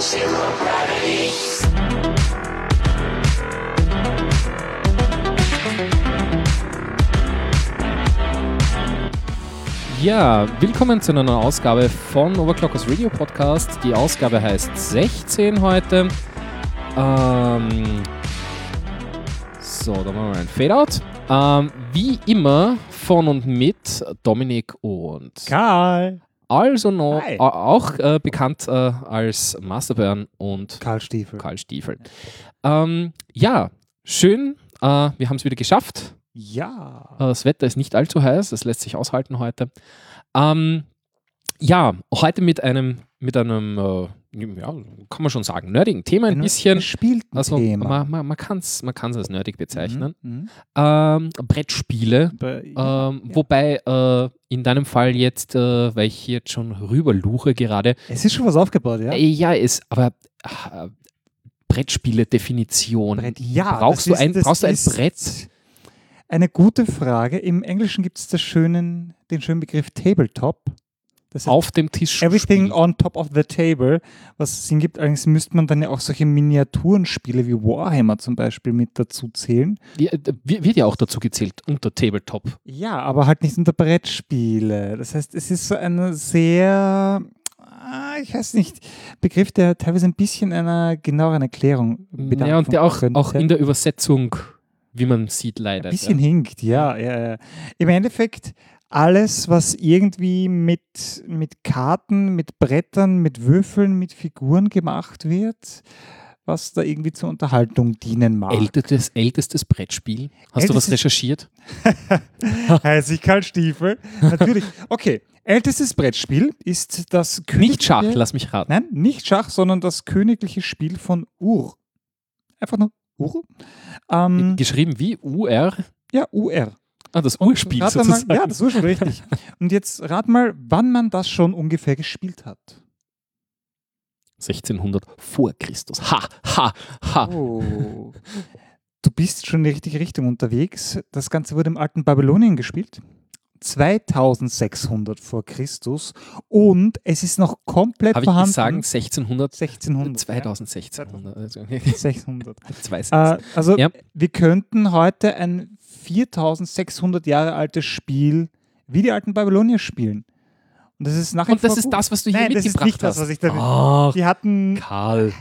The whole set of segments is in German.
zero gravity. Ja, willkommen zu einer neuen Ausgabe von Overclockers Radio Podcast. Die Ausgabe heißt 16 heute. Ähm, so, da machen wir einen Fadeout. Ähm, wie immer von und mit Dominik und Karl. also noch Hi. au- auch äh, bekannt äh, als Masterburn und Karl Stiefel. Karl Stiefel. Ähm, ja, schön. Äh, wir haben es wieder geschafft. Äh, Ja. Das Wetter ist nicht allzu heiß, es lässt sich aushalten heute. Ähm, ja, heute mit einem, mit einem, äh, ja, kann man schon sagen, nerdigen Thema ein bisschen. Spielten Also Thema. man, man, man kann es man kann's als nerdig bezeichnen. Mhm. Ähm, Brettspiele, Bei- ähm, ja. wobei äh, in deinem Fall jetzt, äh, weil ich hier jetzt schon rüberluche gerade, es ist schon was aufgebaut, ja? äh, ja, ist, aber äh, Brettspiele-Definition. Brett. Ja, brauchst das du ein- das brauchst du ein ist Brett? Eine gute Frage. Im Englischen gibt es den schönen Begriff Tabletop. Das heißt, Auf dem Tisch. Everything spielen. on top of the table, was es ihn gibt. Allerdings müsste man dann ja auch solche Miniaturenspiele wie Warhammer zum Beispiel mit dazu zählen. Ja, äh, wird wird ja auch dazu gezählt, unter Tabletop. Ja, aber halt nicht unter Brettspiele. Das heißt, es ist so eine sehr, ah, ich weiß nicht, Begriff, der teilweise ein bisschen einer genaueren Erklärung bedarf. Mhm. Ja, und der auch, könnte. auch in der Übersetzung, wie man sieht, leider. ein bisschen hinkt, ja, ja, ja. Im Endeffekt alles, was irgendwie mit, mit Karten, mit Brettern, mit Würfeln, mit Figuren gemacht wird, was da irgendwie zur Unterhaltung dienen mag. Ältestes, ältestes Brettspiel. Hast du was Ältestes- recherchiert? Heiß ich Karl Stiefel. Natürlich. Okay, ältestes Brettspiel ist das Königliche... Nicht Schach, lass mich raten. Nein, nicht Schach, sondern das königliche Spiel von Ur. Einfach nur Ur. Ähm, Geschrieben wie UR. ja, UR. Ah, das Und Urspiel rat sozusagen. Oh, Mal, ja, das war schon richtig. Und jetzt rat mal, wann man das schon ungefähr gespielt hat. 1600 vor Christus. Ha, ha, ha. Oh. Du bist schon in die richtige Richtung unterwegs. Das Ganze wurde im alten Babylonien gespielt. 2600 vor Christus. Und es ist noch komplett Habe ich vorhanden. nicht sagen, 1600, 1600. 2600. Also, Ja. 1600. zwei Äh, Sätze. also Ja. wir könnten heute ein 4600 Jahre altes Spiel wie die alten Babylonier spielen. Und das ist nachher Und das ist das, was du hier Nein, das ist mitgebracht nicht das, hast. was ich damit- Ach, Die hatten, Karl.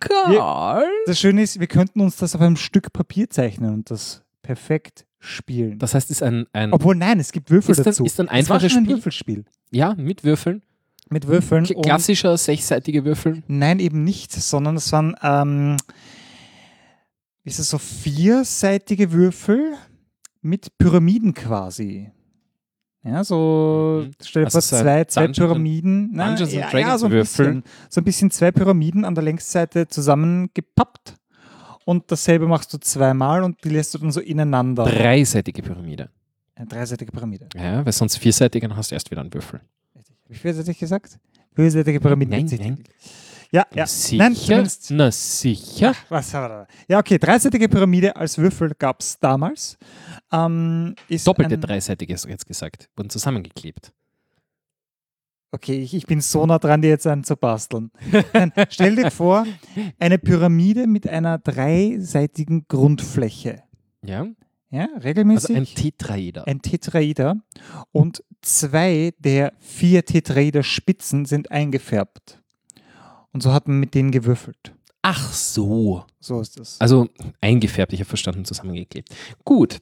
Karl. das Schöne ist, wir könnten uns das auf einem Stück Papier zeichnen und das perfekt spielen. Das heißt, es ist ein, ein Obwohl, nein, es gibt Würfel Ist das- dazu. ist das ein Es war einfaches schon ein Spiel? Würfelspiel. ja, mit Würfeln. Mit Würfeln. K- und- Klassischer sechsseitige Würfel. Nein, eben nicht, sondern es waren, ähm, wie ist es so vierseitige Würfel mit Pyramiden quasi. Ja, so, Mhm. stell dir Also vor, so zwei, zwei Dungeons and- Pyramiden. Na, Dungeons and ja, ja, so ein Dragons-Würfel. bisschen. So ein bisschen zwei Pyramiden an der Längsseite zusammengepappt. Und dasselbe machst du zweimal und die lässt du dann so ineinander. Dreiseitige Pyramide. Eine dreiseitige Pyramide. Ja, weil sonst vierseitig, dann hast du erst wieder einen Würfel. Wie vielseitig gesagt? Vielseitige Pyramide. Nein, Vielseitig. nein. Ja, ja. Na sicher. Nein, zumindest- Na sicher. Was haben wir da? Ja, okay, dreiseitige Pyramide als Würfel gab es damals. Ähm, ist Doppelte ein- dreiseitige, hast du jetzt gesagt. Wurden zusammengeklebt. Okay, ich, ich bin so nah dran, dir jetzt einen zu basteln. Nein, stell dir vor, eine Pyramide mit einer dreiseitigen Grundfläche. Ja? Ja, Also regelmäßig. ein Tetraeder. ein Tetraeder und zwei der vier Tetraederspitzen sind eingefärbt. Und so hat man mit denen gewürfelt. Ach so. So ist das. Also eingefärbt, ich habe verstanden, zusammengeklebt. Gut.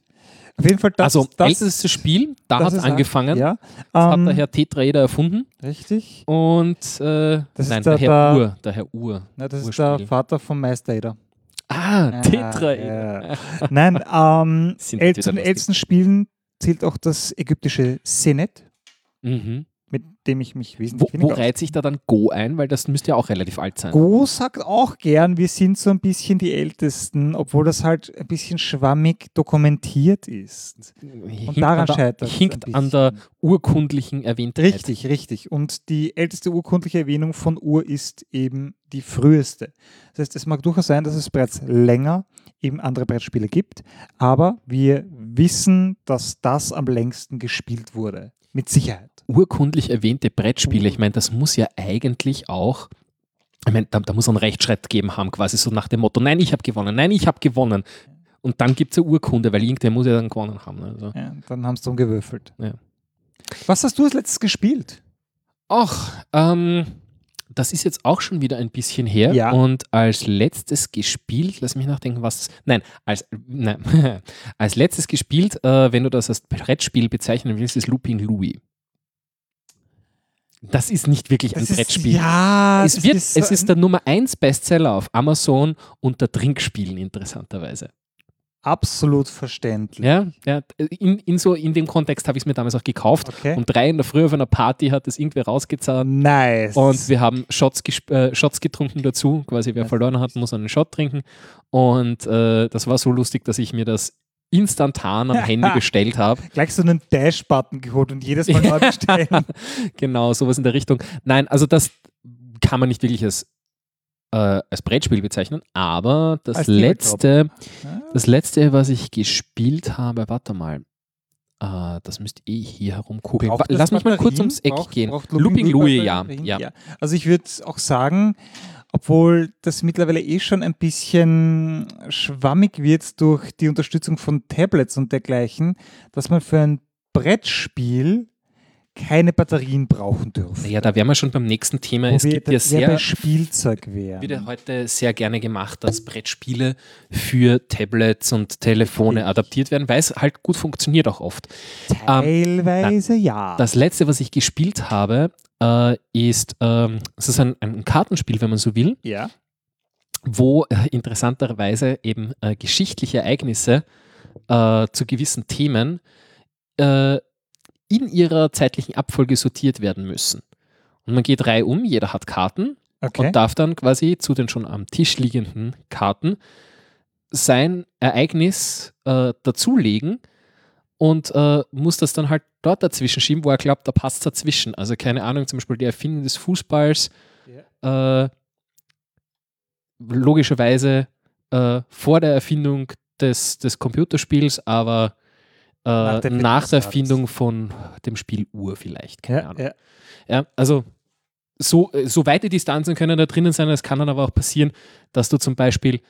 Auf jeden Fall, das, also das, ältestes Spiel, da das hat es ist ein- angefangen. Ja, Das ähm, hat der Herr Tetraeder erfunden. richtig. Und äh, Das nein, ist der- der, Herr der- Ur, der Herr Ur. Na, das ist Urspiel. der Vater vom Meister Eder. Ah, Ah, Tetraeder. ja. Nein, ähm, Sind äl- wieder zu den lustig. ältesten Spielen zählt auch das ägyptische Senet, Mhm. mit dem ich mich Wo, wesentlich wo weniger reiht sich da dann Go ein? Weil das müsste ja auch relativ alt sein. Go sagt auch gern, wir sind so ein bisschen die Ältesten, obwohl das halt ein bisschen schwammig dokumentiert ist. Hinkt Und an daran der- scheitert es Hinkt ein an der urkundlichen Erwähntheit. Richtig, richtig. Und die älteste urkundliche Erwähnung von Ur ist eben die früheste. Das heißt, es mag durchaus sein, dass es bereits länger eben andere Brettspiele gibt, aber wir wissen, dass das am längsten gespielt wurde. Mit Sicherheit. Mhm. Urkundlich erwähnte Brettspiele, ich meine, das muss ja eigentlich auch Ich meine, da, da muss ein Rechtsstreit gegeben haben, quasi so nach dem Motto, nein, ich habe gewonnen, nein, ich habe gewonnen. Und dann gibt es eine Urkunde, weil irgendwer muss ja dann gewonnen haben. Also. Ja, dann haben sie drum gewürfelt. Ja. Was hast du als letztes gespielt? Ach, ähm, das ist jetzt auch schon wieder ein bisschen her. Ja. Und als letztes gespielt, lass mich nachdenken, was. Nein, als, nein, als letztes gespielt, äh, wenn du das als Brettspiel bezeichnen willst, ist Looping Louis. Das ist nicht wirklich ein Brettspiel. Ja, es, das wird, so es ist ein- der Nummer 1 Bestseller auf Amazon unter Trinkspielen, interessanterweise. absolut verständlich. Ja, ja in, in, so, in dem Kontext habe ich es mir damals auch gekauft. Okay. Um drei in der Früh auf einer Party hat es irgendwer rausgezahlt. nice. Und wir haben Shots, gesp- äh, Shots getrunken dazu. Quasi wer Ja. verloren hat, muss einen Shot trinken. Und äh, das war so lustig, dass ich mir das instantan am Handy bestellt habe. Gleich so einen Dash-Button geholt und jedes Mal neu bestellen. Genau, sowas in der Richtung. Nein, also das kann man nicht wirklich als, äh, als Brettspiel bezeichnen, aber das Als letzte, Ah, das letzte, was ich gespielt habe, warte mal. Äh, das müsst eh hier herumkugeln. Wa- braucht das Lass mich mal kurz Batterien? ums Eck Braucht- gehen. braucht Looping Louis, Batterien? ja. ja. Also ich würde auch sagen, obwohl das mittlerweile eh schon ein bisschen schwammig wird durch die Unterstützung von Tablets und dergleichen, dass man für ein Brettspiel keine Batterien brauchen dürfte. Naja, da wären wir schon beim nächsten Thema. Es Wo wir gibt dann ja eher bei sehr Spielzeug wären. wird ja heute sehr gerne gemacht, dass Brettspiele für Tablets und Telefone adaptiert werden, weil es halt gut funktioniert auch oft. Teilweise ja. Ähm, Das letzte, was ich gespielt habe, äh, ist, ähm, es ist ein, ein Kartenspiel, wenn man so will, ja. wo äh, interessanterweise eben äh, geschichtliche Ereignisse äh, zu gewissen Themen äh, in ihrer zeitlichen Abfolge sortiert werden müssen. Und man geht drei um, jeder hat Karten Okay. und darf dann quasi zu den schon am Tisch liegenden Karten sein Ereignis äh, dazulegen und äh, muss das dann halt dort dazwischen schieben, wo er glaubt, da passt dazwischen. Also keine Ahnung, zum Beispiel die Erfindung des Fußballs äh, logischerweise äh, vor der Erfindung des, des Computerspiels, aber äh, nach, der der Bedienungsarzt. Erfindung von dem Spiel Uhr vielleicht. Keine ja, Ahnung. ja. Ja, also so, äh, so weite Distanzen können da drinnen sein. Es kann dann aber auch passieren, dass du zum Beispiel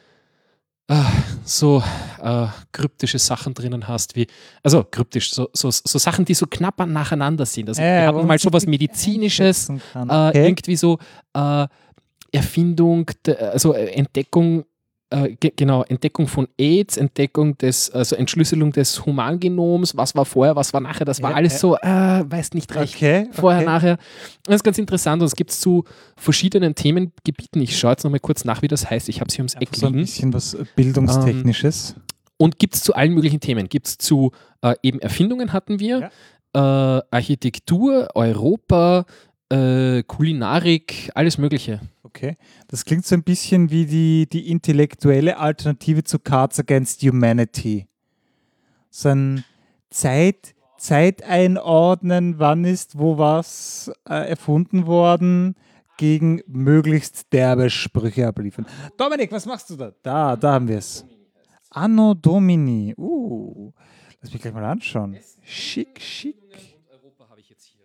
äh, so äh, kryptische Sachen drinnen hast, wie, also kryptisch, so, so, so Sachen, die so knapp an- nacheinander sind. Also Ja, wir ja, wo hatten man mal sich sowas nicht Medizinisches, einschätzen kann. äh, Okay. irgendwie so äh, Erfindung, de- also äh, Entdeckung, äh, ge genau, Entdeckung von AIDS, Entdeckung des, also Entschlüsselung des Humangenoms, was war vorher, was war nachher, das war Ja, alles ja. so, äh, weiß nicht recht Okay, vorher, okay. nachher. Das ist ganz interessant und es gibt zu verschiedenen Themengebieten. Ich schaue jetzt nochmal kurz nach, wie das heißt. Ich habe es hier ums Eck Einfach so ein liegen. bisschen was äh, Bildungstechnisches. Und gibt es zu allen möglichen Themen. Gibt es zu äh, eben Erfindungen hatten wir, äh, Architektur, Europa, äh, Kulinarik, alles Mögliche. Okay. Das klingt so ein bisschen wie die, die intellektuelle Alternative zu Cards Against Humanity. So ein Zeit, Zeit einordnen, wann ist wo was äh, erfunden worden, gegen möglichst derbe Sprüche abliefern. Dominik, was machst du da? Da, da haben wir es. Anno Domini. Uh, lass mich gleich mal anschauen. Schick, schick. Europa habe ich jetzt hier.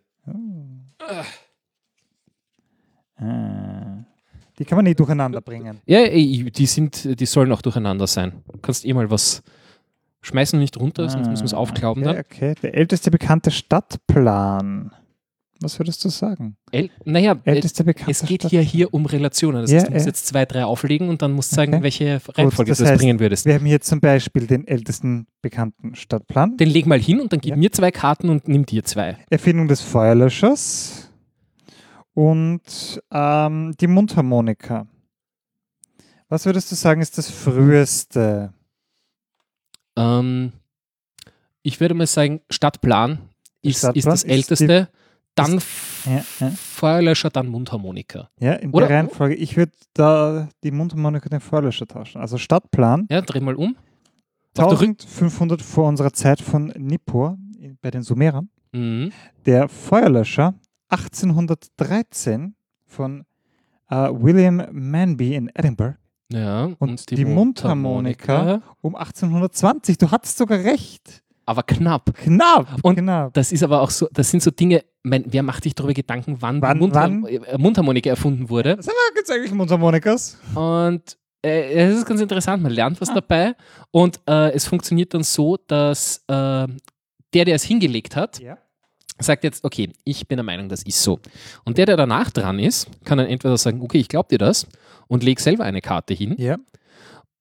Ah. Die kann man nicht durcheinander bringen. Ja, ey, die sind, die sollen auch durcheinander sein. Du kannst eh mal was schmeißen, nicht runter, sonst müssen wir es Ah, aufklauben. Okay, Dann. okay, der älteste bekannte Stadtplan. Was würdest du sagen? El naja, äh, Älteste bekannte Es geht Stadt- hier, hier um Relationen. Das Ja, heißt, du musst ja. jetzt zwei, drei auflegen und dann musst du sagen, Okay. welche Reihenfolge das du das heißt, bringen würdest. Wir haben hier zum Beispiel den ältesten bekannten Stadtplan. Den leg mal hin und dann gib Ja. mir zwei Karten und nimm dir zwei. Erfindung des Feuerlöschers und ähm, die Mundharmonika. Was würdest du sagen, ist das früheste? Ähm, ich würde mal sagen, Stadtplan ist, ist Stadtplan das ist älteste, dann F- Ja, ja. Feuerlöscher, dann Mundharmonika. Ja, in Oder- der Reihenfolge. Ich würde da die Mundharmonika den Feuerlöscher tauschen. Also Stadtplan. Ja, dreh mal um. Auf der Rück- 1500 vor unserer Zeit von Nippur in- bei den Sumerern. Mhm. Der Feuerlöscher 1813 von äh, William Manby in Edinburgh Ja, und, die Mundharmonika um 1820. Du hattest sogar recht. aber knapp. Knapp, Und knapp. Das ist aber auch so, das sind so Dinge, mein, wer macht sich darüber Gedanken, wann, Wann- die Mundhar- wann? äh, Mundharmonika erfunden wurde? Sag mal, gibt es um eigentlich Mundharmonikas? Und äh, es ist ganz interessant, man lernt Ah. was dabei und äh, es funktioniert dann so, dass äh, der, der es hingelegt hat, Ja. sagt jetzt, okay, ich bin der Meinung, das ist so. Und der, der danach dran ist, kann dann entweder sagen, okay, ich glaub dir das und leg selber eine Karte hin. Ja.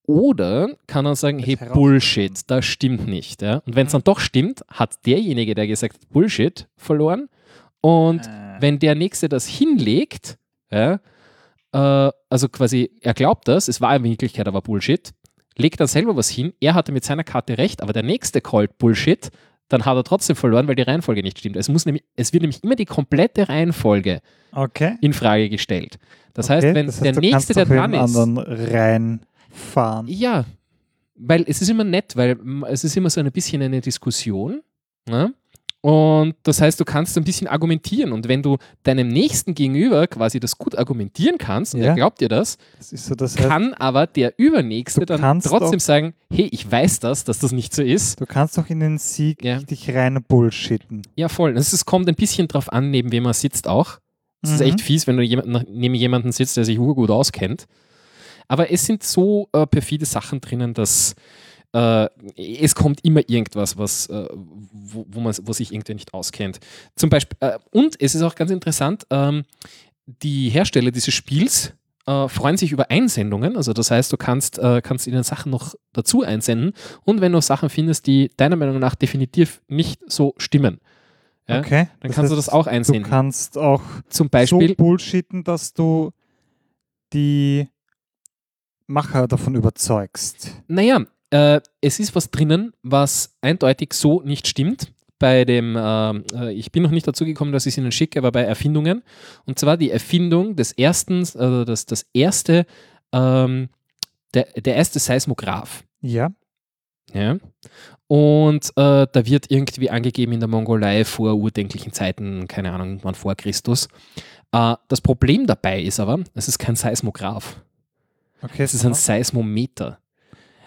Oder kann er sagen, hey, herausfinden. Bullshit, das stimmt nicht. Ja? Und wenn es dann doch stimmt, hat derjenige, der gesagt hat, Bullshit, verloren. Äh. Und wenn der Nächste das hinlegt, ja, äh, also quasi, er glaubt das, es war in Wirklichkeit aber Bullshit, legt dann selber was hin, er hatte mit seiner Karte recht, aber der Nächste callt Bullshit, dann hat er trotzdem verloren, weil die Reihenfolge nicht stimmt. Es, muss nämlich, es wird nämlich immer die komplette Reihenfolge Okay. in Frage gestellt. Das okay. heißt, wenn das der du Nächste, kannst der auf jeden dran ist, anderen reinfahren. ja, weil es ist immer nett, weil mm, es ist immer so ein bisschen eine Diskussion. Ne? Und das heißt, du kannst ein bisschen argumentieren. Und wenn du deinem Nächsten gegenüber quasi das gut argumentieren kannst, und Ja. er glaubt dir das, Das ist so, das heißt, kann aber der Übernächste Du dann kannst trotzdem doch- sagen, hey, ich weiß das, dass das nicht so ist. du kannst doch in den Sieg Ja. richtig rein bullshitten. Ja, voll. Es ist- kommt ein bisschen drauf an, neben wem man sitzt auch. Es ist Mhm. echt fies, wenn du jemand, neben jemanden sitzt, der sich urgut auskennt. Aber es sind so äh, perfide Sachen drinnen, dass äh, es kommt immer irgendwas, was, äh, wo, wo, man, wo sich irgendwer nicht auskennt. Zum Beispiel, äh, und es ist auch ganz interessant, ähm, die Hersteller dieses Spiels äh, freuen sich über Einsendungen. Also das heißt, du kannst, äh, kannst ihnen Sachen noch dazu einsenden. Und wenn du Sachen findest, die deiner Meinung nach definitiv nicht so stimmen, Ja. Okay. dann kannst du das heißt, auch Du einsenden. kannst auch Zum Beispiel, so bullshitten, dass du die Macher davon überzeugst. naja, äh, es ist was drinnen, was eindeutig so nicht stimmt. Bei dem, ähm, äh, ich bin noch nicht dazu gekommen, dass ich es Ihnen schicke, aber bei Erfindungen. Und zwar die Erfindung des ersten, also das, das erste, ähm, der, der erste Seismograph. Ja. Ja. Und äh, da wird irgendwie angegeben in der Mongolei vor urdenklichen Zeiten, keine Ahnung, irgendwann vor Christus. Äh, das Problem dabei ist aber, es ist kein Seismograph, Okay. es ist ein Seismometer.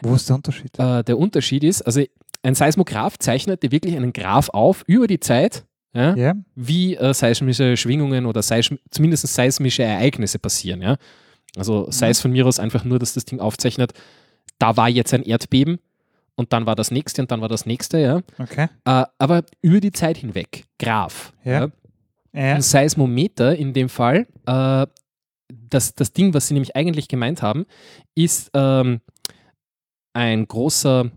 Wo ist der Unterschied? Äh, der Unterschied ist, also ein Seismograph zeichnet dir wirklich einen Graph auf über die Zeit, ja, Ja. wie äh, seismische Schwingungen oder seism zumindest seismische Ereignisse passieren. Ja. Also sei es von mir aus einfach nur, dass das Ding aufzeichnet, da war jetzt ein Erdbeben und dann war das nächste und dann war das nächste, ja. Okay. Äh, aber über die Zeit hinweg, Graph. Ja. Ja. Ein Seismometer in dem Fall, äh, das, das Ding, was sie nämlich eigentlich gemeint haben, ist ähm, ein großer,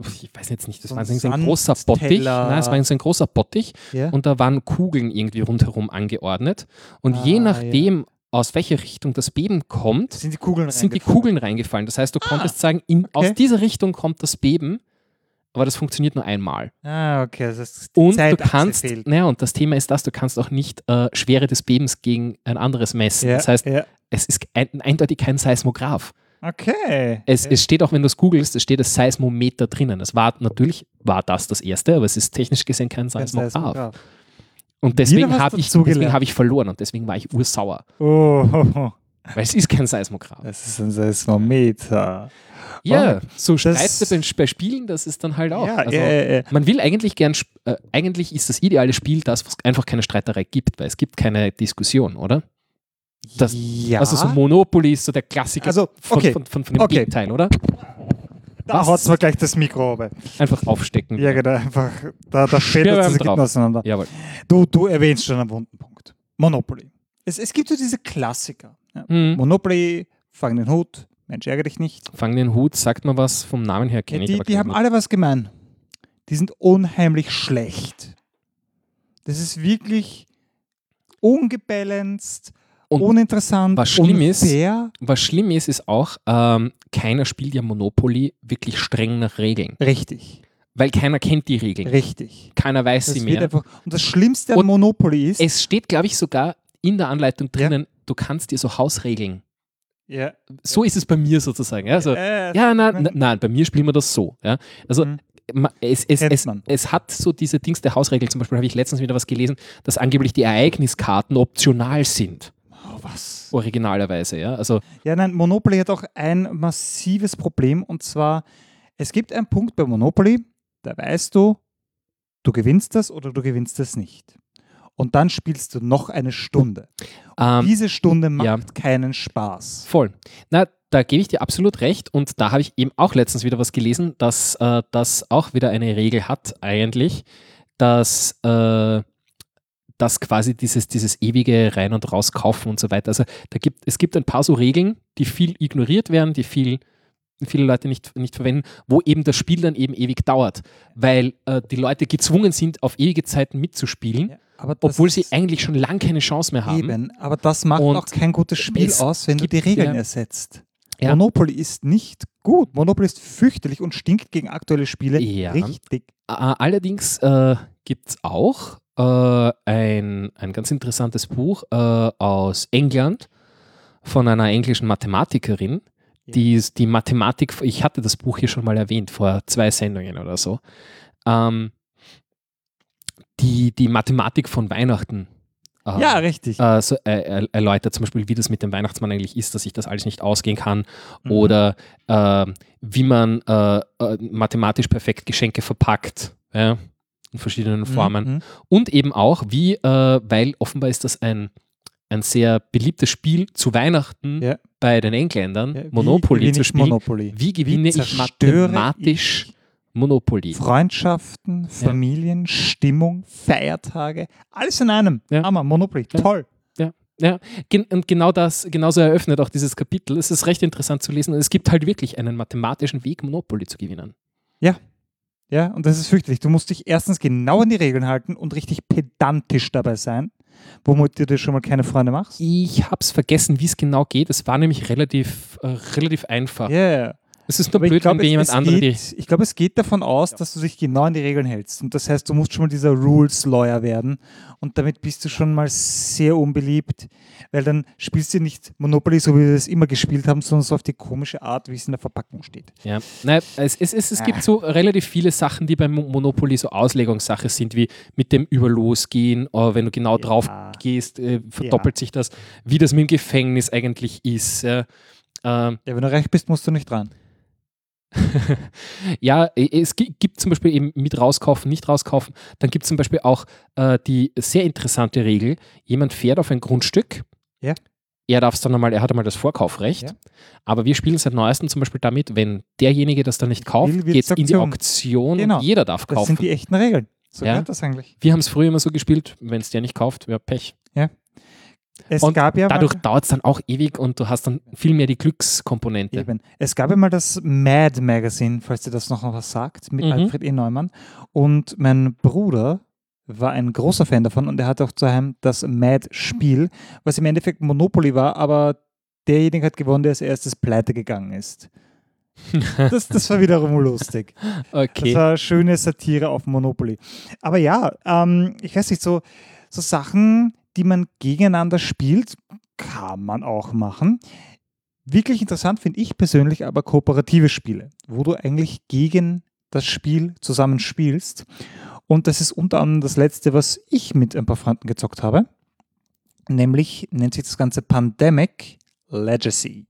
ich weiß jetzt nicht, das So war ein so ein großer Bottich. Sandteller. Nein, es war so ein großer Bottich ja. und da waren Kugeln irgendwie rundherum angeordnet. Und Ah, je ja. nachdem, aus welcher Richtung das Beben kommt, sind die Kugeln sind die reingefallen? Ah, Kugeln reingefallen. Das heißt, du konntest sagen, in, aus okay. dieser Richtung kommt das Beben, aber das funktioniert nur einmal. Ah, okay. Das heißt, die Und du Zeitachse kannst, fehlt. naja, und das Thema ist das, du kannst auch nicht äh, Schwere des Bebens gegen ein anderes messen. Ja, Das heißt, ja. es ist ein, eindeutig kein Seismograph. Okay. Es, ja. es steht auch, wenn du es googelst, es steht das Seismometer drinnen. Es war natürlich, war das das erste, aber es ist technisch gesehen kein Kein Seismograph. Seismograph. Und Wieder deswegen was habe ich, dazugelernt. deswegen hab ich verloren und deswegen war ich ursauer, Oh, weil es ist kein Seismograph. das ist ein Seismometer. Ja, so das- streitst du bei, bei Spielen, das ist dann halt auch. ja, also, ja, ja, ja. Man will eigentlich gern, sp- äh, eigentlich ist das ideale Spiel das, was einfach keine Streiterei gibt, weil es gibt keine Diskussion, oder? Das, ja. Also so Monopoly ist so der Klassiker Also, von, okay. von, von, von dem Okay. Gegenteil, oder? da was? haut mir gleich das Mikro runter. Einfach aufstecken. Ja, genau, einfach, da, da fällt uns Schwer beim das Ergebnis drauf. auseinander. Jawohl. Du, du erwähnst schon einen wunden Punkt. Monopoly. Es, es gibt so diese Klassiker. Ja. Hm. Monopoly, fang den Hut, Mensch, ärgere dich nicht. Fang den Hut, sagt man was, vom Namen her kenne ich die aber die keinen haben Hut. alle was gemein. Die sind unheimlich schlecht. Das ist wirklich ungebalanced, Und uninteressant, was schlimm ist- unfair. Was schlimm ist, ist auch, ähm, keiner spielt ja Monopoly wirklich streng nach Regeln, Richtig, weil keiner kennt die Regeln. richtig. Keiner weiß Das sie wird mehr. einfach, und das Schlimmste an Und Monopoly ist, Es steht, glaube ich, sogar in der Anleitung drinnen, du kannst dir so Hausregeln. ja, So ist es bei mir sozusagen. Ja, also, äh, ja nein, man- n- nein, bei mir spielen wir das so. Ja. Also Mhm. ma- es, es, Kennt es, man. es hat so diese Dings der Hausregeln, zum Beispiel habe ich letztens wieder was gelesen, dass angeblich die Ereigniskarten optional sind, oh, was? originalerweise. Ja. Also Ja, nein, Monopoly hat auch ein massives Problem und zwar, es gibt einen Punkt bei Monopoly, Da weißt du, du gewinnst das oder du gewinnst das nicht. Und dann spielst du noch eine Stunde. Ähm, Diese Stunde macht ja. keinen Spaß. Voll. Na, da gebe ich dir absolut recht und da habe ich eben auch letztens wieder was gelesen, dass äh, das auch wieder eine Regel hat eigentlich, dass, äh, dass quasi dieses, dieses ewige Rein- und Rauskaufen und so weiter, also da gibt, es gibt ein paar so Regeln, die viel ignoriert werden, die viel viele Leute nicht, nicht verwenden, wo eben das Spiel dann eben ewig dauert, weil äh, die Leute gezwungen sind, auf ewige Zeiten mitzuspielen, Ja, aber das Mhm. obwohl sie ist eigentlich schon lange keine Chance mehr haben. Eben, aber das macht Und auch kein gutes Spiel es aus, wenn du gibt- die Regeln ja. ersetzt. Ja. Monopoly ist nicht gut. Monopoly ist fürchterlich und stinkt gegen aktuelle Spiele Ja. richtig Äh, Allerdings äh, gibt es auch äh, ein, ein ganz interessantes Buch äh, aus England von einer englischen Mathematikerin, Ja. die ist die Mathematik, ich hatte das Buch hier schon mal erwähnt, vor zwei Sendungen oder so, ähm, die die Mathematik von Weihnachten äh, Ja, richtig. äh, so, äh, er- erläutert, zum Beispiel, wie das mit dem Weihnachtsmann eigentlich ist, dass ich das alles nicht ausgehen kann Mhm. oder äh, wie man äh, äh, mathematisch perfekt Geschenke verpackt ja, in verschiedenen Formen Mhm. und eben auch, wie, äh, weil offenbar ist das ein, ein sehr beliebtes Spiel zu Weihnachten Ja. bei den Engländern, Ja, wie Monopoly gewinne zu ich spielen. Monopoly. Wie gewinne ich zerstöre mathematisch ich Monopoly? Freundschaften, Familien, Stimmung, Feiertage, alles in einem. Ja. Hammer, Monopoly, Ja. toll. Gen und genau das, genauso eröffnet auch dieses Kapitel. Es ist recht interessant zu lesen und es gibt halt wirklich einen mathematischen Weg, Monopoly zu gewinnen. Ja, und das ist fürchterlich. Du musst dich erstens genau an die Regeln halten und richtig pedantisch dabei sein, womit du dir schon mal keine Freunde machst. Ich hab's vergessen, wie es genau geht. Es war nämlich relativ, äh, relativ einfach. Yeah. Es ist nur Aber blöd, ich glaub, wenn dir es- jemand es anderer die geht, Ich glaube, es geht davon aus, dass du dich genau an die Regeln hältst. Und das heißt, du musst schon mal dieser Rules-Lawyer werden. Und damit bist du schon mal sehr unbeliebt, weil dann spielst du nicht Monopoly, so wie wir es immer gespielt haben, sondern so auf die komische Art, wie es in der Verpackung steht. Ja, Nein, es, es, es, es Ah. gibt so relativ viele Sachen, die beim Mo- Monopoly so Auslegungssache sind, wie mit dem Überlosgehen, äh, wenn du genau drauf gehst, äh, verdoppelt sich das, wie das mit dem Gefängnis eigentlich ist. Ja, ähm, Ja, wenn du reich bist, musst du nicht dran. ja e- es gi- gibt zum Beispiel eben mit rauskaufen, nicht rauskaufen. Dann gibt es zum Beispiel auch äh, die sehr interessante Regel, jemand fährt auf ein Grundstück. Ja. Er darf es dann einmal, er hat einmal das Vorkaufrecht. Ja. Aber wir spielen seit neuestem zum Beispiel damit, wenn derjenige das dann nicht kauft, Will, geht wird's es in die Auktion. Auktion Genau. und jeder darf Das kaufen. sind die echten Regeln. So Ja. ja. das eigentlich. Wir haben es früher immer so gespielt, wenn es der nicht kauft, wäre Pech. Es Und gab ja mal- Dadurch dauert es dann auch ewig und du hast dann viel mehr die Glückskomponente. Eben. Es gab ja mal das Mad Magazine, falls dir das noch was sagt, mit Mhm. Alfred E. Neumann. Und mein Bruder war ein großer Fan davon und er hatte auch zu Hause das Mad-Spiel, was im Endeffekt Monopoly war, aber derjenige hat gewonnen, der als erstes pleite gegangen ist. Das, das war wiederum lustig. Das Okay. war schöne Satire auf Monopoly. Aber ja, ähm, ich weiß nicht, so, so Sachen, die man gegeneinander spielt, kann man auch machen. Wirklich interessant finde ich persönlich aber kooperative Spiele, wo du eigentlich gegen das Spiel zusammen spielst. Und das ist unter anderem das letzte, was ich mit ein paar Freunden gezockt habe. Nämlich nennt sich das Ganze Pandemic Legacy.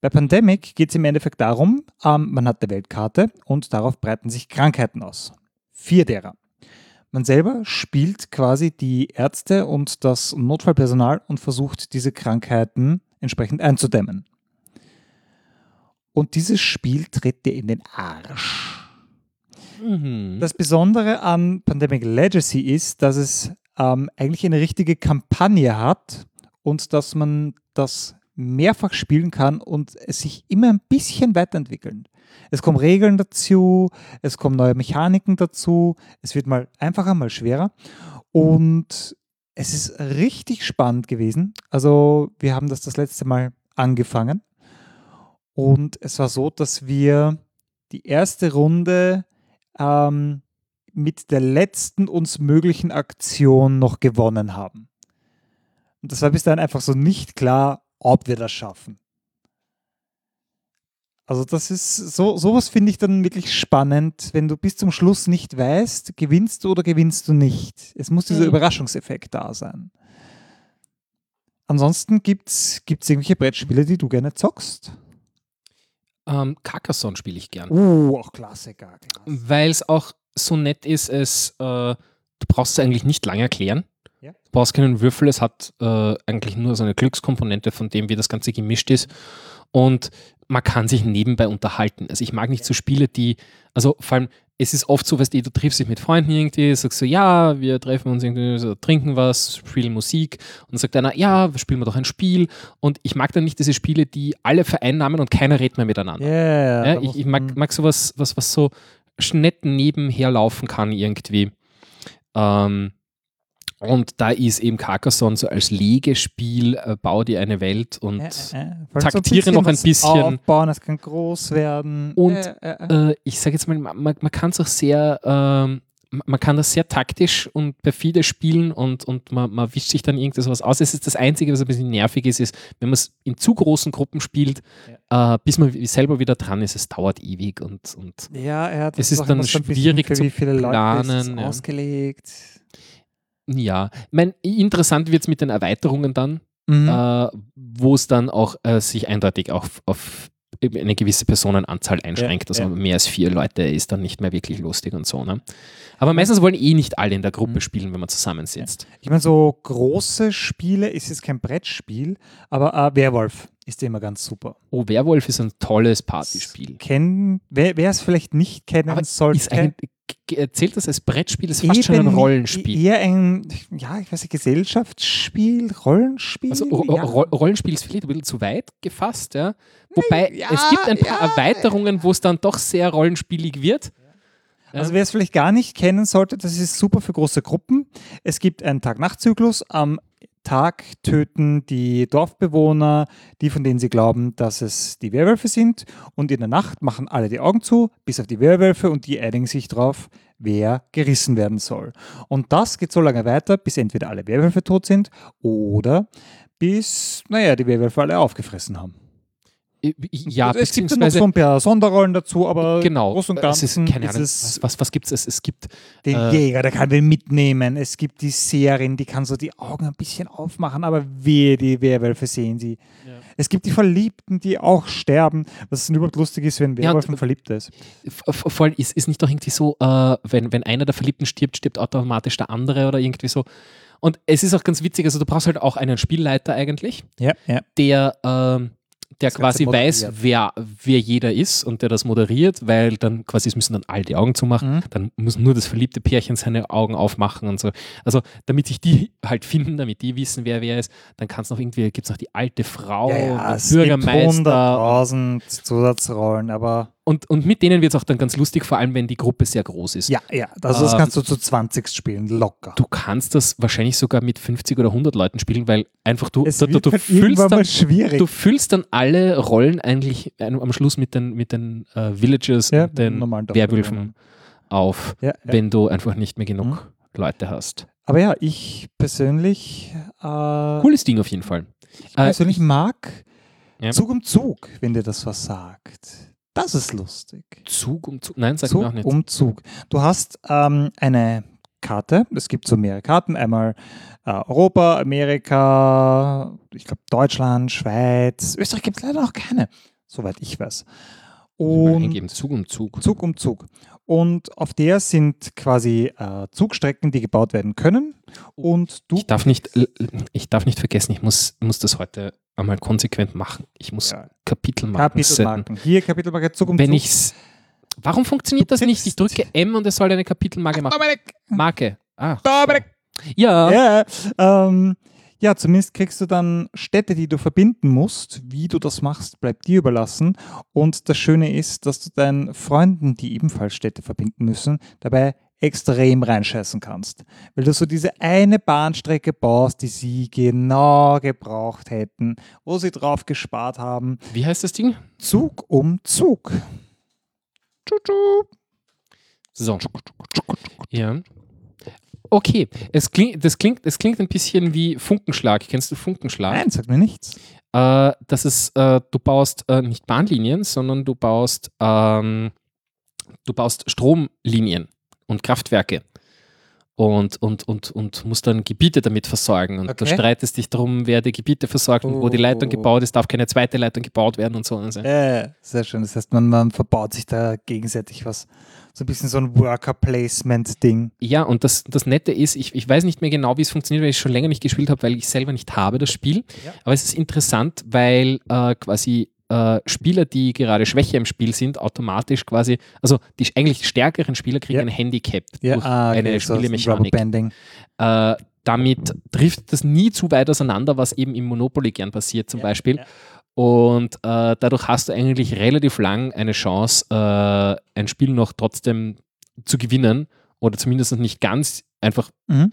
Bei Pandemic geht es im Endeffekt darum, ähm, man hat eine Weltkarte und darauf breiten sich Krankheiten aus. Vier derer. Man selber spielt quasi die Ärzte und das Notfallpersonal und versucht, diese Krankheiten entsprechend einzudämmen. Und dieses Spiel tritt dir in den Arsch. Mhm. Das Besondere an Pandemic Legacy ist, dass es ähm, eigentlich eine richtige Kampagne hat und dass man das mehrfach spielen kann und es sich immer ein bisschen weiterentwickeln. Es kommen Regeln dazu, es kommen neue Mechaniken dazu, es wird mal einfacher, mal schwerer und es ist richtig spannend gewesen. Also wir haben das das letzte Mal angefangen und es war so, dass wir die erste Runde ähm, mit der letzten uns möglichen Aktion noch gewonnen haben. Und das war bis dahin einfach so nicht klar, ob wir das schaffen. Also das ist, so, sowas finde ich dann wirklich spannend, wenn du bis zum Schluss nicht weißt, gewinnst du oder gewinnst du nicht. Es muss dieser Mhm. Überraschungseffekt da sein. Ansonsten gibt es irgendwelche Brettspiele, die du gerne zockst? Ähm, Carcassonne spiele ich gern. Uh, auch Klassiker. Klassiker. Weil es auch so nett ist, es, äh, du brauchst es eigentlich nicht lange erklären. Ja. Du brauchst keinen Würfel, es hat äh, eigentlich nur so eine Glückskomponente, von dem wie das Ganze gemischt ist. Und man kann sich nebenbei unterhalten. Also ich mag nicht so Spiele, die, also vor allem, es ist oft so, weißt du, du triffst dich mit Freunden irgendwie, sagst so, ja, wir treffen uns irgendwie, so, trinken was, spielen Musik. Und dann sagt einer, ja, spielen wir doch ein Spiel. Und ich mag dann nicht diese Spiele, die alle vereinnahmen und keiner redet mehr miteinander. Yeah, Ja, da ich, muss ich mag, man- mag sowas, was, was so nett nebenher laufen kann irgendwie. Ähm, und da ist eben Carcassonne so als Legespiel, äh, bau dir eine Welt und Äh, äh, vor allem taktiere noch ein was bisschen. Aufbauen, es kann groß werden. Und, äh, äh, äh. äh, ich sage jetzt mal, man, man kann es auch sehr, ähm, ma- man kann das sehr taktisch und perfide spielen und, und man, man wischt sich dann irgendwas was aus. Es ist das Einzige, was ein bisschen nervig ist, ist, wenn man es in zu großen Gruppen spielt, äh, bis man wi- selber wieder dran ist, es dauert ewig und, und ja, ja, das es ist auch dann immer so ein bisschen schwierig für zu wie viele Leute ist planen, es ja. ausgelegt. ja. Ich mein, interessant wird es mit den Erweiterungen dann. Mhm. äh, wo es dann auch äh, sich eindeutig auf, auf eben eine gewisse Personenanzahl einschränkt. ja. Also mehr als vier Leute ist dann nicht mehr wirklich lustig und so. Ne? Aber meistens wollen eh nicht alle in der Gruppe Mhm. spielen, wenn man zusammensitzt. Ich meine, so große Spiele ist jetzt kein Brettspiel, aber äh, Werwolf ist immer ganz super. Oh, Werwolf ist ein tolles Partyspiel. Kennen, wer, wer es vielleicht nicht kennen Ah, Aber sollte, Ist ein, g- g- zählt das als Brettspiel? Ist fast schon ein eben e-, Rollenspiel. Eher ein, ja, ich weiß nicht, Gesellschaftsspiel, Rollenspiel. Also Ro e-, ja. Ro Rollenspiel ist vielleicht ein bisschen zu weit gefasst, ja. Wobei ja, es gibt ein paar ja, Erweiterungen, wo es dann doch sehr rollenspielig wird. Also wer es vielleicht gar nicht kennen sollte, das ist super für große Gruppen. Es gibt einen Tag-Nacht-Zyklus. Am Tag töten die Dorfbewohner die, von denen sie glauben, dass es die Werwölfe sind. Und in der Nacht machen alle die Augen zu, bis auf die Werwölfe, und die einigen sich drauf, wer gerissen werden soll. Und das geht so lange weiter, bis entweder alle Werwölfe tot sind oder bis, naja, die Werwölfe alle aufgefressen haben. Äh, Ja, Hm. Also es gibt dann noch beziehungsweise- so ein paar Sonderrollen dazu, aber genau. groß und es ganzen ist, keine Ahnung, es was, was, was gibt es? Es gibt Den Äh, Jäger, der kann den mitnehmen. Es gibt die Seherin, die kann so die Augen ein bisschen aufmachen, aber wehe, die Werwölfe sehen sie. Ja. Es gibt die Verliebten, die auch sterben. Was denn überhaupt lustig ist, wenn ein Ja, und- Werwolf ein Verliebter ist. v- v- voll, ist, ist nicht doch irgendwie so, äh, wenn, wenn einer der Verliebten stirbt, stirbt automatisch der andere oder irgendwie so. Und es ist auch ganz witzig, also du brauchst halt auch einen Spielleiter eigentlich, Ja, ja. der, ähm, der Das Ganze quasi weiß, moderiert. wer, wer jeder ist und der das moderiert, weil dann quasi es müssen dann all die Augen zumachen, Mhm. dann muss nur das verliebte Pärchen seine Augen aufmachen und so. Also damit sich die halt finden, damit die wissen, wer wer ist, dann kann es noch irgendwie, gibt es noch die alte Frau, ja, und ja den es gibt oh, Bürgermeister 100.000 Zusatzrollen, aber Und, und mit denen wird es auch dann ganz lustig, vor allem wenn die Gruppe sehr groß ist. ja, ja. Also das Ähm, kannst du zu 20 spielen, locker. Du kannst das wahrscheinlich sogar mit 50 oder 100 Leuten spielen, weil einfach du, es du, du, wird du, halt füllst irgendwann mal dann, schwierig. du füllst dann alle Rollen eigentlich am am Schluss mit den, mit den äh, Villagers Ja, und den normalen Werwölfen auf, ja, Mhm. ja. wenn du einfach nicht mehr genug Leute hast. Aber ja, ich persönlich, äh, Cooles Ding auf jeden Fall. ich Äh, persönlich mag Ja. Zug um Zug, wenn dir das was sagt. Das ist lustig. Zug um Zug. Nein, sag Zug mir auch nicht. um Zug. Du hast ähm, eine Karte, es gibt so mehrere Karten, einmal äh, Europa, Amerika, ich glaube Deutschland, Schweiz, Österreich gibt es leider noch keine, soweit ich weiß. Mal Und eingeben. Zug um Zug. Zug um Zug. Und auf der sind quasi äh, Zugstrecken, die gebaut werden können. Und du Oh, Ich darf nicht, l- l- ich darf nicht vergessen, ich muss, muss das heute einmal konsequent machen. Ich muss Ja. Kapitelmarken setzen. Kapitelmarken. Hier Kapitelmarke Zug um wenn Zug. ich's. Warum funktioniert das nicht? Ich drücke M und es soll eine Kapitelmarke machen. Dominik, Marke. Ah. Dominik. Ja. Ja, ähm, ja, zumindest kriegst du dann Städte, die du verbinden musst. Wie du das machst, bleibt dir überlassen. Und das Schöne ist, dass du deinen Freunden, die ebenfalls Städte verbinden müssen, dabei extrem reinscheißen kannst. Weil du so diese eine Bahnstrecke baust, die sie genau gebraucht hätten, wo sie drauf gespart haben. Wie heißt das Ding? Zug um Zug. Tschu-tschu. So. Ja. Okay, es klingt, das klingt, es klingt ein bisschen wie Funkenschlag. Kennst du Funkenschlag? Nein, sagt mir nichts. Äh, das ist, äh, du baust äh, nicht Bahnlinien, sondern du baust, ähm, du baust Stromlinien und Kraftwerke. und, und, und, und musst dann Gebiete damit versorgen. Und da Okay. streitest dich darum, wer die Gebiete versorgt und wo die Leitung Oh. gebaut ist, darf keine zweite Leitung gebaut werden und so. Also, Und so. Äh, sehr schön. Das heißt, man, man verbaut sich da gegenseitig was. So ein bisschen so ein Worker-Placement-Ding. Ja, und das, das Nette ist, ich, ich weiß nicht mehr genau, wie es funktioniert, weil ich schon länger nicht gespielt habe, weil ich selber nicht habe das Spiel. Ja. Aber es ist interessant, weil äh, quasi äh, Spieler, die gerade schwächer im Spiel sind, automatisch quasi, also die eigentlich stärkeren Spieler kriegen Ja. ein Handicap durch ah, okay, eine so ein Spielemechanik. Rubberbanding. Äh, damit trifft das nie zu weit auseinander, was eben im Monopoly gern passiert zum Ja, Beispiel. ja. Und äh, dadurch hast du eigentlich relativ lang eine Chance, äh, ein Spiel noch trotzdem zu gewinnen oder zumindest nicht ganz einfach. Mhm.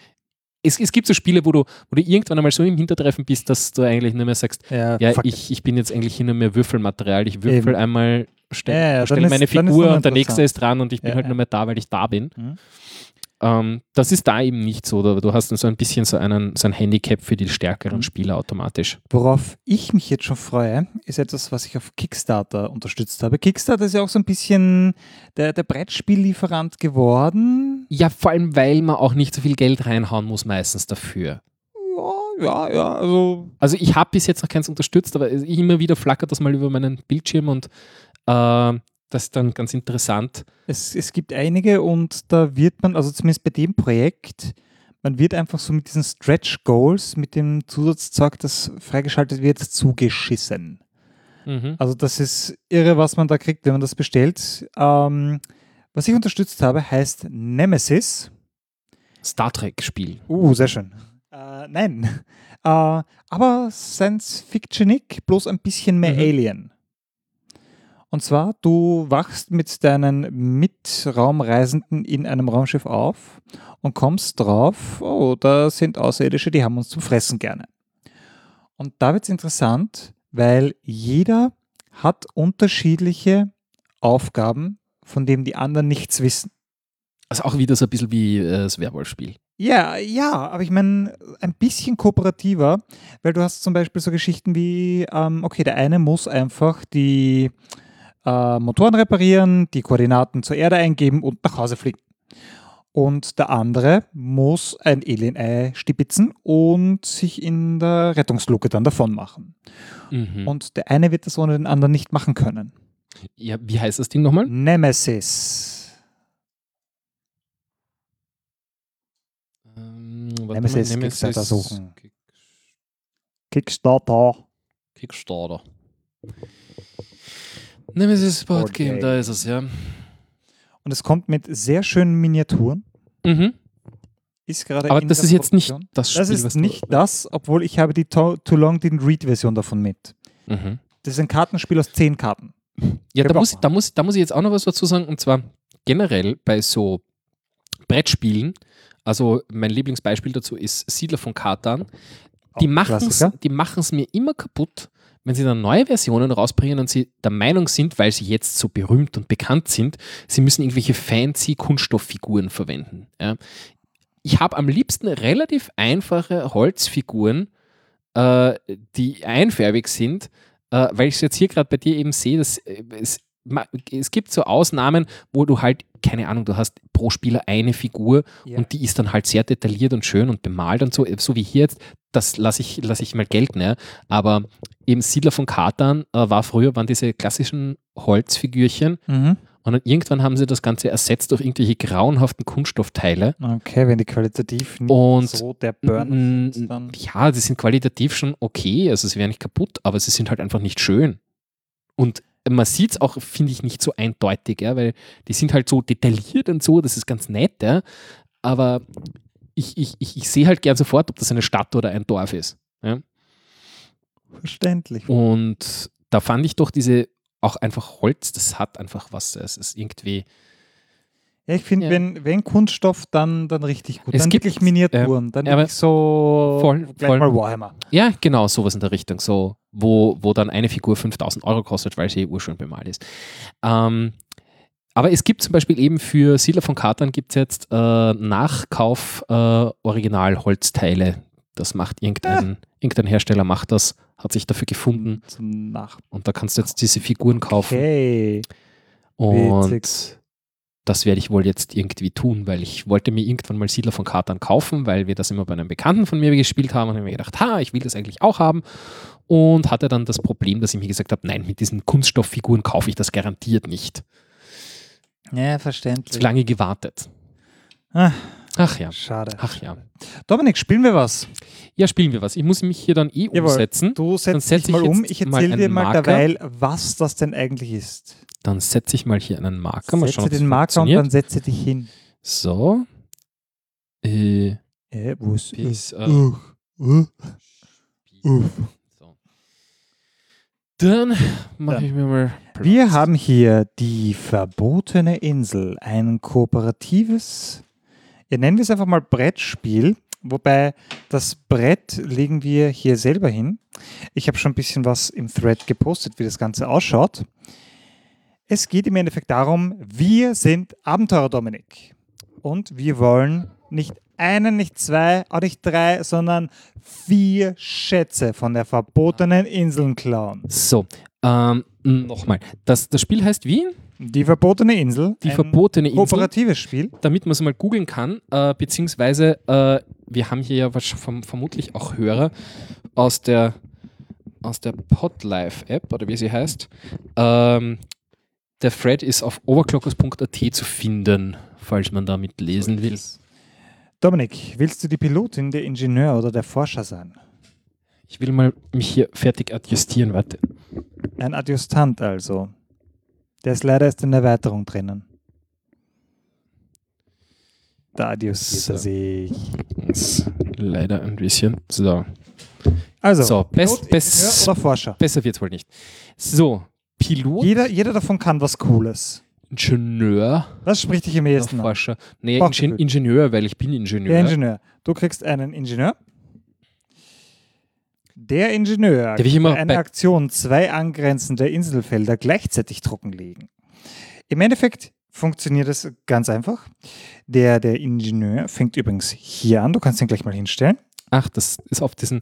Es, es gibt so Spiele, wo du, wo du irgendwann einmal so im Hintertreffen bist, dass du eigentlich nur mehr sagst, Ja, ja, Ah, fuck. ich, ich bin jetzt eigentlich nur mehr Würfelmaterial. Ich würfel Eben. einmal, stell, Ja, ja, dann stell ist- meine dann ist Figur noch und der nächste interessant. ist dran und ich bin Ja, halt ja. nur mehr da, weil ich da bin. Mhm. Ähm, das ist da eben nicht so. Du, du hast dann so ein bisschen so, einen, so ein Handicap für die stärkeren Mhm. Spieler automatisch. Worauf ich mich jetzt schon freue, ist etwas, was ich auf Kickstarter unterstützt habe. Kickstarter ist ja auch so ein bisschen der, der Brettspiellieferant geworden. Ja, vor allem, weil man auch nicht so viel Geld reinhauen muss meistens dafür. Ja, ja, ja, also Also ich habe bis jetzt noch keins unterstützt, aber ich- immer wieder flackert das mal über meinen Bildschirm und äh, das ist dann ganz interessant. Es, es gibt einige und da wird man, also zumindest bei dem Projekt, man wird einfach so mit diesen Stretch Goals, mit dem Zusatzzeug, das freigeschaltet wird, zugeschissen. Mhm. Also das ist irre, was man da kriegt, wenn man das bestellt. Ähm, was ich unterstützt habe, heißt Nemesis. Star Trek-Spiel. Uh, sehr schön. Äh, nein. Äh, aber Science-Fictionig, bloß ein bisschen mehr Mhm. Alien. Und zwar, du wachst mit deinen Mitraumreisenden in einem Raumschiff auf und kommst drauf, oh, da sind Außerirdische, die haben uns zum Fressen gerne. Und da wird es interessant, weil jeder hat unterschiedliche Aufgaben, von denen die anderen nichts wissen. Also auch wieder so ein bisschen wie äh, das Werwolf-Spiel. Ja, ja, aber ich meine, ein bisschen kooperativer, weil du hast zum Beispiel so Geschichten wie, ähm, okay, der eine muss einfach die äh, Motoren reparieren, die Koordinaten zur Erde eingeben und nach Hause fliegen. Und der andere muss ein Alien-Ei stibitzen und sich in der Rettungsluke dann davon machen. Mhm. Und der eine wird das ohne den anderen nicht machen können. Ja, wie heißt das Ding nochmal? Nemesis. Ähm, warte mal, Nemesis, Kickstarter suchen. Kick- Kickstarter. Kickstarter. Nemesis Board Board Game, Game. da ist es, ja. Und es kommt mit sehr schönen Miniaturen. Mhm. Ist gerade Aber in das der ist jetzt nicht Produktion. das Spiel, Das was ist du- nicht das, obwohl ich habe die Too Too Long Didn't Read Version davon mit. Mhm. Das ist ein Kartenspiel aus zehn Karten. Ja, da Gebrauch muss, da, muss, da muss ich jetzt auch noch was dazu sagen. Und zwar generell bei so Brettspielen, also mein Lieblingsbeispiel dazu ist Siedler von Katan. Die Auch machen es Klassiker. die machen's mir immer kaputt, wenn sie dann neue Versionen rausbringen und sie der Meinung sind, weil sie jetzt so berühmt und bekannt sind, sie müssen irgendwelche fancy Kunststofffiguren verwenden. Ja. Ich habe am liebsten relativ einfache Holzfiguren, äh, die einfärbig sind, äh, weil ich es jetzt hier gerade bei dir eben sehe, dass äh, es, ma- es gibt so Ausnahmen, wo du halt, keine Ahnung, du hast pro Spieler eine Figur Ja. und die ist dann halt sehr detailliert und schön und bemalt und so, äh, so wie hier jetzt, das lasse ich, lass ich mal gelten, ja. aber eben Siedler von Katan äh, war früher, waren diese klassischen Holzfigürchen Mhm. und dann irgendwann haben sie das Ganze ersetzt durch irgendwelche grauenhaften Kunststoffteile Okay, wenn die qualitativ nicht und so der Burn Mm, sind, dann- Ja, die sind qualitativ schon okay, also sie wären nicht kaputt, aber sie sind halt einfach nicht schön. Und man sieht es auch, finde ich, nicht so eindeutig, ja, weil die sind halt so detailliert und so, das ist ganz nett, ja, aber ich, ich, ich, ich sehe halt gern sofort, ob das eine Stadt oder ein Dorf ist. verständlich. Und da fand ich doch diese, auch einfach Holz, das hat einfach was, es ist irgendwie, Ja, ich finde, Ja. wenn, wenn Kunststoff, dann, dann richtig gut. Es dann gibt- wirklich Miniaturen. dann ja, aber- wirklich so Voll- gleich voll. mal Warhammer. ja, genau, sowas in der Richtung, so, wo, wo dann eine Figur 5000 Euro kostet, weil sie eh urschön bemalt ist. Ähm, aber es gibt zum Beispiel eben für Siedler von Katan gibt es jetzt äh, Nachkauf äh, Originalholzteile. Das macht irgendein, irgendein Hersteller macht das, hat sich dafür gefunden Zum Nach und da kannst du jetzt diese Figuren kaufen. okay. und witzig. das werde ich wohl jetzt irgendwie tun, weil ich wollte mir irgendwann mal Siedler von Katan kaufen, weil wir das immer bei einem Bekannten von mir gespielt haben und habe mir gedacht, ha, ich will das eigentlich auch haben. Und hatte dann das Problem, dass ich mir gesagt habe, nein, mit diesen Kunststofffiguren kaufe ich das garantiert nicht. Ja, Zu verständlich. lange gewartet. Ah. Ach ja, Schade. ach ja. Dominik, spielen wir was? Ja, spielen wir was. Ich muss mich hier dann eh Jawohl. umsetzen. Du Dann setzt setz dich mal ich um. jetzt Ich mal erzähle dir einen mal Marker. derweil, was das denn eigentlich ist. Dann setze ich mal hier einen Marker. Mal schauen, Setze ob das den Marker und funktioniert. dann setze dich hin. So. Äh, Äh, wo ist bis, äh, Uff, uff, uff. So. Dann mache Dann. ich mir mal. Platz. Wir haben hier die verbotene Insel, ein kooperatives, ja, nennen wir es einfach mal Brettspiel, wobei das Brett legen wir hier selber hin. Ich habe schon ein bisschen was im Thread gepostet, wie das Ganze ausschaut. Es geht im Endeffekt darum, wir sind Abenteurer Dominik und wir wollen nicht einen, nicht zwei, auch nicht drei, sondern vier Schätze von der verbotenen Insel klauen. So, ähm, nochmal. Das, das Spiel heißt wie? Die verbotene Insel. Die ein verbotene Insel. Kooperatives Spiel. Damit man es mal googeln kann, äh, beziehungsweise äh, wir haben hier ja wahrsch- verm vermutlich auch Hörer aus der, aus der Podlife-App oder wie sie heißt. Ähm, der Thread ist auf overclockers.at zu finden, falls man da mitlesen will. Dominik, willst du die Pilotin, der Ingenieur oder der Forscher sein? Ich will mal mich hier fertig adjustieren, warte. Ein Adjustant also. Der ist leider erst in der Erweiterung drinnen. Da adjustiert er So. sich. Ist leider ein bisschen. So, Also, So, best- Pilot, best- Ingenieur oder Forscher. besser wird's wohl nicht. So, Pilot, Jeder, jeder davon kann was Cooles. Ingenieur, Was spricht dich im oder ehesten an? Forscher. Nee, Bauchgefühl. Ingen Ingenieur, weil ich bin Ingenieur. Der Ingenieur. Du kriegst einen Ingenieur. Der Ingenieur Der will ich immer eine bei- Aktion zwei angrenzende Inselfelder gleichzeitig trockenlegen. Im Endeffekt funktioniert es ganz einfach. Der, der Ingenieur fängt übrigens hier an. Du kannst ihn gleich mal hinstellen. Ach, das ist auf diesen.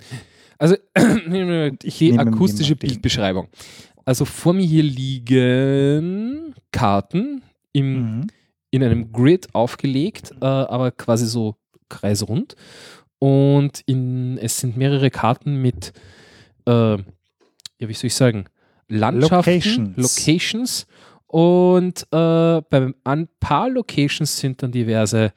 Also, ich die nehme mir akustische mal den. Bildbeschreibung. Also vor mir hier liegen Karten im, Mhm. in einem Grid aufgelegt, äh, aber quasi so kreisrund. Und in, es sind mehrere Karten mit, äh, ja, wie soll ich sagen, Landschaften, Locations. Locations. Und äh, bei ein paar Locations sind dann diverse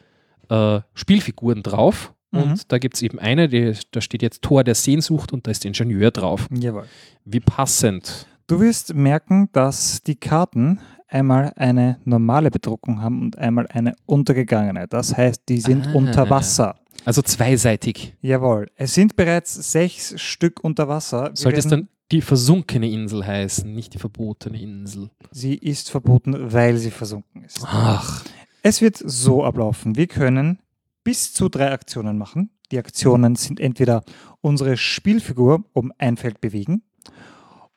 äh, Spielfiguren drauf. Mhm. Und da gibt es eben eine, die, da steht jetzt Tor der Sehnsucht und da ist Ingenieur drauf. Jawohl. Wie passend. Mhm. Du wirst merken, dass die Karten einmal eine normale Bedruckung haben und einmal eine untergegangene. Das heißt, die sind Ah. unter Wasser. Also zweiseitig. Jawohl, es sind bereits sechs Stück unter Wasser. Wir Sollte es werden- dann die versunkene Insel heißen, nicht die verbotene Insel. Sie ist verboten, weil sie versunken ist. Ach. Es wird so ablaufen. Wir können bis zu drei Aktionen machen. Die Aktionen sind entweder unsere Spielfigur um ein Feld bewegen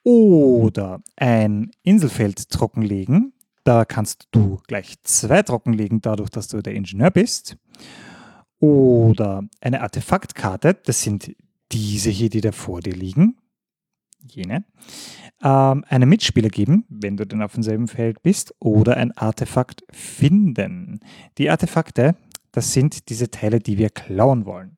oder ein Inselfeld trockenlegen. Da kannst du gleich zwei trockenlegen, dadurch, dass du der Ingenieur bist. Oder eine Artefaktkarte. Das sind diese hier, die da vor dir liegen. Jene ähm, einem Mitspieler geben, wenn du denn auf demselben Feld bist, oder ein Artefakt finden. Die Artefakte, das sind diese Teile, die wir klauen wollen.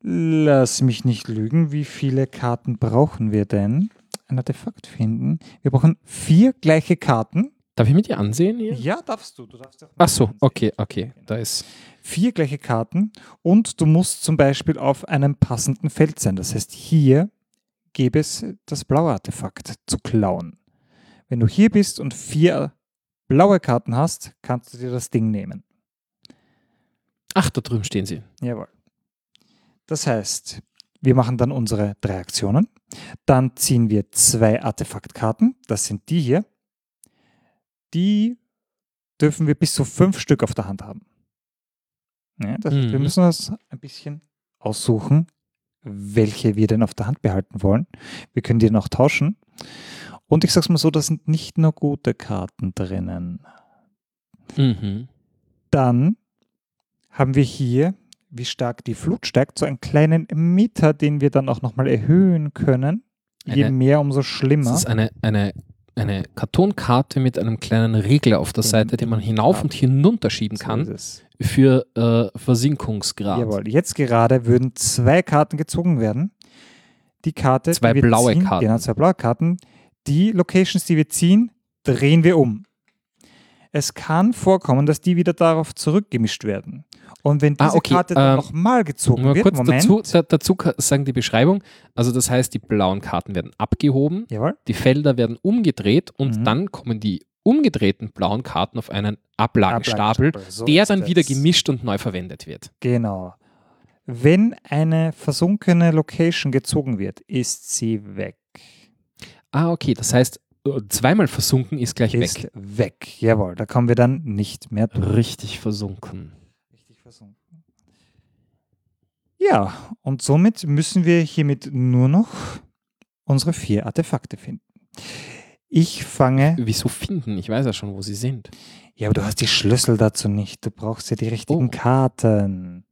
Lass mich nicht lügen, wie viele Karten brauchen wir denn? Ein Artefakt finden. Wir brauchen vier gleiche Karten. Darf ich mir die ansehen? Hier? Ja, darfst du. du darfst auch Ach so, okay, okay. Da ist. vier gleiche Karten und du musst zum Beispiel auf einem passenden Feld sein. Das heißt, hier gäbe es das blaue Artefakt zu klauen. Wenn du hier bist und vier blaue Karten hast, kannst du dir das Ding nehmen. Ach, da drüben stehen sie. Jawohl. Das heißt, wir machen dann unsere drei Aktionen. Dann ziehen wir zwei Artefaktkarten. Das sind die hier. Die dürfen wir bis zu fünf Stück auf der Hand haben. Ja, das heißt, Wir Mhm. müssen uns ein bisschen aussuchen, welche wir denn auf der Hand behalten wollen. Wir können die dann auch tauschen. Und ich sag's mal so, da sind nicht nur gute Karten drinnen. Mhm. Dann haben wir hier, wie stark die Flut steigt, so einen kleinen Meter, den wir dann auch nochmal erhöhen können. Je Eine- mehr, umso Das schlimmer. ist eine, eine, eine Kartonkarte mit einem kleinen Regler auf der Seite, den man hinauf und hinunterschieben kann Mhm. So ist es. für äh, Versinkungsgrad. Jawohl. Jetzt gerade würden zwei Karten gezogen werden. Die Karte, Zwei die wir blaue ziehen, Karten. Genau, zwei blaue Karten. Die Locations, die wir ziehen, drehen wir um. Es kann vorkommen, dass die wieder darauf zurückgemischt werden. Und wenn Ah, diese okay, Karte dann ähm, nochmal gezogen Nur wird, kurz Moment. dazu, da- dazu ka- sagen die Beschreibung. Also das heißt, die blauen Karten werden abgehoben, Jawohl. die Felder werden umgedreht und Mhm. dann kommen die umgedrehten blauen Karten auf einen Ablagestapel, Ablagestapel, Ah, so der ist dann wieder es. gemischt und neu verwendet wird. Genau. Wenn eine versunkene Location gezogen wird, ist sie weg. Ah, okay. Das heißt, äh, zweimal versunken ist gleich Ist weg. weg. Jawohl, da kommen wir dann nicht mehr durch. Richtig versunken. Richtig versunken. Ja, und somit müssen wir hiermit nur noch unsere vier Artefakte finden. Ich fange. Wieso finden? Ich weiß ja schon, wo sie sind. Ja, aber du hast die Schlüssel dazu nicht. Du brauchst ja die richtigen Oh. Karten.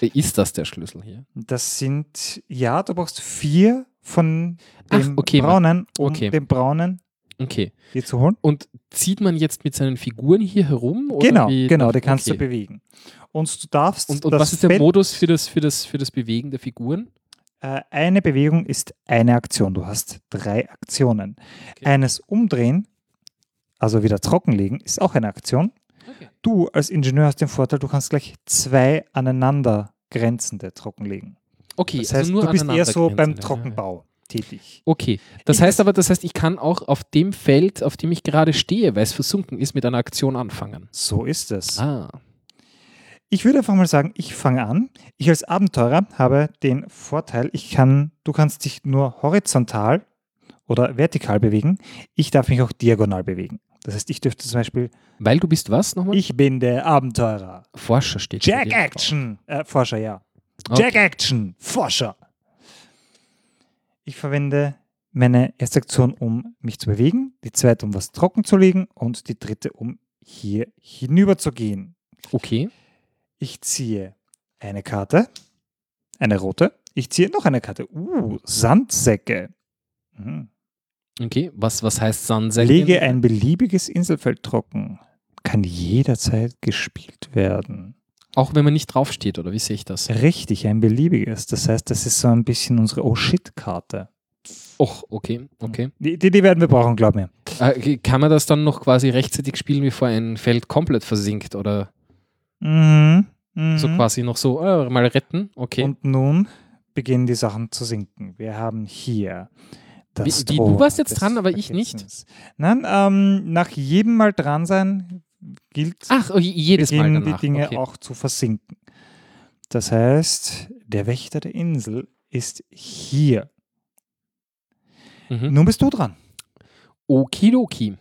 Äh, Ist das der Schlüssel hier? Das sind, ja, du brauchst vier von Ach, dem okay, man- braunen, um okay. den braunen Okay. dir zu holen. Und zieht man jetzt mit seinen Figuren hier herum? Oder genau, wie- genau, die kannst okay. du bewegen. Und du darfst Und, und das was ist der Feld- Modus für das, für, das, für das Bewegen der Figuren? Äh, Eine Bewegung ist eine Aktion. Du hast drei Aktionen. Okay. Eines Umdrehen, also wieder trockenlegen, ist auch eine Aktion. Du als Ingenieur hast den Vorteil, du kannst gleich zwei aneinander grenzende trockenlegen. Okay, Das heißt, also nur du bist eher so aneinandergrenzende, beim ja, ja. Trockenbau tätig. Okay, das Ich- heißt aber, das heißt, ich kann auch auf dem Feld, auf dem ich gerade stehe, weil es versunken ist, mit einer Aktion anfangen. So ist es. Ah, Ich würde einfach mal sagen, ich fange an. Ich als Abenteurer habe den Vorteil, ich kann, du kannst dich nur horizontal oder vertikal bewegen. Ich darf mich auch diagonal bewegen. Das heißt, ich dürfte zum Beispiel, weil du bist was nochmal? ich bin der Abenteurer. Forscher steht bei Jack dir drauf. Action. Äh, Forscher, ja. Okay. Jack Action. Forscher. Ich verwende meine erste Aktion, um mich zu bewegen, die zweite, um was trocken zu legen und die dritte, um hier hinüber zu gehen. Okay. Ich ziehe eine Karte, eine rote. Ich ziehe noch eine Karte. Uh, Sandsäcke. Hm. Okay, was, was heißt Sunset? Lege ein beliebiges Inselfeld trocken. Kann jederzeit gespielt werden. Auch wenn man nicht draufsteht, oder wie sehe ich das? Richtig, ein beliebiges. Das heißt, das ist so ein bisschen unsere Oh-Shit-Karte. Och, okay, okay. Die, die, die werden wir brauchen, glaub mir. Äh, kann man das dann noch quasi rechtzeitig spielen, bevor ein Feld komplett versinkt? Oder Mhm. Mhm. so quasi noch so, äh, mal retten? Okay. Und nun beginnen die Sachen zu sinken. Wir haben hier das Wie- wie, du Tor warst jetzt des dran, aber ich nicht? Vergessens. Nein, ähm, nach jedem Mal dran sein gilt, Ach, oh, je- jedes Mal beginnen die danach. Dinge okay. auch zu versinken. Das heißt, der Wächter der Insel ist hier. Mhm. Nun bist du dran. Okidoki.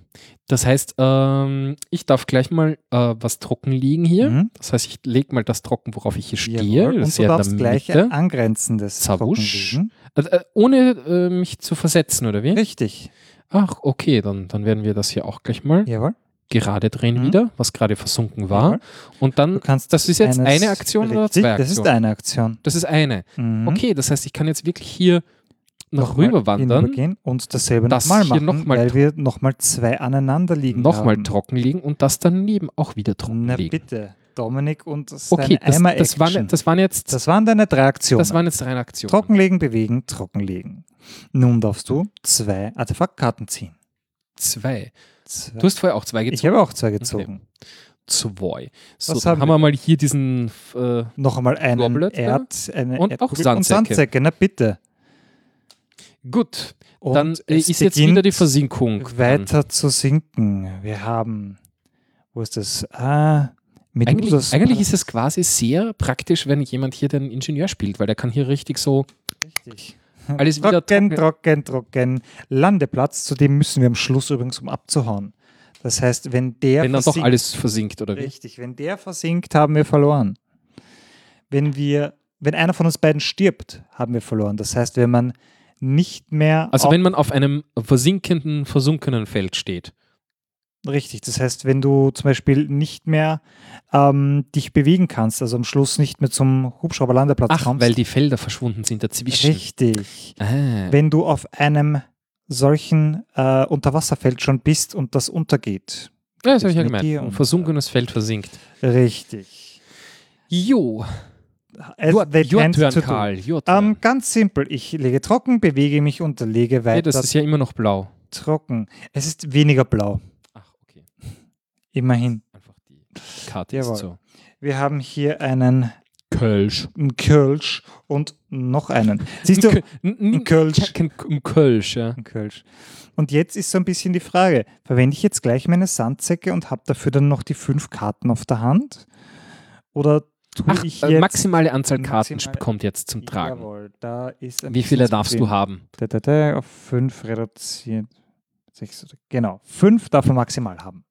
Das heißt, ähm, ich darf gleich mal äh, was trocken liegen hier. Mhm. Das heißt, ich lege mal das trocken, worauf ich hier stehe. Jawohl. Das Und ist du ja in darfst der gleich Mitte. ein angrenzendes Zabusch. Trocken legen. Also, äh, ohne äh, mich zu versetzen, oder wie? Richtig. Ach, okay, dann, dann werden wir das hier auch gleich mal Jawohl. gerade drehen Mhm. wieder, was gerade versunken war. Jawohl. Und Du dann, kannst das ist jetzt eines- eine Aktion oder Richtig, zwei Das ist Aktionen? eine Aktion. Das ist eine. Mhm. Okay, das heißt, ich kann jetzt wirklich hier noch Nochmal rüber wandern, hinübergehen Und dasselbe Das nochmal hier machen, nochmal weil wir nochmal zwei aneinander liegen nochmal haben. trocken liegen und das daneben auch wieder trocken Na liegen. bitte, Dominik und seine Okay, das, Eimer das, waren, das, das waren jetzt das waren deine drei Aktionen. Das waren jetzt reine Aktionen. trockenlegen, bewegen, trockenlegen. Nun darfst du zwei Artefaktkarten ziehen. Zwei. Zwei. Du hast vorher auch zwei ich gezogen. habe auch zwei gezogen. Zwei. So, Was dann haben haben wir mal hier diesen. Äh, Noch einmal einen Goblet, Erd, eine Und Erdkugel auch und Sandsäcke. Sandsäcke. Na bitte. gut, Und dann äh, es ist jetzt wieder die beginnt- Versinkung. dran. weiter zu sinken. Wir haben, wo ist das? Ah, Eigentlich, Medusas. eigentlich ist es quasi sehr praktisch, wenn jemand hier den Ingenieur spielt, weil der kann hier richtig so richtig. alles wieder Trocken, trocknen. trocken, trocken. Landeplatz, zu dem müssen wir am Schluss übrigens, um abzuhauen. Das heißt, wenn der wenn dann doch versinkt- alles versinkt, oder wie? richtig, wenn der versinkt, haben wir verloren. Wenn wir, wenn einer von uns beiden stirbt, haben wir verloren. Das heißt, wenn man nicht mehr Also auf- wenn man auf einem versinkenden, versunkenen Feld steht. Richtig, das heißt, wenn du zum Beispiel nicht mehr ähm, dich bewegen kannst, also am Schluss nicht mehr zum Hubschrauberlandeplatz Ach, kommst. weil die Felder verschwunden sind dazwischen. richtig. Ah, Wenn du auf einem solchen äh, Unterwasserfeld schon bist und das untergeht. Ja, das habe ich ja Mit dir gemeint. und- äh, Versunkenes Feld versinkt. Richtig. Jo, As your, they your tend turn, to do. Karl. Your turn. Ähm, ganz simpel. Ich lege trocken, bewege mich und lege nee, weiter das ist ja immer noch blau. trocken. Es ist weniger blau, Ach, okay. immerhin. Einfach die Karte Jawohl. ist so. Wir haben hier einen Kölsch. Kölsch und noch einen. Siehst du, Ein ein Kölsch. Ein Kölsch, ja. Ein Kölsch. Und jetzt ist so ein bisschen die Frage, verwende ich jetzt gleich meine Sandsäcke und habe dafür dann noch die fünf Karten auf der Hand? Oder tue Ach, ich äh, jetzt... maximale Anzahl Karten maximale- kommt jetzt zum Tragen. Jawohl, da ist ein Wie viele bisschen darfst zu du haben? Da, da, da, auf fünf reduziert. Sechs, oder- genau, fünf darf man maximal haben.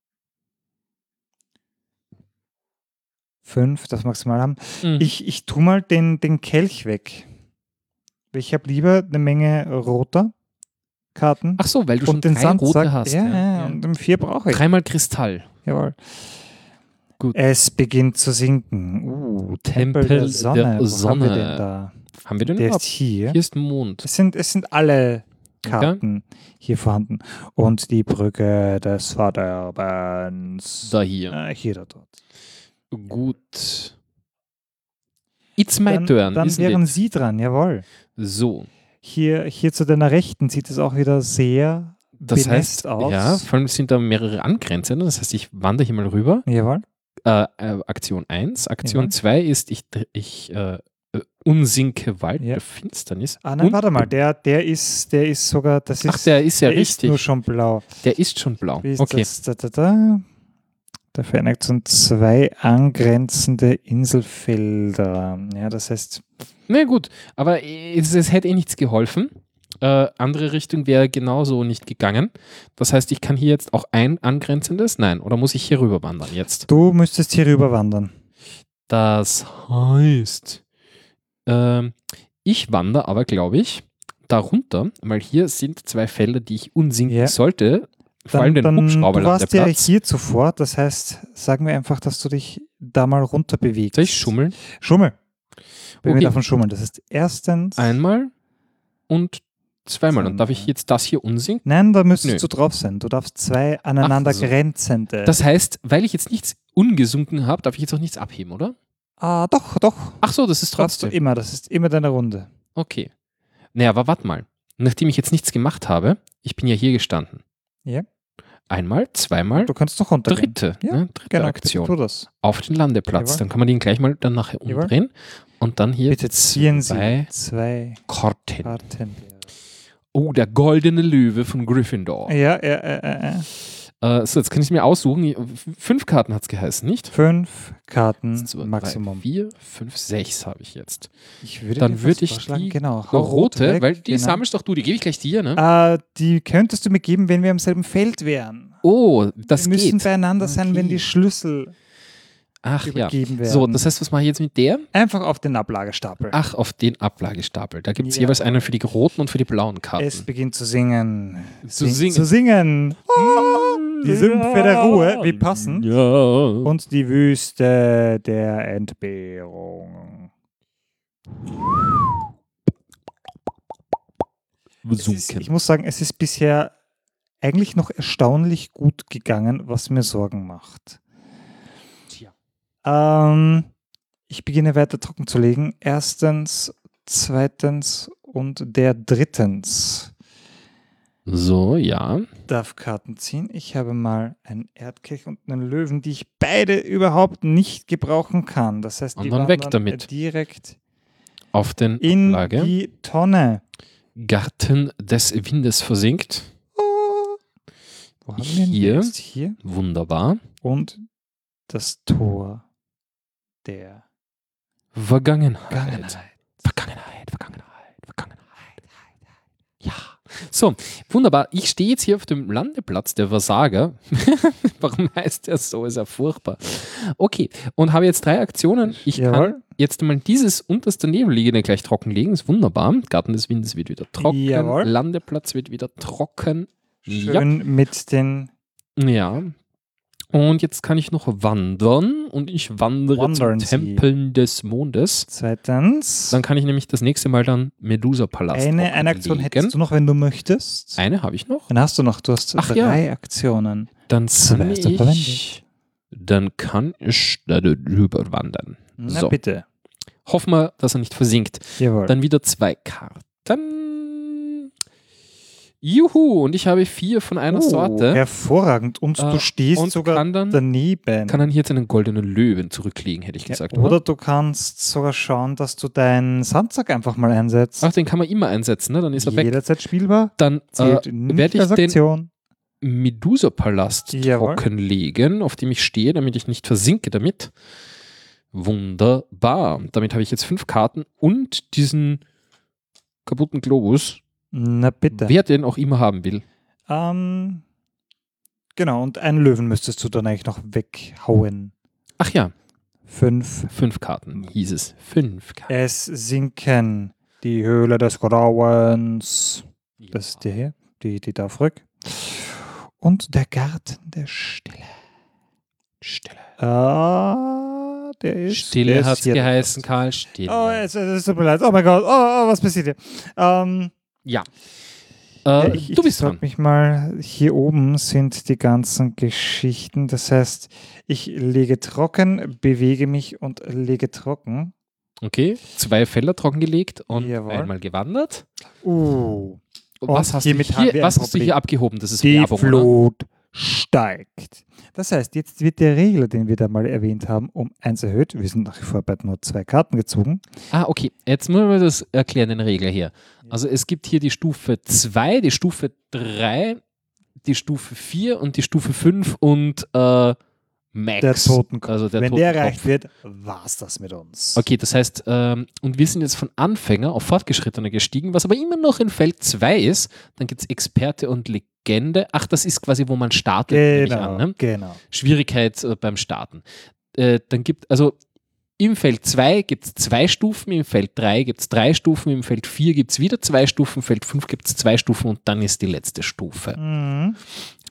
Fünf darf man maximal haben. Mhm. Ich, ich tue mal den, den Kelch weg. Ich habe lieber eine Menge roter Karten. Ach so, weil du schon und den drei rote Sandsack. hast. ja, ja, ja. und um vier brauche ich. Dreimal Kristall. Jawohl. Gut. Es beginnt zu sinken. Uh, Tempel, Tempel der Sonne. der Wo Haben wir Sonne. den da? Haben wir den Der ist überhaupt? hier. Hier ist Mond. Es sind, es sind alle Okay. Karten hier vorhanden. Und die Brücke des Verderbens. Da hier. Äh, hier oder dort. Gut. It's my dann turn, dann isn't wären it? sie dran, jawohl. So, Hier, hier zu deiner Rechten sieht es auch wieder sehr das benetzt heißt, aus. ja, vor allem sind da mehrere angrenzende. Das heißt, ich wandere hier mal rüber. Jawohl. Äh, äh, Aktion 1. Aktion Ja. 2 ist, ich, dr- ich äh, äh, unsinke Wald Ja. der Finsternis. Ah nein, Und- warte mal, der, der ist, der ist sogar, das ist, Ach, der ist ja der ist richtig. nur schon blau. der ist schon blau. Wie ist Okay. das? Da, da, da. Der Vereinigung sind zwei angrenzende Inselfelder. Ja, das heißt, Na gut, aber es, es hätte eh nichts geholfen. Äh, andere Richtung wäre genauso nicht gegangen. Das heißt, ich kann hier jetzt auch ein angrenzendes? Nein. Oder muss ich hier rüber wandern jetzt? du müsstest hier rüber wandern. Das heißt, ähm, ich wandere aber, glaube ich, darunter, weil hier sind zwei Felder, die ich unsinken Ja. sollte. Vor allem den Du warst ja Hubschrauberlandeplatz. hier zuvor, das heißt, sagen wir einfach, dass du dich da mal runter bewegst. Soll ich schummeln? Schummel. Wir Okay. okay. davon schummeln. Das heißt, erstens. Einmal und zweimal. Und Zweimal. darf ich jetzt das hier unsinken? Nein, da müsstest Nö. du drauf sein. Du darfst zwei aneinander Ach so. grenzende. Das heißt, weil ich jetzt nichts ungesunken habe, darf ich jetzt auch nichts abheben, oder? ah, doch, doch. Ach so, das ist Darfst du trotzdem. immer. Das ist immer deine Runde. Okay. Naja, aber warte mal. Nachdem ich jetzt nichts gemacht habe, ich bin ja hier gestanden. Ja. Einmal, zweimal, Du kannst doch runtergehen. dritte, Ja, ne, dritte Genau, Aktion. tu das. Auf den Landeplatz. Jawohl. Dann kann man den gleich mal dann nachher Jawohl. umdrehen. Und dann hier Bitte ziehen sie zwei zwei Karten. Karten. Oh, der goldene Löwe von Gryffindor. Ja, äh, äh, äh, äh. Äh, so, jetzt kann ich mir aussuchen. Fünf Karten hat es geheißen, nicht? Fünf Karten Eins, zwei, drei, Maximum. vier, fünf, sechs habe ich jetzt. Ich würde Dann dir würde fast ich vorschlagen, die genau, hau Rote, rote weg, weil die genau. sammelst doch du, die gebe ich gleich dir, ne? Äh, die könntest du mir geben, wenn wir am selben Feld wären. Oh, das wir müssen geht. beieinander sein, wenn die Okay. Schlüssel Ach ja. übergeben werden. So, das Ah. heißt, was mache ich jetzt mit der? Einfach auf den Ablagestapel. Ach, auf den Ablagestapel. Da gibt es Ja. jeweils einen für die roten und für die blauen es Karten. beginnt zu singen. Zu Sing- singen. Oh. Zu singen. Die Sümpfe der Ruhe, wie passend. Ja. Und die Wüste der Entbehrung. Es ist, ich Sunken. muss sagen, es ist bisher eigentlich noch erstaunlich gut gegangen, was mir Sorgen macht. Tja. Ähm, ich beginne weiter trocken zu legen. Erstens, zweitens und der drittens So, ja. darf Karten ziehen. Ich habe mal einen Erdkelch und einen Löwen, die ich beide überhaupt nicht gebrauchen kann. Das heißt, die Und dann weg wandern damit. direkt Auf den in Ablage. die Tonne. Garten des Windes versinkt. Wo haben wir ihn Hier. jetzt? Hier. Wunderbar. Und das Tor der Vergangenheit. Vergangenheit. Vergangenheit, Vergangenheit, Vergangenheit. Ja. So, wunderbar. Ich stehe jetzt hier auf dem Landeplatz der Versager. Warum heißt der so? Ist ja furchtbar. Okay, und habe jetzt drei Aktionen. Ich kann Jawohl. jetzt mal dieses und das danebenliegende gleich trocken legen. Ist wunderbar. Garten des Windes wird wieder trocken. Jawohl. Landeplatz wird wieder trocken. Ja. Schön mit den Ja. Und jetzt kann ich noch wandern und ich wandere Wandern zum Sie. Tempeln des Mondes. Zweitens, Dann kann ich nämlich das nächste Mal dann Medusa-Palast eine, eine Aktion hättest du noch, wenn du möchtest. Eine habe ich noch. Dann hast du noch, du hast Ach ja. drei Aktionen. Dann kann wirst du ich... verwendet. Dann kann ich da drüber wandern. Na So. bitte. Hoffen wir, dass er nicht versinkt. Jawohl. Dann wieder zwei Karten. Juhu, und ich habe vier von einer Oh, Sorte. Hervorragend. Und Äh, du stehst und sogar kann dann- daneben. Kann dann hier jetzt einen goldenen Löwen zurücklegen, hätte ich ja, gesagt. oder? oder? du kannst sogar schauen, dass du deinen Sandsack einfach mal einsetzt. Ach, den kann man immer einsetzen, ne? Dann ist er weg. Jederzeit spielbar. Dann äh, Zählt werd nicht ich als den- Aktion. Medusa-Palast Jawohl. trockenlegen, auf dem ich stehe, damit ich nicht versinke damit. Wunderbar. Damit habe ich jetzt fünf Karten und diesen kaputten Globus, Na bitte. wer den auch immer haben will. Ähm, genau, und einen Löwen müsstest du dann eigentlich noch weghauen. Ach ja, Fünf. fünf Karten hieß es. Fünf Karten. Es sinken die Höhle des Grauens. Das ist der hier, die, die darf rück. Und der Garten der Stille. Stille. Ah, der ist. der Stille ist hat es hier. geheißen, Karl. Stille. Oh, es, es, es tut mir leid. Oh mein Gott. Oh, oh was passiert hier? Ähm, äh, ich, ich du bist frag dran. mich mal, hier oben sind die ganzen Geschichten. Das heißt, ich lege trocken, bewege mich und lege trocken. Okay, zwei Felder trockengelegt und Jawohl. einmal gewandert. Uh, Was, hast du, hiermit haben hier, wir ein was hast du Problem. hier abgehoben? Das ist die Werbung, oder? Flut steigt. Das heißt, jetzt wird der Regler, den wir da mal erwähnt haben, um eins erhöht. Wir sind nach wie vor bei nur zwei Karten gezogen. Ah, okay. Jetzt müssen wir das erklären, den Regler hier. Also es gibt hier die Stufe 2, die Stufe 3, die Stufe 4 und die Stufe 5 und äh, Max. Der Totenkopf. Also der Wenn der Totenkopf. erreicht wird, war's das mit uns. Okay, das heißt, ähm, und wir sind jetzt von Anfänger auf Fortgeschrittene gestiegen, was aber immer noch in Feld 2 ist. Dann gibt es Experte und Legende. Ach, das ist quasi, wo man startet. nehme ich Genau, An, ne? genau. Schwierigkeit äh, beim Starten. Äh, dann gibt also im Feld 2 gibt es zwei Stufen, im Feld 3 gibt es drei Stufen, im Feld 4 gibt es wieder zwei Stufen, im Feld 5 gibt es zwei Stufen und dann ist die letzte Stufe. Mhm.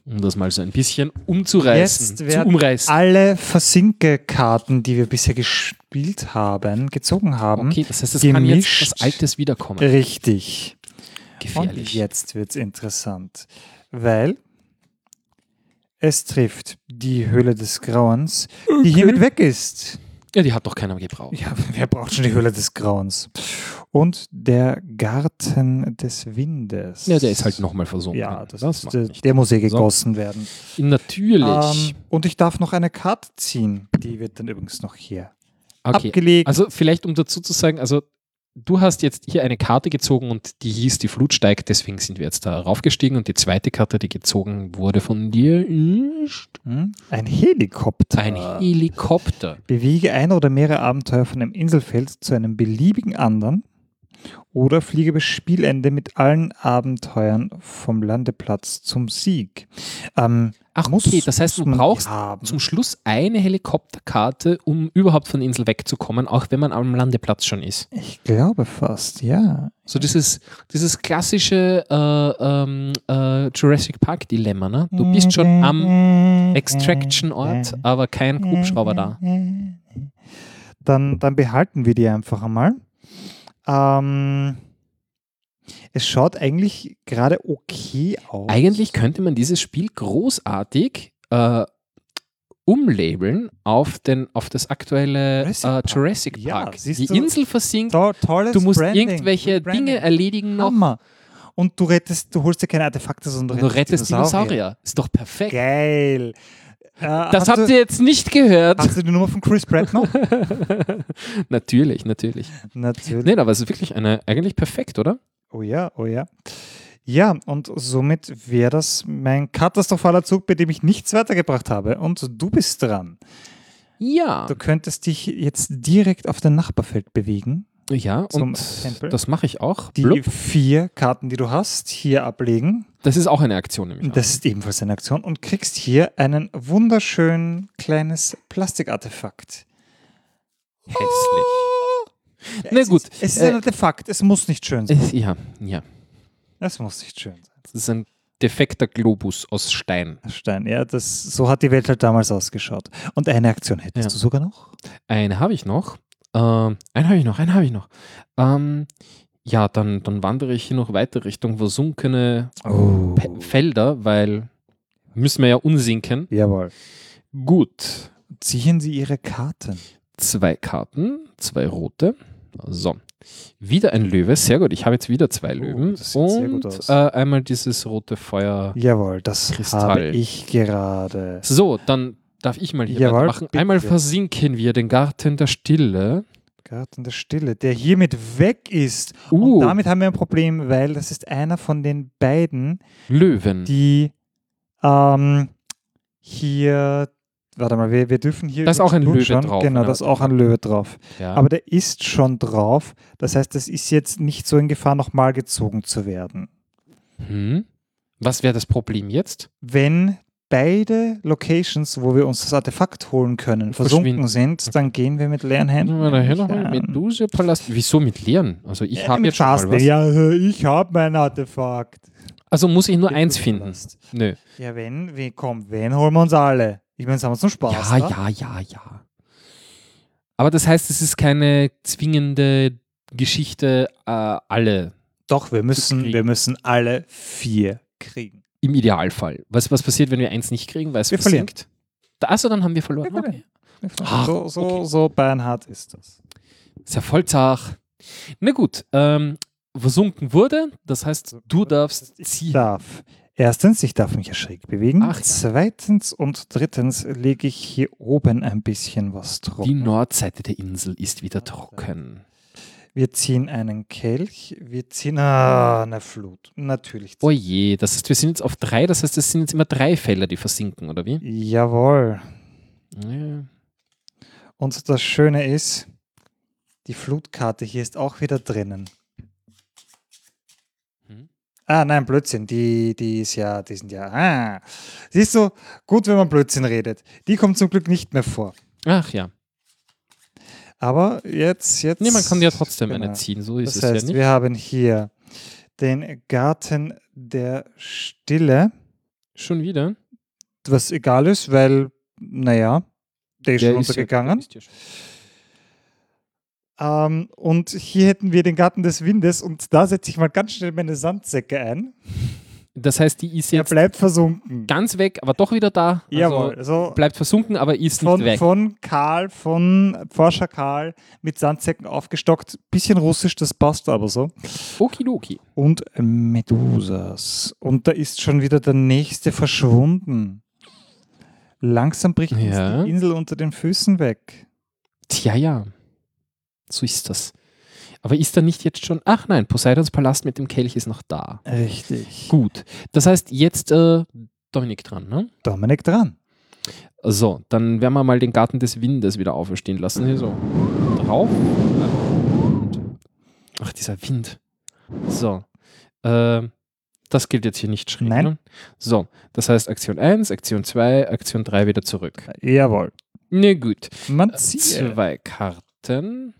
Um das mal so ein bisschen umzureißen, Jetzt zu werden umreißen. alle Versinke-Karten, die wir bisher gespielt haben, gezogen haben. Okay, das heißt, es kann jetzt gemischt. was Altes wiederkommen. Richtig. Und Gefährlich. jetzt wird's interessant, weil es trifft die Höhle des Grauens, die hiermit weg ist. Ja, die hat doch keiner gebraucht. Ja, wer braucht schon die Höhle des Grauens? Und der Garten des Windes. Ja, der ist halt nochmal versunken. Ja, das, ist, macht der, nichts. der muss eh So. gegossen werden. Natürlich. Ähm, und ich darf noch eine Karte ziehen. Die wird dann übrigens noch hier okay, abgelegt. Also vielleicht um dazu zu sagen, also du hast jetzt hier eine Karte gezogen und die hieß die Flut steigt, deswegen sind wir jetzt da raufgestiegen und die zweite Karte, die gezogen wurde von dir, ist Hm? Ein Helikopter. ein Helikopter. Bewege ein oder mehrere Abenteuer von einem Inselfeld zu einem beliebigen anderen oder fliege bis Spielende mit allen Abenteuern vom Landeplatz zum Sieg. Ähm, Ach muss okay, das heißt, du man brauchst haben. zum Schluss eine Helikopterkarte, um überhaupt von der Insel wegzukommen, auch wenn man am Landeplatz schon ist. ich glaube fast, ja. So dieses, dieses klassische äh, ähm, äh, Jurassic Park Dilemma, ne? Du bist schon Mhm. am Extraction-Ort, aber kein Hubschrauber da. Dann, dann behalten wir die einfach einmal. Ähm, es schaut eigentlich gerade okay aus. Eigentlich könnte man dieses Spiel großartig äh, umlabeln auf, den, auf das aktuelle Jurassic äh, Park. Jurassic Ja, Park. siehst Die du? Insel versinkt, To tolles du musst Branding. irgendwelche Rebranding. Dinge erledigen noch Hammer. Und du rettest, du holst dir keine Artefakte, sondern und du Also rettest Dinosaurier. Ist doch perfekt. Geil. Äh, Das hast habt du, ihr jetzt nicht gehört. Hast du die Nummer von Chris Pratt noch? natürlich, natürlich. Natürlich. Nein, aber es ist wirklich eine, eigentlich perfekt, oder? Oh ja, oh ja. Ja, und somit wäre das mein katastrophaler Zug, bei dem ich nichts weitergebracht habe. Und du bist dran. Ja. Du könntest dich jetzt direkt auf dein Nachbarfeld bewegen. Ja, Zum und Tempel. das mache ich auch. Die Blub. vier Karten, die du hast, hier ablegen. Das ist auch eine Aktion, nämlich. Das ist ebenfalls eine Aktion und kriegst hier einen wunderschönen kleines Plastikartefakt. Hässlich. Ja, Na es gut, Ist, es ist äh, ein Artefakt, es muss nicht schön sein. Ja, ja. Es muss nicht schön sein. Das ist ein defekter Globus aus Stein. Stein, ja, das, so hat die Welt halt damals ausgeschaut. Und eine Aktion hättest Ja. du sogar noch? Eine habe ich noch. Ähm, einen habe ich noch, einen habe ich noch. Ähm, ja, dann, dann wandere ich hier noch weiter Richtung versunkene Oh. Pe Felder, weil müssen wir ja unsinken. Jawohl. Gut. Ziehen Sie Ihre Karten. Zwei Karten, zwei rote. So. Wieder ein Löwe, sehr gut. Ich habe jetzt wieder zwei Löwen. Oh, das sieht Und sehr gut aus. Äh, einmal dieses rote Feuer. Jawohl, das Kristall. habe ich gerade. So, dann darf ich mal hier Jawohl, weitermachen. bitte. Einmal versinken wir den Garten der Stille. Garten der Stille, der hiermit weg ist. Uh, Und damit haben wir ein Problem, weil das ist einer von den beiden, Löwen. die ähm, hier. Warte mal, wir, wir dürfen hier. Da ist auch ein Löwe schon, drauf, Genau, ne? da ist auch ein Löwe drauf. ja. Aber der ist schon drauf. Das heißt, das ist jetzt nicht so in Gefahr, nochmal gezogen zu werden. hm. Was wäre das Problem jetzt? Wenn beide Locations, wo wir uns das Artefakt holen können, versunken Verschwinden. sind, dann gehen wir mit leeren Händen. Na, daher noch mal an. Meduse-Palast. Wieso mit Leeren? Also ich Ja, habe äh, mit jetzt schon mal Fasten. was. Ja, also ich habe mein Artefakt. Also muss ich nur eins finden. Palast. Nö. Ja, wenn, wie, komm, wen holen wir uns alle? Ich meine, das haben wir zum Spaß. Ja, ne? ja, ja, ja. Aber das heißt, es ist keine zwingende Geschichte, äh, alle Doch, wir müssen, kriegen. wir müssen alle vier kriegen. im Idealfall. Was, was passiert, wenn wir eins nicht kriegen, weil es Wir verlieren. versinkt? Da, achso, dann haben wir verloren. Wir Okay. Ach, So, so, okay. so beinhart ist das. Ist ja Vollzach. Na gut, ähm, versunken wurde, das heißt, du darfst Ich ziehen. darf. Erstens, ich darf mich ja schräg bewegen. Ach ja. Zweitens und drittens lege ich hier oben ein bisschen was Die drauf. Nordseite der Insel ist wieder trocken. Wir ziehen einen Kelch, wir ziehen ah, eine Flut. Natürlich. Oh je, das heißt, wir sind jetzt auf drei, das heißt, es sind jetzt immer drei Felder, die versinken, oder wie? Jawohl. Ja. Und das Schöne ist, die Flutkarte hier ist auch wieder drinnen. Hm? Ah, nein, Blödsinn. Die, die ist ja, die sind ja. Ah. Siehst du, gut, wenn man Blödsinn redet. Die kommt zum Glück nicht mehr vor. Ach ja. Aber jetzt, jetzt. Nee, man kann ja trotzdem Genau. eine ziehen, so ist Das es heißt, ja nicht. wir haben hier den Garten der Stille, Schon wieder. was egal ist, weil, naja, der ist Der schon ist ja- untergegangen. ist ja schon- Ähm, und hier hätten wir den Garten des Windes und da setze ich mal ganz schnell meine Sandsäcke ein. Das heißt, die ist Der jetzt bleibt versunken. ganz weg, aber doch wieder da. Also Jawohl, so Bleibt versunken, aber ist nicht von, weg. von Karl, von Forscher Karl mit Sandsäcken aufgestockt. Bisschen russisch, das passt aber so. Okidoki. Und Medusas. Und da ist schon wieder der nächste verschwunden. Langsam bricht uns Ja. die Insel unter den Füßen weg. Tja, ja. So ist das. Aber ist da nicht jetzt schon. Ach nein, Poseidons Palast mit dem Kelch ist noch da. Richtig. Gut. Gut. Das heißt, jetzt äh, Dominik dran, ne? Dominik dran. So, dann werden wir mal den Garten des Windes wieder auferstehen lassen. Hier so drauf. Und- Ach, dieser Wind. So. Ähm, das gilt jetzt hier nicht schräg. Nein. Ne? So, das heißt Aktion 1, Aktion 2, Aktion 3 wieder zurück. Jawohl. Na gut. Man zieht. Zwei Karten.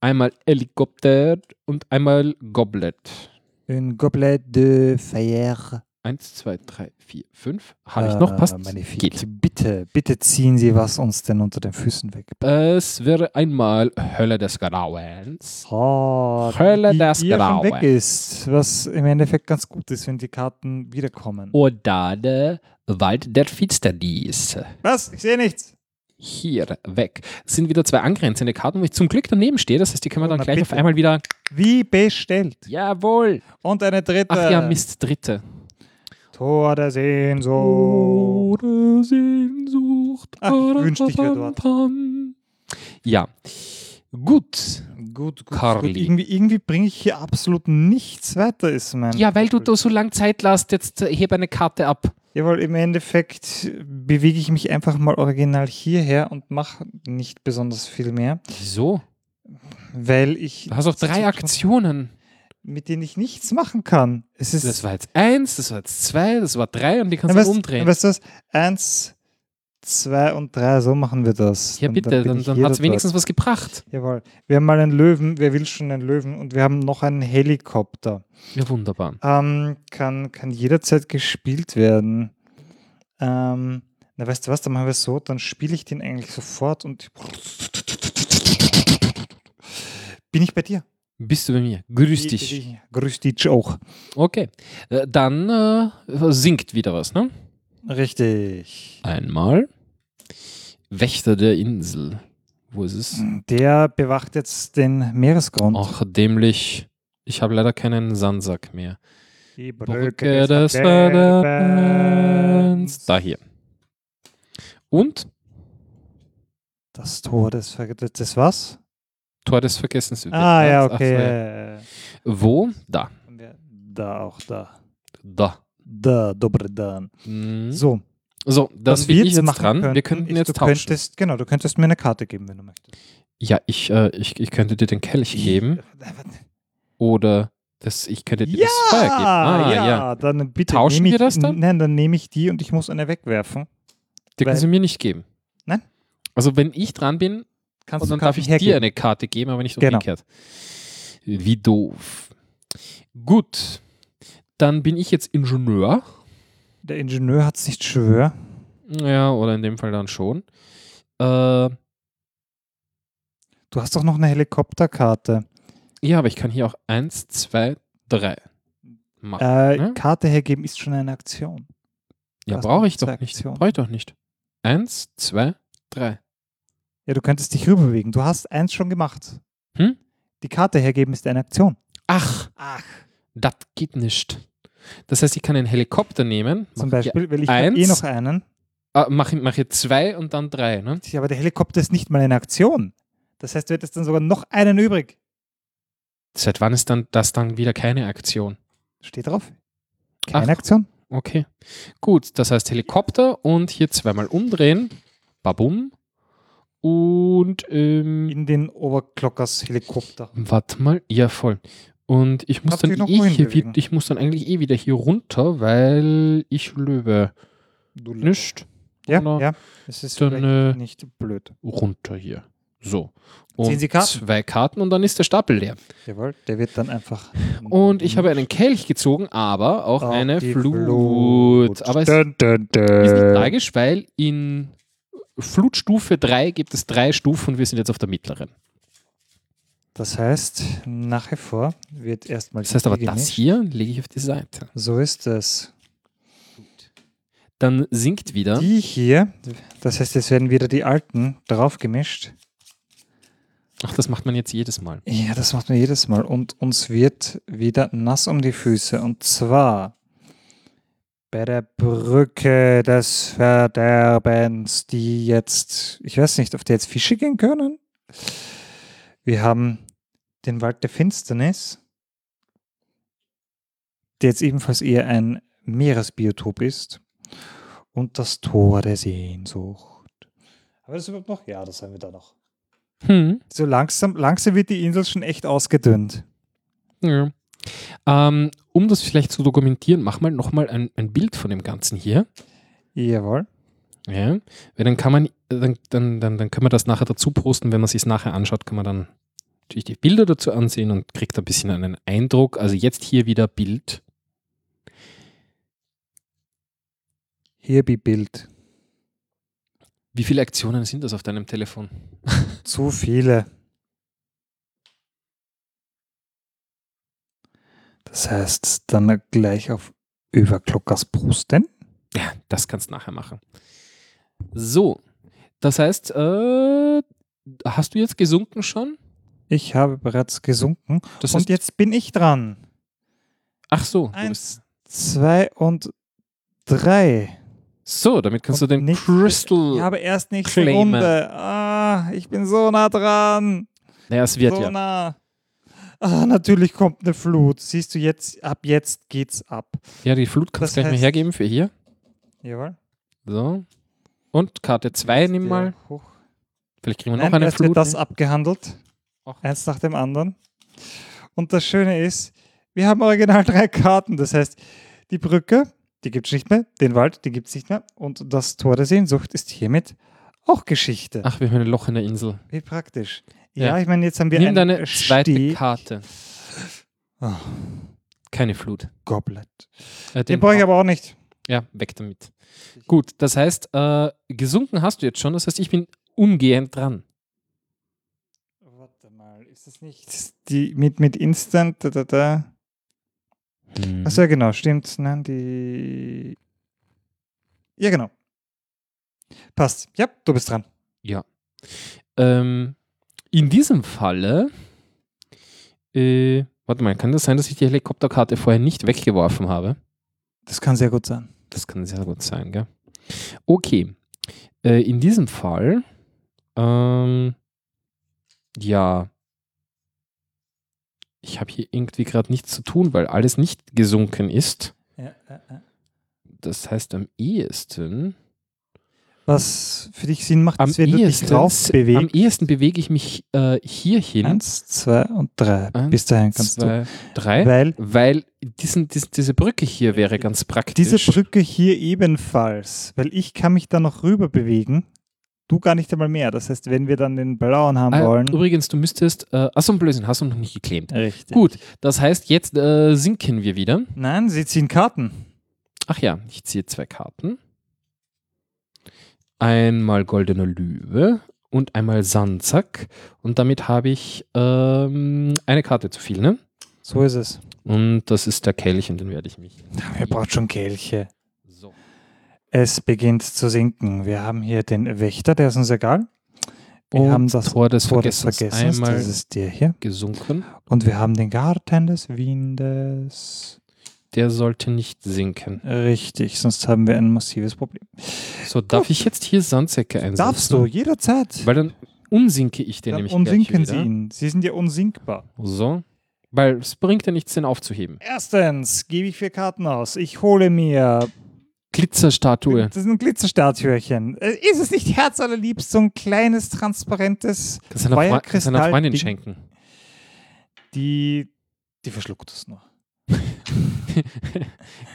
Einmal Helikopter und einmal Goblet. Un gobelet de Feuer. Eins, zwei, drei, vier, fünf. Habe ich noch? Passt? Magnifique. Geht. äh, Bitte, bitte ziehen Sie was uns denn unter den Füßen weg. Es wäre einmal Hölle des Grauens. Oh, Hölle die, des die ja schon Grauen. weg ist, was im Endeffekt ganz gut ist, wenn die Karten wiederkommen. Oh. Oder der Wald der Finsternis. Was? Ich sehe nichts. Hier weg. Das sind wieder zwei angrenzende Karten, wo ich zum Glück daneben stehe. Das heißt, die können wir Oh, dann na gleich auf bitte. einmal wieder. Wie bestellt. Jawohl. Und eine dritte. Ach ja, Mist, dritte. Tor der Sehnsucht. Oder Sehnsucht. Oh. Ach, ich wünschte, ich wär dort. Pam. Ja. Gut. Gut, gut, Carly. gut. Irgendwie, irgendwie bringe ich hier absolut nichts weiter, ist mein. Ja, weil du da so lange Zeit lässt, jetzt äh, heb eine Karte ab. Jawohl, im Endeffekt bewege ich mich einfach mal original hierher und mache nicht besonders viel mehr, Wieso? weil ich. Du hast auch drei Aktionen. Mit denen ich nichts machen kann. Es ist. Das war jetzt eins, das war jetzt zwei, das war drei und die kannst Nein, du weißt- umdrehen. Weißt du was? Eins, zwei und drei, so machen wir das. Ja, Dann- bitte, bin dann, ich dann hier hat es dort. wenigstens was gebracht. Jawohl. Wir haben mal einen Löwen, wer will schon einen Löwen? Und wir haben noch einen Helikopter. Ja, wunderbar. Ähm, kann, kann jederzeit gespielt werden. Ähm, na, weißt du was, dann machen wir es so, dann spiele ich den eigentlich sofort und bin ich bei dir. Bist du bei mir? Grüß dich. Grüß dich auch. Okay. Äh, Dann äh, singt wieder was, ne? Richtig. Einmal. Wächter der Insel. Wo ist es? Der bewacht jetzt den Meeresgrund. Ach, dämlich. Ich habe leider keinen Sandsack mehr. Die Brücke des Verderbens. Verderbens. Da hier. Und Das Tor des Verderbens. Das was? Tor des Vergessens. Ah, ja, Ach so, okay. ja. ja, ja. Wo? Da. Haben wir Da auch, da. Da. Da, dobre Dan. Mhm. So, So, dann was bin wir ich jetzt jetzt machen dran. könnten, wir könnten ist, jetzt du tauschen. Könntest, genau, du könntest mir eine Karte geben, wenn du möchtest. Ja, ich, äh, ich, ich könnte dir den Kelch geben. Oder das, ich könnte dir Ja, das Feuer geben. Ah, ja. dann bitte. Tauschen nehme wir ich, das dann? Nein, dann nehme ich die und ich muss eine wegwerfen. Die können Weil- sie mir nicht geben. Nein. Also wenn ich dran bin, Kannst und du dann darf Karten ich dir hergeben? eine Karte geben, aber nicht um Genau. umgekehrt. Wie doof. Gut. Dann bin ich jetzt Ingenieur. Der Ingenieur hat es nicht schwör. Ja, oder in dem Fall dann schon. Äh, ja, Du hast doch noch eine Helikopterkarte. aber ich kann hier auch 1, 2, 3 machen. Äh, Hm? Karte hergeben ist schon eine Aktion. ja, Äh, hast brauche noch ich zwei doch nicht. Aktionen. Brauche ich doch nicht. 1, 2, 3. Ja, du könntest dich rüberbewegen. Du hast eins schon gemacht. Hm? Die Karte hergeben ist eine Aktion. Ach, Ach. das geht nicht. Das heißt, ich kann einen Helikopter nehmen. Zum mach hier- Beispiel, weil ich hab eh eins. noch einen. Ah, mach, mach hier zwei und dann drei, ne? Ja, Aber der Helikopter ist nicht mal eine Aktion. Das heißt, du hättest dann sogar noch einen übrig. Seit wann ist dann das dann wieder keine Aktion? Steht drauf. Keine Ach. Aktion. Okay. Gut, das heißt Helikopter und hier zweimal umdrehen. Babum. Und ähm, In den Overclockers Helikopter. warte mal, ja voll. Und ich muss, Darf dann ich noch eh wohin hier, wi- bewegen? ich muss dann eigentlich eh wieder hier runter, weil ich löwe Du Löwe. nicht Ja, Oder- ja. Es ist Dann, vielleicht äh, nicht blöd. runter hier. So. Ziehen Und Sie Karten. zwei Karten und dann ist der Stapel leer. Jawohl. Der wird dann einfach. Und ich habe einen Kelch gezogen, aber auch Auf eine Mhm. die Flut. Flut. Aber es Dun, dun, dun. Ist nicht tragisch, weil in Flutstufe 3 gibt es drei Stufen und wir sind jetzt auf der mittleren. Das heißt, nach wie vor wird erstmal. Das heißt aber, die das gemischt. hier lege ich auf die Seite. So ist es. Dann sinkt wieder. Die hier, das heißt, jetzt werden wieder die alten draufgemischt. Ach, das macht man jetzt jedes Mal. Ja, das macht man jedes Mal. Und uns wird wieder nass um die Füße. Und zwar bei der Brücke des Verderbens, die jetzt, ich weiß nicht, auf der jetzt Fische gehen können. Wir haben den Wald der Finsternis, der jetzt ebenfalls eher ein Meeresbiotop ist. Und das Tor der Sehnsucht. Haben wir das überhaupt noch? Ja, das haben wir da noch. Hm. So langsam, langsam wird die Insel schon echt ausgedünnt. Ja. Ähm, um das vielleicht zu dokumentieren, mach mal nochmal ein, ein Bild von dem Ganzen hier. Jawohl. Ja. Weil dann kann man, dann, dann, dann, dann können wir das nachher dazu posten, wenn man sich nachher anschaut, kann man dann natürlich die Bilder dazu ansehen und kriegt ein bisschen einen Eindruck. Also jetzt hier wieder Bild. Hier be Bild. Wie viele Aktionen sind das auf deinem Telefon? Zu viele. Das heißt, dann gleich auf Überglockers Brusten. Ja, das kannst du nachher machen. So, das heißt, äh, hast du jetzt gesunken schon? Ich habe bereits gesunken. Das und heißt, jetzt bin ich dran. ach so. du Eins, bist- zwei und drei. So, damit kannst Und du den nicht- Crystal. Ich habe erst nächste Claimen. Runde. Ah, ich bin so nah dran. naja, es wird so ja. nah. Ah, natürlich kommt eine Flut. Siehst du jetzt, ab jetzt geht's ab. Ja, die Flut kannst Das du gleich mal heißt- hergeben für hier. Jawohl. So. Und Karte 2 nimm mal. Hoch. Vielleicht kriegen wir Nein, noch eine erst wird Flut. das ne? abgehandelt. Auch. Eins nach dem anderen. Und das Schöne ist, wir haben original drei Karten. Das heißt, die Brücke, die gibt es nicht mehr, den Wald, den gibt es nicht mehr. Und das Tor der Sehnsucht ist hiermit auch Geschichte. Ach, wir haben ein Loch in der Insel. Wie praktisch. Ja, Ah. Ja. ich meine, jetzt haben wir Nimm einen deine zweite Steg- Karte. Oh, Keine Flut. Goblet. Äh, Den brauche ich aber auch nicht. Ja, weg damit. Gut, das heißt, äh, gesunken hast du jetzt schon. Das heißt, ich bin umgehend dran. Warte mal, ist das nicht die mit, mit Instant? Da, da, da. Mhm. Also, Achso, ja, genau, stimmt. Nein, die. Ja, genau. Passt. Ja, du bist dran. Ähm, in diesem Falle, äh, warte mal, kann das sein, dass ich die Helikopterkarte vorher nicht weggeworfen habe? Das kann sehr gut sein. Das kann sehr gut sein, gell? Okay. Äh, in diesem Fall, ähm, ja, ich habe hier irgendwie gerade nichts zu tun, weil alles nicht gesunken ist. Das heißt, am ehesten, Was für dich Sinn macht, am ist, wenn du dich ehesten, drauf am bewegst. ehesten bewege ich mich äh, hierhin. Eins, zwei und drei. Eins, Bis dahin kannst zwei, du. drei. Weil Weil diesen, dies- diese Brücke hier wäre ganz praktisch. diese Brücke hier ebenfalls, weil ich kann mich da noch rüber bewegen, du gar nicht einmal mehr. Das heißt, wenn wir dann den blauen haben ah, wollen. Übrigens, du müsstest. Äh, achso, Blödsinn, hast du noch nicht geklemmt. Richtig. Gut, das heißt, jetzt äh, sinken wir wieder. Nein, sie ziehen Karten. Ach ja, ich ziehe zwei Karten. Einmal Goldener Löwe und einmal Sandsack. Und damit habe ich ähm, eine Karte zu viel, ne? So ist es. Und das ist der Kelch und den werde ich mich. Wer braucht schon Kelche? So. Es beginnt zu sinken. Wir haben hier den Wächter, der ist uns egal. Wir und haben das Tor des Tor des Vergessens, Vergessens, einmal das ist der hier. gesunken. Und wir haben den Garten des Windes. Der sollte nicht sinken. Richtig, sonst haben wir ein massives Problem. So, darf Gut. ich jetzt hier Sandsäcke einsetzen? Darfst du, jederzeit. Weil dann unsinke ich den Dann nämlich unsinken gleich sie wieder. ihn. Sie sind ja unsinkbar. So. Weil es bringt ja nichts, den aufzuheben. Erstens gebe ich vier Karten aus. Ich hole mir. Glitzerstatue. Das ist ein Glitzerstatürchen. Äh, Ist es nicht herzallerliebst, so ein kleines, transparentes. Kannst du deiner, Fre kannst du deiner Feuerkristall- Freundin Ding. schenken. Die. Die verschluckt es noch.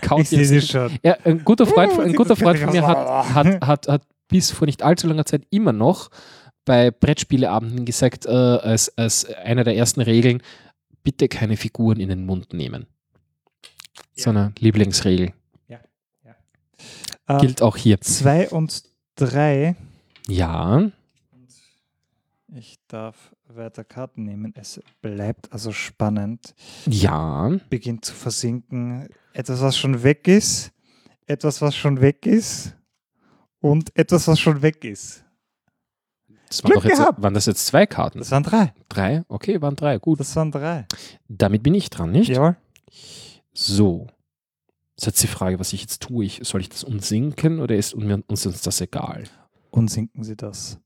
Kaut ich sehe ihr sie schon. ja, ein guter Freund, Oh, ein sie guter guckt Freund mich von mir aus. hat, hat, hat, hat bis vor nicht allzu langer Zeit immer noch bei Brettspieleabenden gesagt, äh, als, als eine der ersten Regeln, bitte keine Figuren in den Mund nehmen. So eine Lieblingsregel. Äh, Gilt auch hier. Zwei und drei. Ja, Ich darf weiter Karten nehmen. Es bleibt also spannend. ja. Beginnt zu versinken. Etwas, was schon weg ist. Etwas, was schon weg ist. Und etwas, was schon weg ist. Das waren, Glück doch jetzt, gehabt. waren das jetzt zwei Karten? Das waren drei. drei? Okay, waren drei. Gut. Das waren drei. Damit bin ich dran, nicht? Jawohl. So. Das ist jetzt die Frage, was ich jetzt tue. Ich, soll ich das umsinken oder ist mir- uns, uns das egal? Und sinken sie das.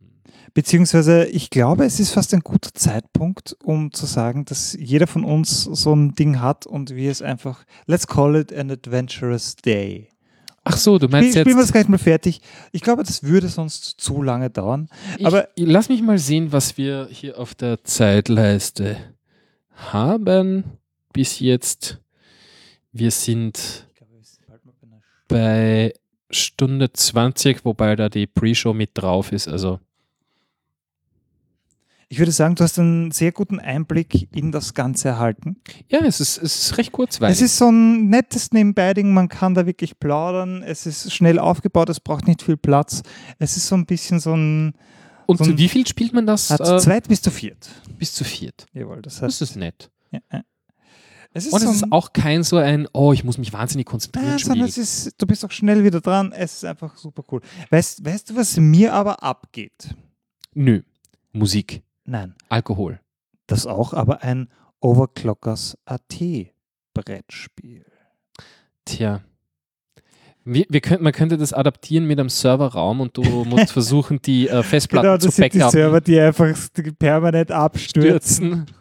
Hm. Beziehungsweise, ich glaube, es ist fast ein guter Zeitpunkt, um zu sagen, dass jeder von uns so ein Ding hat und wir es einfach, let's call it an adventurous day. Ach so, du Spiel, meinst spielen wir es jetzt. gleich mal fertig. Ich glaube, das würde sonst zu lange dauern. Ich, aber- lass mich mal sehen, was wir hier auf der Zeitleiste haben. Bis jetzt. Wir sind bei Stunde 20, wobei da die Pre-Show mit drauf ist. Also, Ich würde sagen, du hast einen sehr guten Einblick in das Ganze erhalten. ja, es ist, es ist recht kurzweilig. Es ist so ein nettes Nebenbei-Ding, man kann da wirklich plaudern. Es ist schnell aufgebaut, es braucht nicht viel Platz. Es ist so ein bisschen so ein. Und so zu ein- wie viel spielt man das? Ah, zu Äh, zweit bis zu viert. bis zu viert. Jawohl, das heißt. Das ist nett. ja, ja. Es ist Und so es ist ein- auch kein so ein, oh, ich muss mich wahnsinnig konzentrieren. Ja, sondern Spiel. es ist, du bist auch schnell wieder dran. Es ist einfach super cool. Weißt, weißt du, was mir aber abgeht? Nö. Musik, Nein. Alkohol. Das auch aber ein Overclockers AT Brettspiel. Tja. Wir, wir könnt, man könnte das adaptieren mit einem Serverraum und du musst versuchen, die äh, Festplatten Genau, das zu sind die backupen, Server, die einfach s- die permanent abstürzen. stürzen.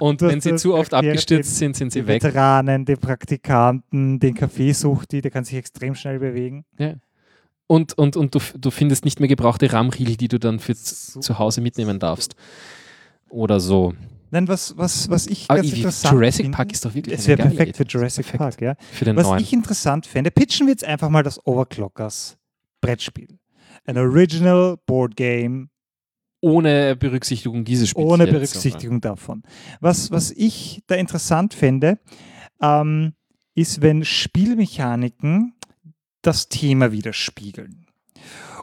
Und Das- wenn sie das zu oft erklärt abgestürzt sind, sind Die sie weg. Veteranen, die Praktikanten, den Kaffeesuchti, der kann sich extrem schnell bewegen. Und, und, und du, f- du findest nicht mehr gebrauchte RAM-Riegel, die du dann für z- Super. zu Hause mitnehmen darfst. Oder so. Nein, was, was, was ich Aber ganz ich- interessant Jurassic finde, Park ist doch wirklich es eine wäre geile perfekt für Idee. Jurassic Perfekt. Park, ja. Für den Was neuen. ich interessant fände, pitchen wir jetzt einfach mal das Overclockers Brettspiel. Ein Original Board Game ohne Berücksichtigung dieses Spiels. ohne jetzt, aber- Berücksichtigung davon. Was, was ich da interessant fände, ähm, ist, wenn Spielmechaniken das Thema widerspiegeln.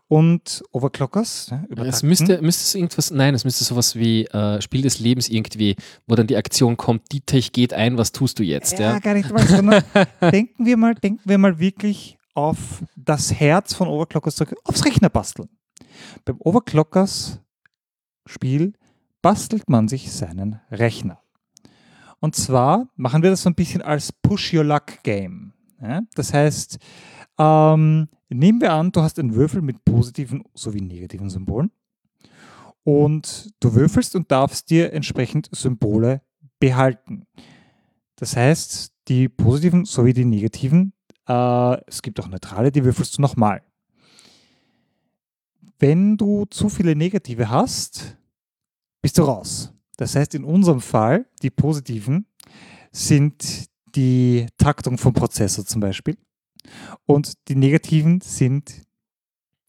Und Overclockers, ne, Es übertakten. müsste, müsste es irgendwas, nein, es müsste sowas wie äh, Spiel des Lebens irgendwie, wo dann die Aktion kommt, Dietrich geht ein, was tust du jetzt? Ja, Ja, gar nicht mal, sondern denken wir mal, denken wir mal wirklich auf das Herz von Overclockers zurück, aufs Rechner basteln. Beim Overclockers Spiel bastelt man sich seinen Rechner. Und zwar machen wir das so ein bisschen als Push Your Luck Game. Ja? Das heißt, ähm, nehmen wir an, du hast einen Würfel mit positiven sowie negativen Symbolen und du würfelst und darfst dir entsprechend Symbole behalten. Das heißt, die positiven sowie die negativen, äh, es gibt auch neutrale, die würfelst du nochmal. Wenn du zu viele negative hast, bist du raus. Das heißt, in unserem Fall, die positiven sind die Taktung vom Prozessor zum Beispiel und die negativen sind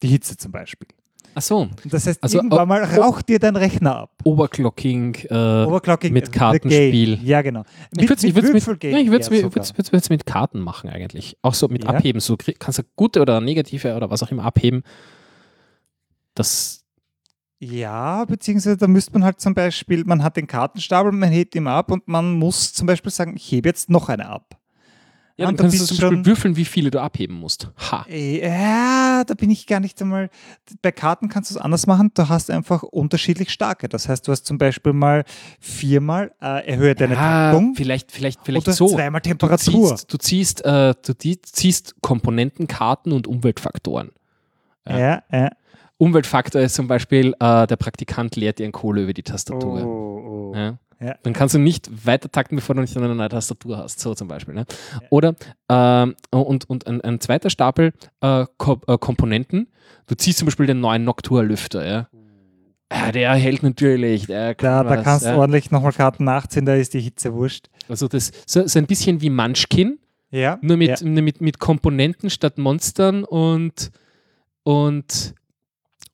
die Hitze zum Beispiel. Ach so, Und Das heißt, Also, irgendwann mal oh. raucht dir dein Rechner ab. Overclocking. Äh, Overclocking mit the game. Kartenspiel. Ja, genau. ich würde es mit, Würfelgame ich würd's eher mit, sogar. würd's, würd's, würd's mit Karten machen eigentlich. Auch so mit Ja. Abheben. So krieg- kannst du gute oder negative oder was auch immer abheben. Das, Ja, beziehungsweise da müsste man halt zum Beispiel, man hat den Kartenstapel, man hebt ihn ab und man muss zum Beispiel sagen, ich hebe jetzt noch eine ab. ja, Ah, dann da kannst du bist zum schon- Beispiel würfeln, wie viele du abheben musst. Ha. Äh, Ja, da bin ich gar nicht einmal. Bei Karten kannst du es anders machen, du hast einfach unterschiedlich starke. Das heißt, du hast zum Beispiel mal viermal äh, erhöhe deine Ah, Taktung vielleicht, vielleicht, und vielleicht du hast so. zweimal Du Temperatur. ziehst, du, ziehst, äh, du die- ziehst Komponentenkarten und Umweltfaktoren. ja. Ja, ja. Umweltfaktor ist zum Beispiel, äh, der Praktikant leert ihren Kohle über die Tastatur. Oh, oh. Ja? Ja. Dann kannst du nicht weiter takten, bevor du nicht eine neue Tastatur hast, so zum Beispiel. Ne? Oder ähm, und, und ein, ein zweiter Stapel äh, Ko äh, Komponenten. Du ziehst zum Beispiel den neuen Noctua-Lüfter. Ja? Ja, der hält natürlich. Der Da, kann da was, kannst du ja. ordentlich nochmal Karten nachziehen, da ist die Hitze wurscht. Also das so, so ein bisschen wie Munchkin, Ja. nur mit, ja. nur mit, mit Komponenten statt Monstern und und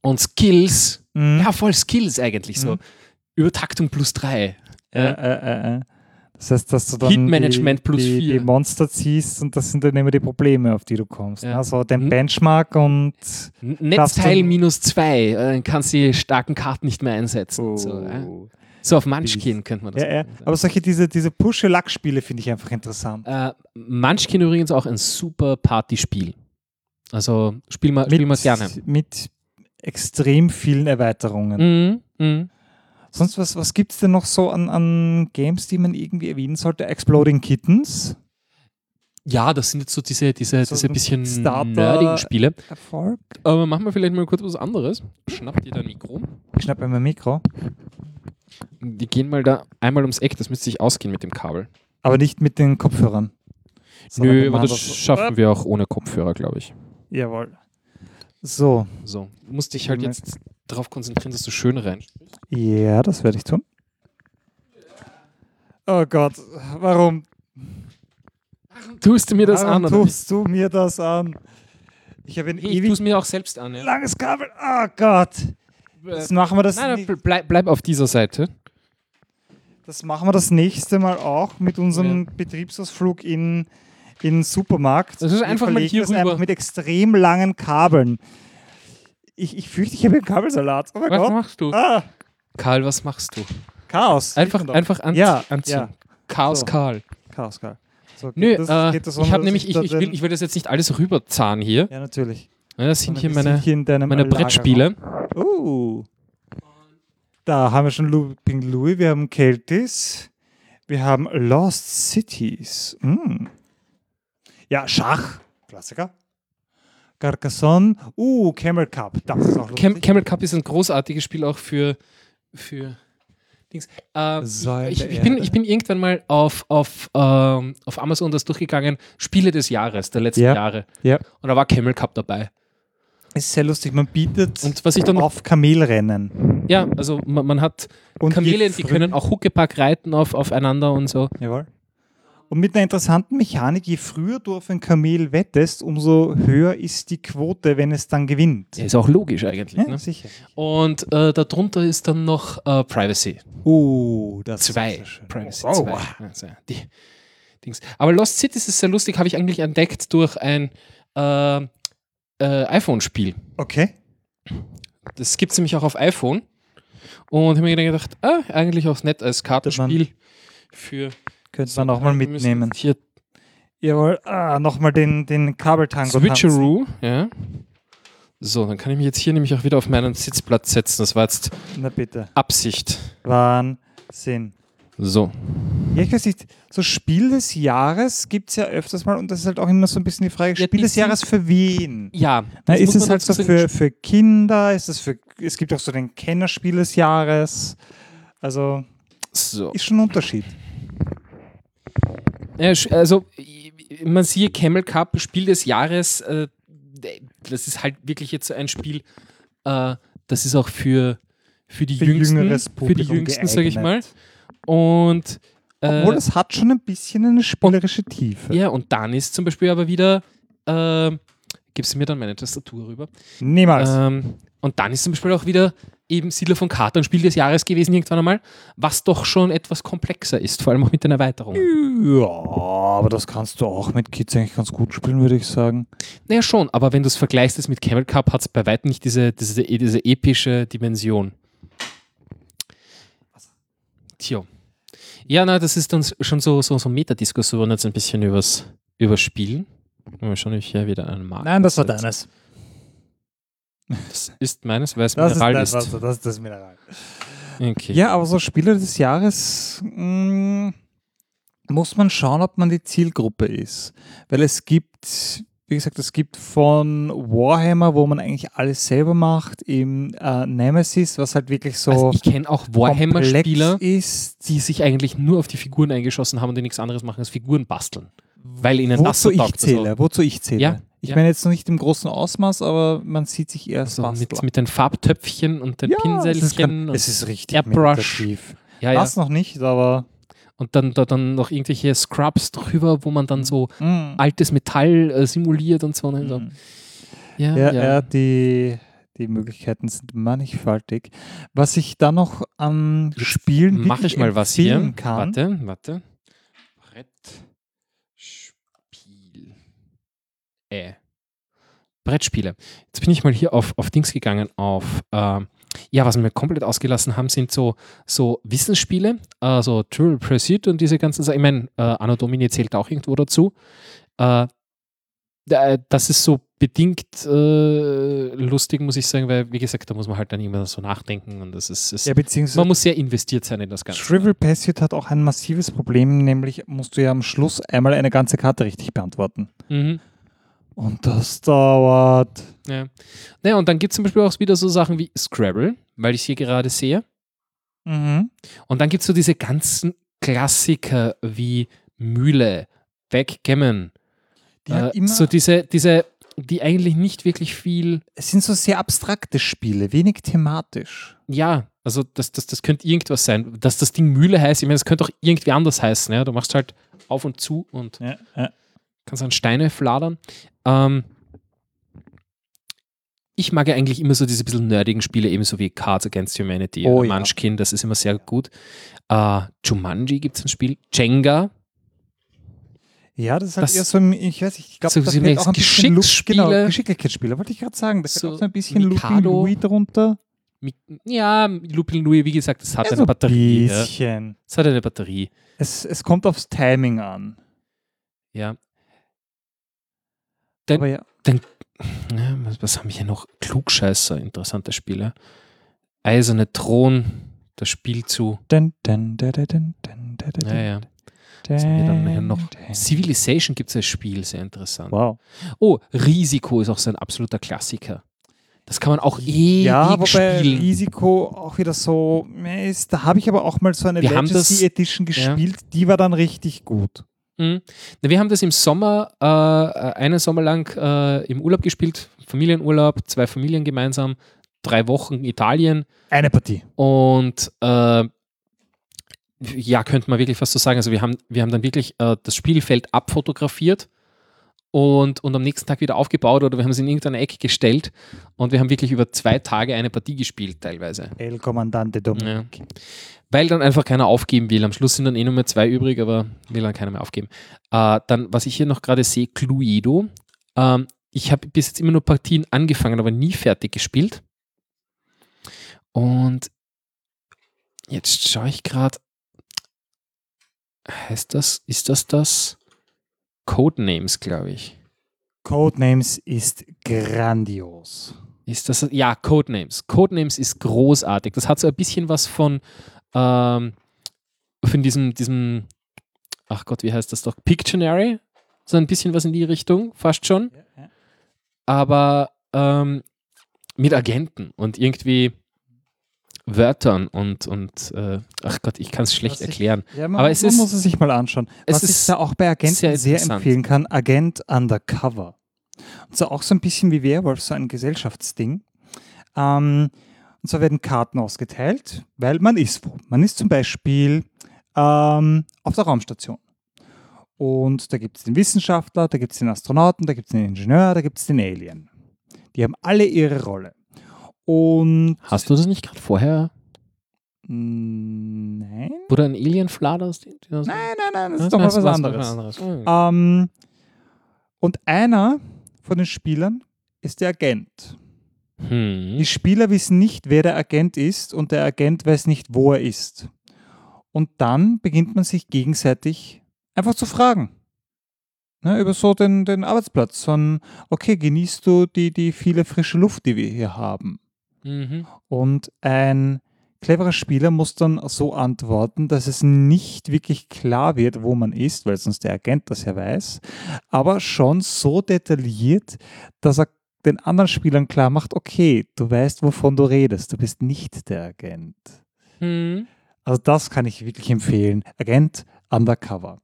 und Skills. Mhm. Ja, voll Skills eigentlich so. Mhm. Übertaktung plus drei. Äh, äh, äh, äh. Das heißt, dass du dann Hitmanagement die, plus die, vier. die Monster ziehst und das sind dann immer die Probleme, auf die du kommst. Ja. Also den Hm. Benchmark und N- Darfst Netzteil du- minus zwei, äh, dann kannst du die starken Karten nicht mehr einsetzen. So, ja. Oh. so auf Munchkin könnte man das ja, ja. machen. Aber solche diese, diese Push-Lack-Spiele finde ich einfach interessant. Äh, Munchkin übrigens auch ein super Partyspiel. Also spiel mal, spiel mal gerne. mit extrem vielen Erweiterungen. Mhm, mhm. Sonst, was, was gibt es denn noch so an, an Games, die man irgendwie erwähnen sollte? Exploding Kittens. Ja, das sind jetzt so diese, diese, So diese ein bisschen Starter- nerdigen Spiele. Erfolg. Aber machen wir vielleicht mal kurz was anderes. Schnappt ihr dein Mikro? Ich schnappe mir mein Mikro. Die gehen mal da einmal ums Eck, das müsste sich ausgehen mit dem Kabel. Aber nicht mit den Kopfhörern. Sondern Nö, wir aber machen das so- schaffen wir auch ohne Kopfhörer, glaube ich. Jawohl. So. So, du musst dich halt Mhm. jetzt darauf konzentrieren, dass du schön rein. Ja, das werde ich tun. Oh Gott, warum Tust du mir das warum an? Oder? tust du mir das an? Ich habe ein Hey, ich ewig tue es mir auch selbst an. Ja. langes Kabel. Oh Gott, das machen wir das, Nein, nicht- nein, bleib, bleib auf dieser Seite. das machen wir das nächste Mal auch mit unserem Betriebsausflug in in den Supermarkt. Das ist Wir einfach mal verlegen hier das rüber. einfach mit extrem langen Kabeln. Ich, ich fürchte, ich habe einen Kabelsalat. Oh mein Was Gott. machst du? Ah, Karl, was machst du? Chaos. Einfach, Sieht man doch. einfach anzie Ja, anziehen. ja. Chaos, So. Karl. Chaos, Karl. So, Nö, geht das- äh, geht das ich ohne, habe dass nämlich, ich, da ich, will, den- ich will das jetzt nicht alles rüberzahlen hier. Ja, natürlich. Ja, das sind Sondern hier wir meine, sind hier in deinem meine Lagerraum. Brettspiele. Oh. Da haben wir schon Looping Louis, wir haben Celtis, wir haben Lost Cities. Mm. Ja, Schach. Klassiker. Carcassonne. Uh, Camel Cup. Das ist auch Cam lustig. Camel Cup ist ein großartiges Spiel auch für, für Dings. Äh, Säule ich, ich, bin, Erde. ich bin irgendwann mal auf, auf, ähm, auf Amazon das durchgegangen, Spiele des Jahres, der letzten Ja, Jahre. ja. Und da war Camel Cup dabei. Ist sehr lustig. Man bietet Und was ich dann noch. auf Kamelrennen. Ja, also man, man hat Und Kamele, je die frü- können auch Huckepack reiten auf, aufeinander und so. Jawohl. Und mit einer interessanten Mechanik, je früher du auf ein Kamel wettest, umso höher ist die Quote, wenn es dann gewinnt. Ja, ist auch logisch eigentlich. Ja, Ne? sicher. Und äh, darunter ist dann noch äh, Privacy. Oh, das Zwei. ist so schön. Privacy Oh, zwei. Also, die Dings. Aber Lost Cities ist sehr lustig, habe ich eigentlich entdeckt durch ein äh, äh, iPhone-Spiel. Okay. Das gibt es nämlich auch auf iPhone. Und habe mir gedacht, ah, eigentlich auch nett als Kartenspiel für. Könnte man auch mal Wir müssen mitnehmen. Hier Jawohl. Ah, nochmal den, den Kabeltango. tanzen. Switcheroo, ja. So, dann kann ich mich jetzt hier nämlich auch wieder auf meinen Sitzplatz setzen. Das war jetzt Na bitte. Absicht. Wahnsinn. So. Ja, ich weiß nicht, so Spiel des Jahres gibt es ja öfters mal und das ist halt auch immer so ein bisschen die Frage, Ja, Spiel die des sind- Jahres für wen? Ja. Na, das muss ist es man halt dazu so sagen. für, für Kinder, ist es für, es gibt auch so den Kennerspiel des Jahres, also So. ist schon ein Unterschied. Ja, sch- Also, i- i- man sieht Camel Cup, Spiel des Jahres. Äh, das ist halt wirklich jetzt so ein Spiel, äh, das ist auch für, für die Für Jüngsten, jüngeres für die Publikum Jüngsten, sage ich mal. geeignet. Und, äh, Obwohl es hat schon ein bisschen eine spielerische Tiefe. ja, und dann ist zum Beispiel aber wieder, äh, gibst du mir dann meine Tastatur rüber? Niemals. Ähm, und dann ist zum Beispiel auch wieder eben Siedler von Katan Spiel des Jahres gewesen irgendwann einmal, was doch schon etwas komplexer ist, vor allem auch mit den Erweiterungen. Ja, aber das kannst du auch mit Kids eigentlich ganz gut spielen, würde ich sagen. Naja schon, aber wenn du es vergleichst jetzt mit Camel Cup, hat es bei weitem nicht diese, diese, diese epische Dimension. Tja. Ja, na, das ist dann schon so, so, so Metadiskussion jetzt ein bisschen übers, übers Spielen. Wahrscheinlich hier wieder einen Markt. Nein, das war deines. Das ist meines, weil es Das ist, Mineral dein ist. Wasser, das ist das Mineral. Okay. Ja, aber so Spieler des Jahres mm, muss man schauen, ob man die Zielgruppe ist. Weil es gibt, wie gesagt, es gibt von Warhammer, wo man eigentlich alles selber macht, eben äh, Nemesis, was halt wirklich so also ich kenne auch Warhammer-Spieler, komplex ist. die sich eigentlich nur auf die Figuren eingeschossen haben und die nichts anderes machen als Figuren basteln. Weil ihnen das so Wozu ich taugt. zähle, wozu ich zähle. Ja, ich ja. meine jetzt noch nicht im großen Ausmaß, aber man sieht sich eher Also, so also mit, mit den Farbtöpfchen und den es ist, Pinselchen. ganz- es ist richtig Airbrush. meditativ. und, ja, ja. Das noch nicht, aber und dann, da, dann noch irgendwelche Scrubs drüber, wo man dann so mm, altes Metall äh, simuliert und so. Und so. Mhm. Ja, Ja, ja, ja. die, die Möglichkeiten sind mannigfaltig. Was ich da noch am Spielen Mach wirklich ich mal was empfehlen hier. kann, Warte, warte. Brettspiel. Äh. Brettspiele. Jetzt bin ich mal hier auf, auf Dings gegangen, auf. ähm, ja, was wir komplett ausgelassen haben, sind so, so Wissensspiele, äh, so Trivial Pursuit und diese ganzen Sachen. Ich meine, äh, Anno Domini zählt auch irgendwo dazu. Äh, da- das ist so bedingt äh, lustig, muss ich sagen, weil, wie gesagt, da muss man halt dann immer so nachdenken und das ist, ist ja, beziehungsweise man muss sehr investiert sein in das Ganze. Trivial Pursuit hat auch ein massives Problem, nämlich musst du ja am Schluss einmal eine ganze Karte richtig beantworten. Mhm. Und das dauert. Ja. Naja, und dann gibt es zum Beispiel auch wieder so Sachen wie Scrabble, weil ich es hier gerade sehe. Mhm. Und dann gibt es so diese ganzen Klassiker wie Mühle, Backgammon. Die halt äh, immer, so diese, diese, die eigentlich nicht wirklich viel, es sind so sehr abstrakte Spiele, wenig thematisch. ja, also das, das, das könnte irgendwas sein. Dass das Ding Mühle heißt, ich meine, das könnte auch irgendwie anders heißen. Ja? Du machst halt auf und zu und Ja, kannst an Steine fladern. Ähm, ich mag ja eigentlich immer so diese bisschen nerdigen Spiele, ebenso wie Cards Against Humanity Oh oder ja. Munchkin, das ist immer sehr gut. Äh, Jumanji gibt es ein Spiel, Jenga, Ja, das ist halt Das- eher so, ein- ich weiß nicht, ich glaube, so das wie fehlt so auch ein bisschen Luft. Genau, Geschicksspiele. Geschicklichkeitsspiele, wollte ich gerade sagen. Das So ist auch so ein bisschen Looping Mikado. Louis drunter. Mi- ja, Lupin Louis, wie gesagt, es hat Ja, so eine Batterie. Ja. Bisschen. Es hat eine Batterie, Es, es kommt aufs Timing an. ja. Denn- Aber ja, ja was, was haben wir hier noch? Klugscheißer, interessante Spiele. Eiserne Thron, das Spiel zu dun, dun, dun, dun, dun, dun, dun, dun, Ja, ja. Dun, haben wir dann hier noch? dun. Civilization gibt es als Spiel, sehr interessant. Wow. Oh, Risiko ist auch so ein absoluter Klassiker. Das kann man auch ewig Ja, wobei spielen. Risiko auch wieder so meh ist. Da habe ich aber auch mal so eine Wir haben das- Legacy Edition gespielt, die war dann richtig gut. Mhm. Na, Wir haben das im Sommer, äh, einen Sommer lang äh, im Urlaub gespielt, Familienurlaub, zwei Familien gemeinsam, drei Wochen Italien Eine Partie. und äh, ja, könnte man wirklich fast so sagen. Also wir haben, wir haben dann wirklich äh, das Spielfeld abfotografiert und, und am nächsten Tag wieder aufgebaut oder wir haben es in irgendeine Ecke gestellt und wir haben wirklich über zwei Tage eine Partie gespielt teilweise. El Comandante Dominik. Weil dann einfach keiner aufgeben will. Am Schluss sind dann eh nur mehr zwei übrig, aber will dann keiner mehr aufgeben. Äh, dann, was ich hier noch gerade sehe, Cluedo. Ähm, ich habe bis jetzt immer nur Partien angefangen, aber nie fertig gespielt. Und jetzt schaue ich gerade. Heißt das, ist das das? Codenames, glaube ich. Codenames ist grandios. Ist das, ja, Codenames. Codenames ist großartig. Das hat so ein bisschen was von, ähm, von diesem, diesem, ach Gott, wie heißt das doch? Pictionary? So ein bisschen was in die Richtung, fast schon. Aber ähm, mit Agenten und irgendwie Wörtern und, und äh, ach Gott, ich kann es schlecht Was ich- erklären. Ja, man, Aber es man ist- muss es sich mal anschauen. es Was ich ist da auch bei Agenten sehr sehr interessant. empfehlen kann, Agent Undercover. Und zwar auch so ein bisschen wie Werwolf, so ein Gesellschaftsding. Ähm, und zwar werden Karten ausgeteilt, weil man ist wo. Man ist zum Beispiel ähm, auf der Raumstation. Und da gibt es den Wissenschaftler, da gibt es den Astronauten, da gibt es den Ingenieur, da gibt es den Alien. Die haben alle ihre Rolle. Und Hast du das nicht gerade vorher, Mm, nein? wo du ein Alien fladerst? Nein, Nein, nein, nein, Hm, das ist doch mal was anderes. anderes. Ähm, und einer von den Spielern ist der Agent. Hm. Die Spieler wissen nicht, wer der Agent ist und der Agent weiß nicht, wo er ist. Und dann beginnt man sich gegenseitig einfach zu fragen. Ne, über so den, den Arbeitsplatz. Von, okay, genießt du die, die viele frische Luft, die wir hier haben? Mhm. Und ein cleverer Spieler muss dann so antworten, dass es nicht wirklich klar wird, wo man ist, weil sonst der Agent das ja weiß, aber schon so detailliert, dass er den anderen Spielern klar macht, okay, du weißt, wovon du redest, du bist nicht der Agent. Hm. Also das kann ich wirklich empfehlen. Agent Undercover.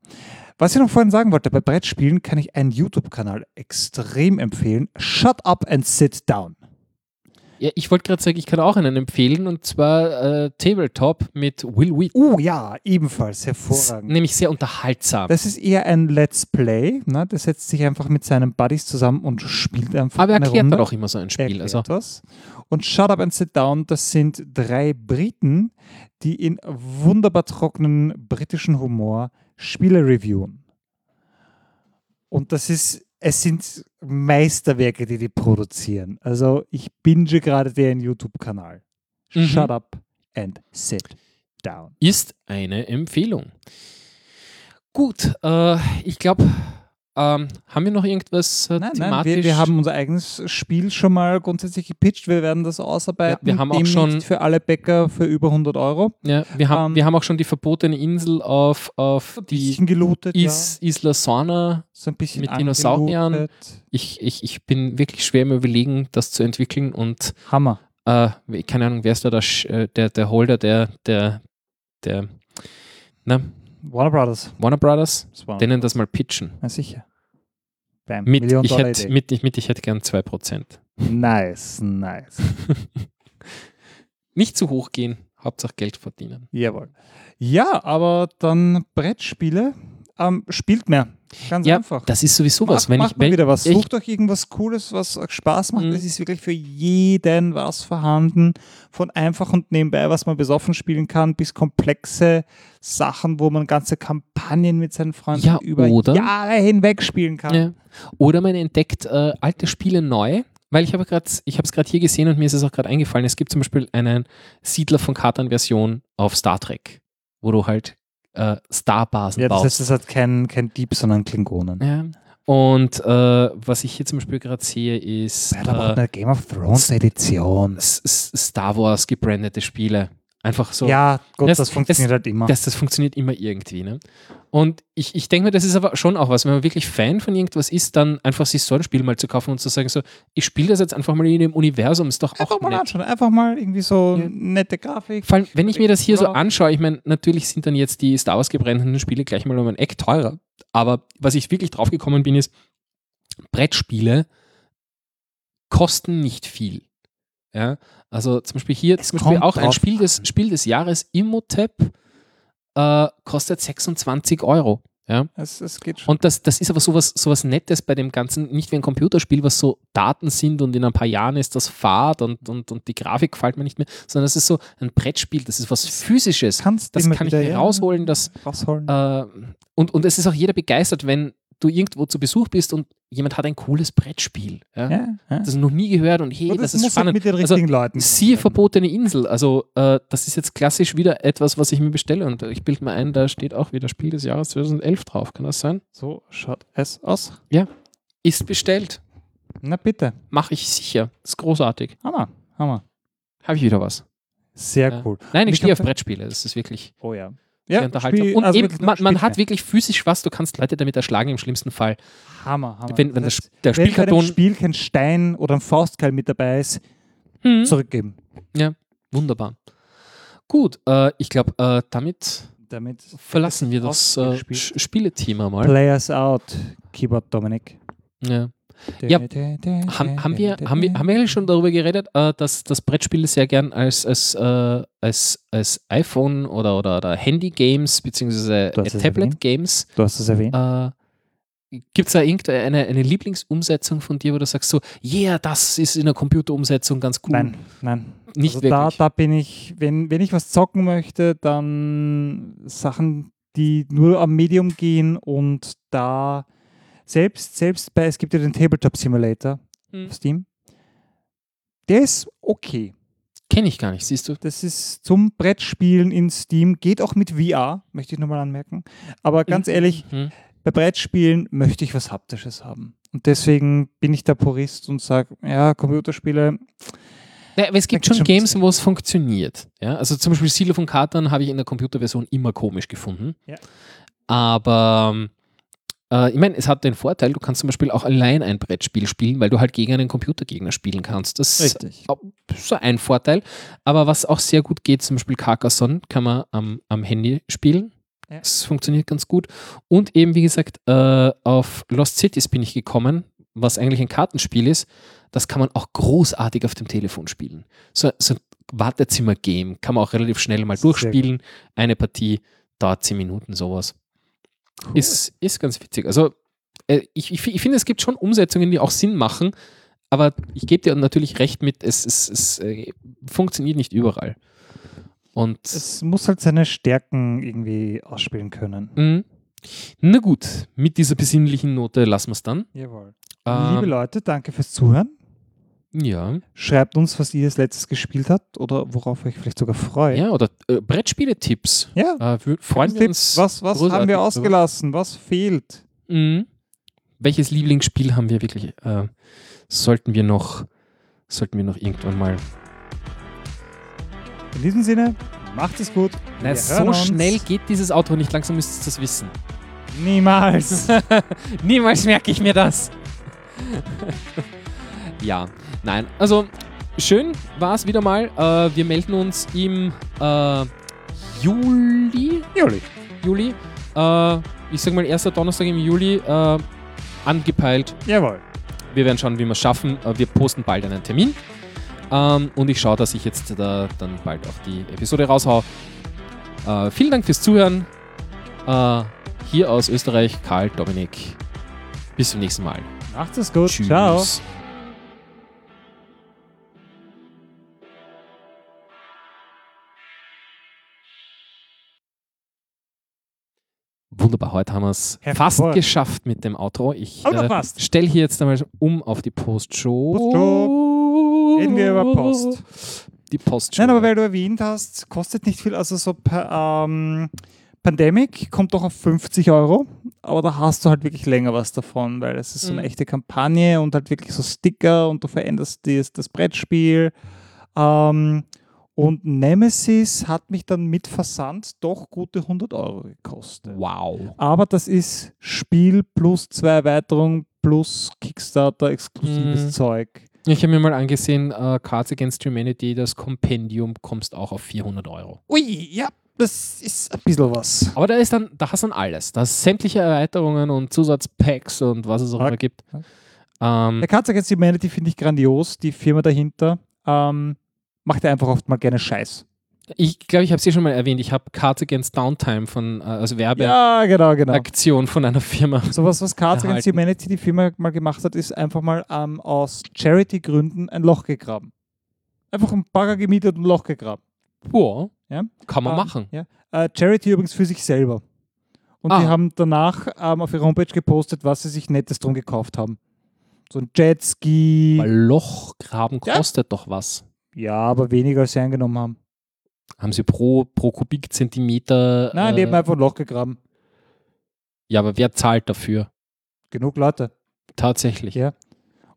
Was ich noch vorhin sagen wollte, bei Brettspielen kann ich einen YouTube-Kanal extrem empfehlen. Shut up and sit down. Ja, ich wollte gerade sagen, ich kann auch einen empfehlen und zwar äh, Tabletop mit Will Wheaton. Oh ja, ebenfalls Das ist hervorragend. Nämlich sehr unterhaltsam. Das ist eher ein Let's Play. Ne? Der setzt sich einfach mit seinen Buddies zusammen und spielt einfach Aber er eine erklärt Runde. dann auch immer so ein Spiel. Erklärt Also, was. Und Shut Up and Sit Down, das sind drei Briten, die in wunderbar trockenen britischen Humor Spiele reviewen. Und das ist, es sind Meisterwerke, die die produzieren. Also ich binge gerade deren YouTube-Kanal. Mhm. Shut Up and Sit Down. ist eine Empfehlung. Gut, äh, ich glaube, ähm, haben wir noch irgendwas Nein, äh, nein, thematisch? wir, wir haben unser eigenes Spiel schon mal grundsätzlich gepitcht. Wir werden das ausarbeiten. Ja, wir haben auch demnächst schon- für alle Bäcker für über 100 Euro. ja, wir, haben ähm, wir haben auch schon die verbotene Insel auf, auf Ein die bisschen gelootet, Is, Isla Sorna. ja. So ein bisschen mit Dinosauriern. angelootet. Ich, ich, ich bin wirklich schwer im Überlegen, das zu entwickeln und Hammer. äh, we- keine Ahnung, wer ist da der, Sch- äh, der, der Holder, der, der, der, na, Warner Brothers. Warner Brothers, Das war denen das mal pitchen. Na sicher. Bam. Mit, Million ich Dollar hätte, Idee. mit, ich- mit, ich hätte gern 2%. Nice, nice. Nicht zu hoch gehen, Hauptsache Geld verdienen. Jawohl. Ja, aber dann Brettspiele. Ähm, spielt mehr. Ganz Ja, einfach. Das ist sowieso was. Macht, Wenn macht ich, mal wenn, wieder was. ja, ich- Sucht euch irgendwas Cooles, was euch Spaß macht. Mhm. Es ist wirklich für jeden was vorhanden. Von einfach und nebenbei, was man besoffen spielen kann, bis komplexe Sachen, wo man ganze Kampagnen mit seinen Freunden Ja, über oder? Jahre hinweg spielen kann. Ja. Oder man entdeckt äh, alte Spiele neu, weil ich habe gerade, ich habe es gerade hier gesehen und mir ist es auch gerade eingefallen. Es gibt zum Beispiel einen Siedler von Katan-Version auf Star Trek, wo du halt äh, Starbasen Ja, das baust. heißt, es hat kein, kein Dieb, sondern Klingonen. Ja. Und äh, was ich hier zum Beispiel gerade sehe, ist Ja, da braucht äh, eine Game of Thrones Edition. S- S- Star Wars gebrandete Spiele. Einfach so. Ja, gut, Das- das, funktioniert halt immer. Das, das funktioniert immer irgendwie. Ne? Und ich, ich denke mir, das ist aber schon auch was. Wenn man wirklich Fan von irgendwas ist, dann einfach sich so ein Spiel mal zu kaufen und zu sagen, so, ich spiele das jetzt einfach mal in dem Universum, ist doch einfach auch mal nett. anschauen. Einfach mal irgendwie so Ja. nette Grafik. Vor allem, wenn ich mir das hier so Ja. anschaue, ich meine, natürlich sind dann jetzt die Star Wars gebrandeten Spiele gleich mal um ein Eck teurer. Aber was ich wirklich drauf gekommen bin, ist, Brettspiele kosten nicht viel. Ja, also zum Beispiel hier Es zum Beispiel kommt auch ein drauf Spiel des, an. Spiel des Jahres, Immotep, äh, kostet 26 Euro. Ja? Es, es geht schon. Und das, das ist aber sowas, sowas Nettes bei dem Ganzen, nicht wie ein Computerspiel, was so Daten sind und in ein paar Jahren ist das Fahrt und, und, und die Grafik gefällt mir nicht mehr, sondern es ist so ein Brettspiel, das ist was Physisches. kannst Das immer kann ich wieder, mir ja, rausholen, das, rausholen. äh, und, und es ist auch jeder begeistert, wenn du irgendwo zu Besuch bist und jemand hat ein cooles Brettspiel. Ja? ja, ja. Das noch nie gehört und hey, Und das, es muss ist spannend. Halt mit den also, richtigen Leuten. Siehe gemacht werden. verbotene Insel. Also, äh, das ist jetzt klassisch wieder etwas, was ich mir bestelle. Und ich bilde mir ein, da steht auch wieder Spiel des Jahres 2011 drauf. Kann das sein? So schaut es aus. Ist bestellt. Na bitte. Mache ich sicher. Ist großartig. Hammer. Hammer. Habe ich wieder was. Sehr Ja. cool. Nein, ich Ich stehe auf glaub, Brettspiele. Das ist wirklich Oh ja. sehr unterhaltsam. Spiel- und also eben, wirklich man, man hat Spielfrei. wirklich physisch was. Du kannst Leute damit erschlagen im schlimmsten Fall. Hammer, Hammer. Wenn, wenn der, Das- der wenn bei dem Spielkarton. Spiel kein Stein oder ein Faustkeil mit dabei ist, Hm. zurückgeben. Wunderbar. Gut, äh, ich glaube, äh, damit Damit verlassen wir das äh, Ausgespielt. Sch- Spielethema mal. Players out, Keyboard Dominik. Ja. Ja. Haben, haben, wir, haben, wir, haben wir eigentlich schon darüber geredet, äh, dass, dass Brettspiele sehr gern als, als, äh, als, als iPhone oder, oder, oder Handy-Games bzw. Du hast es Tablet-Games Du hast es erwähnt. äh, Gibt es da irgendeine eine Lieblingsumsetzung von dir, wo du sagst so, yeah, das ist in der Computerumsetzung ganz cool? Nein, nein. Nicht also da, wirklich. da bin ich, wenn, wenn ich was zocken möchte, dann Sachen, die nur am Medium gehen und da selbst, selbst bei, es gibt ja den Tabletop Simulator Hm. auf Steam. Der ist okay. Kenne ich gar nicht, siehst du? Das ist zum Brettspielen in Steam, geht auch mit VR, möchte ich nochmal anmerken. Aber ganz ehrlich, Hm. bei Brettspielen möchte ich was Haptisches haben. Und deswegen bin ich da Purist und sage, ja, Computerspiele, Naja, aber es gibt Da gibt's schon schon ein Games, bisschen. wo es funktioniert. Ja? Also zum Beispiel Silo von Katan habe ich in der Computerversion immer komisch gefunden. Ja. Aber äh, ich meine, es hat den Vorteil, du kannst zum Beispiel auch allein ein Brettspiel spielen, weil du halt gegen einen Computergegner spielen kannst. Das ist richtig. so ein Vorteil. Aber was auch sehr gut geht, zum Beispiel Carcassonne, kann man am, am Handy spielen. Ja. Es funktioniert ganz gut. Und eben, wie gesagt, äh, auf Lost Cities bin ich gekommen, was eigentlich ein Kartenspiel ist. Das kann man auch großartig auf dem Telefon spielen. So, so ein Wartezimmer-Game kann man auch relativ schnell mal Sehr gut. durchspielen. Eine Partie dauert 10 Minuten, sowas. Cool. Ist, ist ganz witzig. Also, äh, ich, ich, ich finde, es gibt schon Umsetzungen, die auch Sinn machen, aber ich gebe dir natürlich recht mit, es, es, es äh, funktioniert nicht überall. Und Es muss halt seine Stärken irgendwie ausspielen können. mh, hm. na gut, mit dieser besinnlichen Note lassen wir es dann. Jawohl. Liebe Ähm, Leute, danke fürs Zuhören. ja, Schreibt uns, was ihr als letztes gespielt habt oder worauf ihr euch vielleicht sogar freut. ja, oder äh, Brettspiele-Tipps. Ja, Äh, wür- freuen wir Tipps. uns. was, was haben großartig. wir ausgelassen? Was fehlt? Mhm. Welches Lieblingsspiel haben wir wirklich? Äh, sollten wir noch, sollten wir noch irgendwann mal. In diesem Sinne, macht es gut. Na, Wir so hören uns. schnell geht dieses Auto nicht. Langsam müsst ihr das wissen. Niemals. Niemals merke ich mir das. ja, nein. Also, schön war es wieder mal. Äh, wir melden uns im äh, Juli. Juli. Juli. Äh, ich sag mal, erster Donnerstag im Juli. Äh, angepeilt. Jawohl. Wir werden schauen, wie wir es schaffen. Äh, wir posten bald einen Termin. Ähm, und ich schaue, dass ich jetzt da dann bald auch die Episode raushau. Äh, vielen Dank fürs Zuhören. Äh, hier aus Österreich, Karl, Dominik. Bis zum nächsten Mal. Macht es gut. Tschüss. Ciao. Wunderbar, heute haben wir es fast Hervorragend. geschafft mit dem Outro. Ich Aber noch äh, fast. stelle hier jetzt einmal um auf die Postshow. Postshow. Reden wir über Post. Die Postshow. Nein, aber weil du erwähnt hast, kostet nicht viel. Also so pa- ähm, Pandemic kommt doch auf 50 Euro, aber da hast du halt wirklich länger was davon, weil es ist so eine Mhm. echte Kampagne und halt wirklich so Sticker und du veränderst das, das Brettspiel. Ähm, und Nemesis hat mich dann mit Versand doch gute 100 Euro gekostet. wow. Aber das ist Spiel plus zwei Erweiterungen plus Kickstarter-exklusives Mhm. Zeug. Ich habe mir mal angesehen, äh, Cards Against Humanity, das Kompendium, kommst auch auf 400 Euro. Ui, ja, das ist ein bisschen was. Aber da ist dann, da hast du dann alles. Da hast du sämtliche Erweiterungen und Zusatzpacks und was es auch Fuck. immer gibt. Ähm, Der Cards Against Humanity finde ich grandios. Die Firma dahinter ähm, macht ja einfach oft mal gerne Scheiß. ich glaube, ich habe es eh schon mal erwähnt. Ich habe Cards Against Downtime von, äh, also Werbeaktion Ja, genau, genau. von einer Firma. Sowas, was Cards Against Erhalten. Humanity die Firma mal gemacht hat, ist einfach mal ähm, aus Charity-Gründen ein Loch gegraben. Einfach einen Bagger gemietet und ein Loch gegraben. Boah, Ja. kann man Ähm, machen. Ja. Äh, Charity übrigens für sich selber. Und Ah. die haben danach ähm, auf ihrer Homepage gepostet, was sie sich Nettes drum gekauft haben. So ein Jetski. Weil Lochgraben Hm. Ja. kostet doch was. Ja, aber weniger als sie eingenommen haben. Haben sie pro, pro Kubikzentimeter. Nein, die haben äh, einfach ein Loch gegraben. ja, aber wer zahlt dafür? Genug Leute. Tatsächlich. Ja.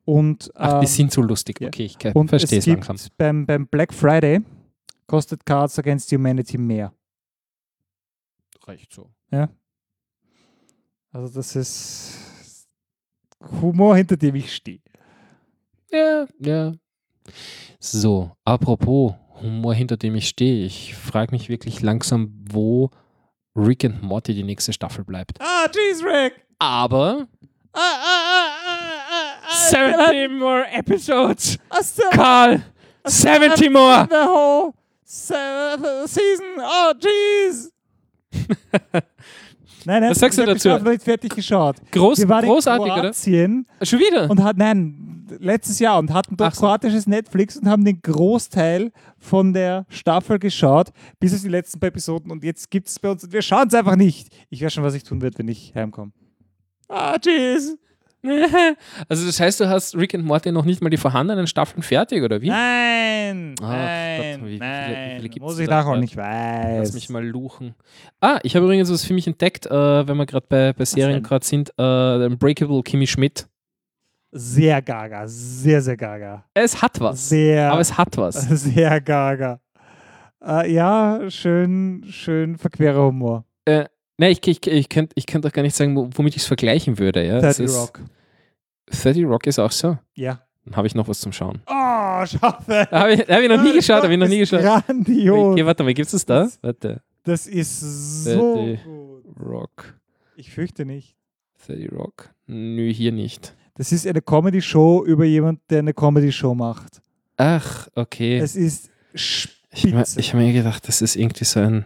Und, Ach, ähm, die sind so lustig. ja. Okay, ich ke- und verstehe es es gibt langsam. beim, beim Black Friday kostet Cards Against Humanity mehr. Recht so. Also das ist Humor, hinter dem ich stehe. Ja, ja. So, apropos Humor, hinter dem ich stehe. Ich frage mich wirklich langsam, wo Rick and Morty die nächste Staffel bleibt. Ah, jeez, Rick! Aber Ah, ah, ah, ah, ah, 17 more episodes! ah, ah, Karl! 70 more! The whole season. Oh, jeez. nein, nein, Was sagst du ich hab die dazu? Staffel nicht fertig geschaut. Groß, Wir waren großartig, in oder? Kroatien Schon wieder? und hatten, nein, letztes Jahr und hatten dort Ach so. kroatisches Netflix und haben den Großteil von der Staffel geschaut, bis auf die letzten paar Episoden und jetzt gibt es bei uns und wir schauen es einfach nicht. Ich weiß schon, was ich tun werde, wenn ich heimkomme. Ah, Hm? jeez. Also das heißt, du hast Rick and Morty noch nicht mal die vorhandenen Staffeln fertig, oder wie? Nein, Ah, nein, Gott, wie viele- wie viele nein. gibt's Muss ich da? nachholen, Ja. ich weiß. Lass mich mal luchen. Ah, ich habe übrigens was für mich entdeckt, äh, wenn wir gerade bei, bei Serien denn? gerade sind. Äh, Unbreakable Kimi Schmidt. Sehr gaga, sehr, sehr gaga. Es hat was. Sehr, Aber es hat was. sehr gaga. Äh, ja, schön, schön verquerer Humor. Ne, ich, ich, ich könnte ich könnt auch gar nicht sagen, wo- womit ich es vergleichen würde. Ja? Es 30 ist, Rock. 30 Rock ist auch so. Ja. Dann habe ich noch was zum Schauen. Oh, schaffe. Habe ich, hab ich noch nie geschaut, habe ich noch nie Das ist geschaut. Okay, Grandios. warte mal, gibt es da? Warte. Das ist so Fertig. gut. Rock. Ich fürchte nicht. 30 Rock. Nö, hier nicht. Das ist eine Comedy-Show über jemanden, der eine Comedy-Show macht. Ach, okay. Es ist Ich habe mir, spitze. ich hab mir gedacht, das ist irgendwie so ein.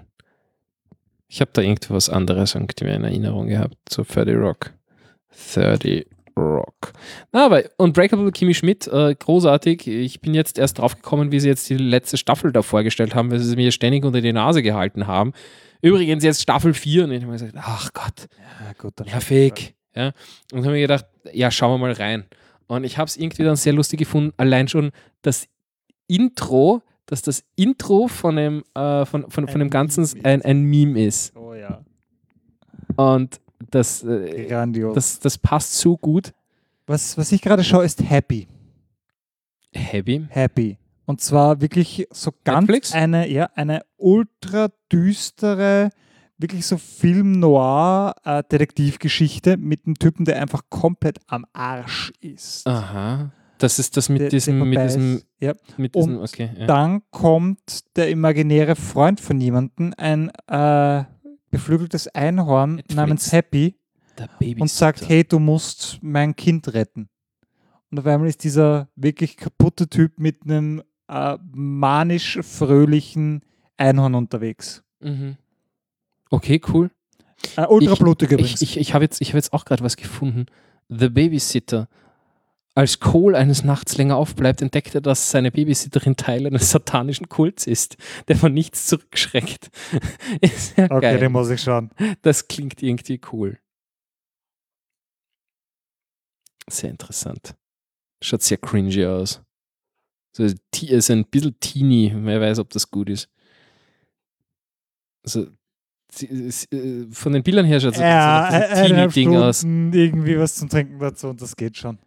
Ich habe da irgendwie was anderes irgendwie in Erinnerung gehabt zu 30 Rock. 30 Rock. Na, aber Unbreakable Kimi Schmidt, äh, großartig. Ich bin jetzt erst draufgekommen, wie sie jetzt die letzte Staffel da vorgestellt haben, weil sie es mir ständig unter die Nase gehalten haben. Übrigens jetzt Staffel 4 und ich habe mir gesagt, ach Gott, ja, gut, dann nervig. Ja? Und habe mir gedacht, ja, schauen wir mal rein. Und ich habe es irgendwie dann sehr lustig gefunden, allein schon das Intro, dass das Intro von dem, äh, von, von, Ein von dem Ganzen Meme ist. ein, ein Meme ist. Oh ja. Und das, äh, Grandios. das, das passt so gut. was, was ich gerade schaue, ist Happy. Happy. Happy. Und zwar wirklich so ganz Netflix? eine, ja, eine ultra düstere, wirklich so Film noir äh, Detektivgeschichte mit einem Typen, der einfach komplett am Arsch ist. Aha. Das ist das Der- Ah, mit der diesem, mit vorbei ist. diesem, ja. mit Und diesem, okay. Ja. Dann kommt der imaginäre Freund von jemandem, ein äh, geflügeltes Einhorn Netflix. namens Happy, Der Baby und sagt, hey, du musst mein Kind retten. Und auf einmal ist dieser wirklich kaputte Typ mit einem äh, manisch fröhlichen Einhorn unterwegs. Mhm. Okay, cool. Äh, ultrablutig übrigens. Ich, ich, ich habe jetzt, ich hab jetzt auch gerade was gefunden. The Babysitter. Als Cole eines Nachts länger aufbleibt, entdeckt er, dass seine Babysitterin Teil eines satanischen Kults ist, der von nichts zurückschreckt. ist ja okay, den geil. muss ich schauen. Das klingt irgendwie cool. Sehr interessant. Schaut sehr cringy aus. So ist ti- ist ein bisschen teeny, wer weiß, ob das gut ist. Also, sie- es- äh, von den Bildern her schaut es ja, eineinhalb teeny-Ding Stunden aus. irgendwie was zum Trinken dazu und das geht schon.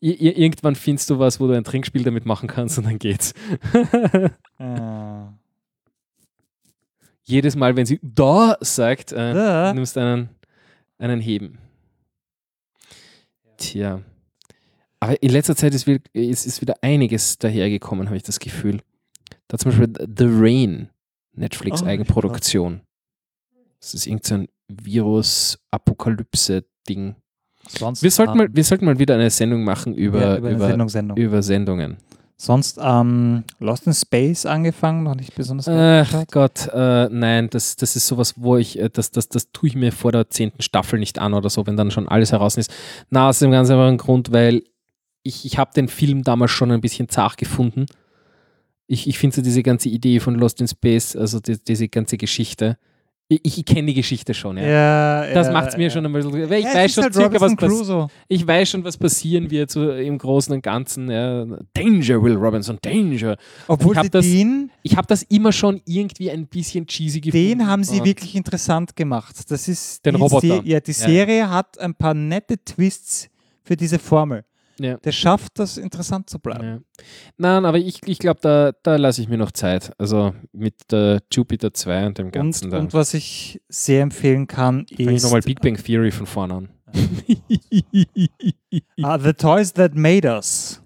Ir ir- irgendwann findest du was, wo du ein Trinkspiel damit machen kannst und dann geht's. Ah. Jedes Mal, wenn sie da sagt, äh, Da. Du nimmst einen, einen Heben. Tja. Aber in letzter Zeit ist, wir- ist, ist wieder einiges dahergekommen, habe ich das Gefühl. Da zum Beispiel The Rain, Oh, Netflix-Eigenproduktion. Das ist irgendein Virus-Apokalypse-Ding. Sonst Wir, sollten am- mal- wir sollten mal wieder eine Sendung machen über, ja, über, eine über, Sendung, Sendung. Sendungen. Sonst ähm, Lost in Space angefangen, noch nicht besonders. Ach Äh, Gott, äh, nein, das, das ist sowas, wo ich, äh, das, das, das tue ich mir vor der zehnten Staffel nicht an oder so, wenn dann schon alles heraus ist. Na, aus dem ganz einfachen Grund, weil ich, ich habe den Film damals schon ein bisschen zart gefunden. Ich, ich finde so diese ganze Idee von Lost in Space, also die, diese ganze Geschichte. Ich, ich kenne die Geschichte schon, ja. ja, Das ja, macht es mir ja. schon ein bisschen. Weil ich Ja, es weiß ist schon halt circa, was Robinson passiert. Crusoe. ich weiß schon, was passieren wird so im Großen und Ganzen. Ja. Danger, Will Robinson, Danger. Obwohl Ich hab sie das- den, Ich habe das immer schon irgendwie ein bisschen cheesy gefunden. Ah. den haben sie Und wirklich interessant gemacht. Das ist Den die Se- Roboter. ja, die Ja. Serie hat ein paar nette Twists für diese Formel. Ja. Der schafft das interessant zu bleiben. Ja. Nein, aber ich, ich glaube, da, da lasse ich mir noch Zeit. Also mit der Jupiter 2 und dem Und, Ganzen. dann und was ich sehr empfehlen kann, fange ich ist nochmal Big Bang Theory von vorne an. ah, The Toys That Made Us.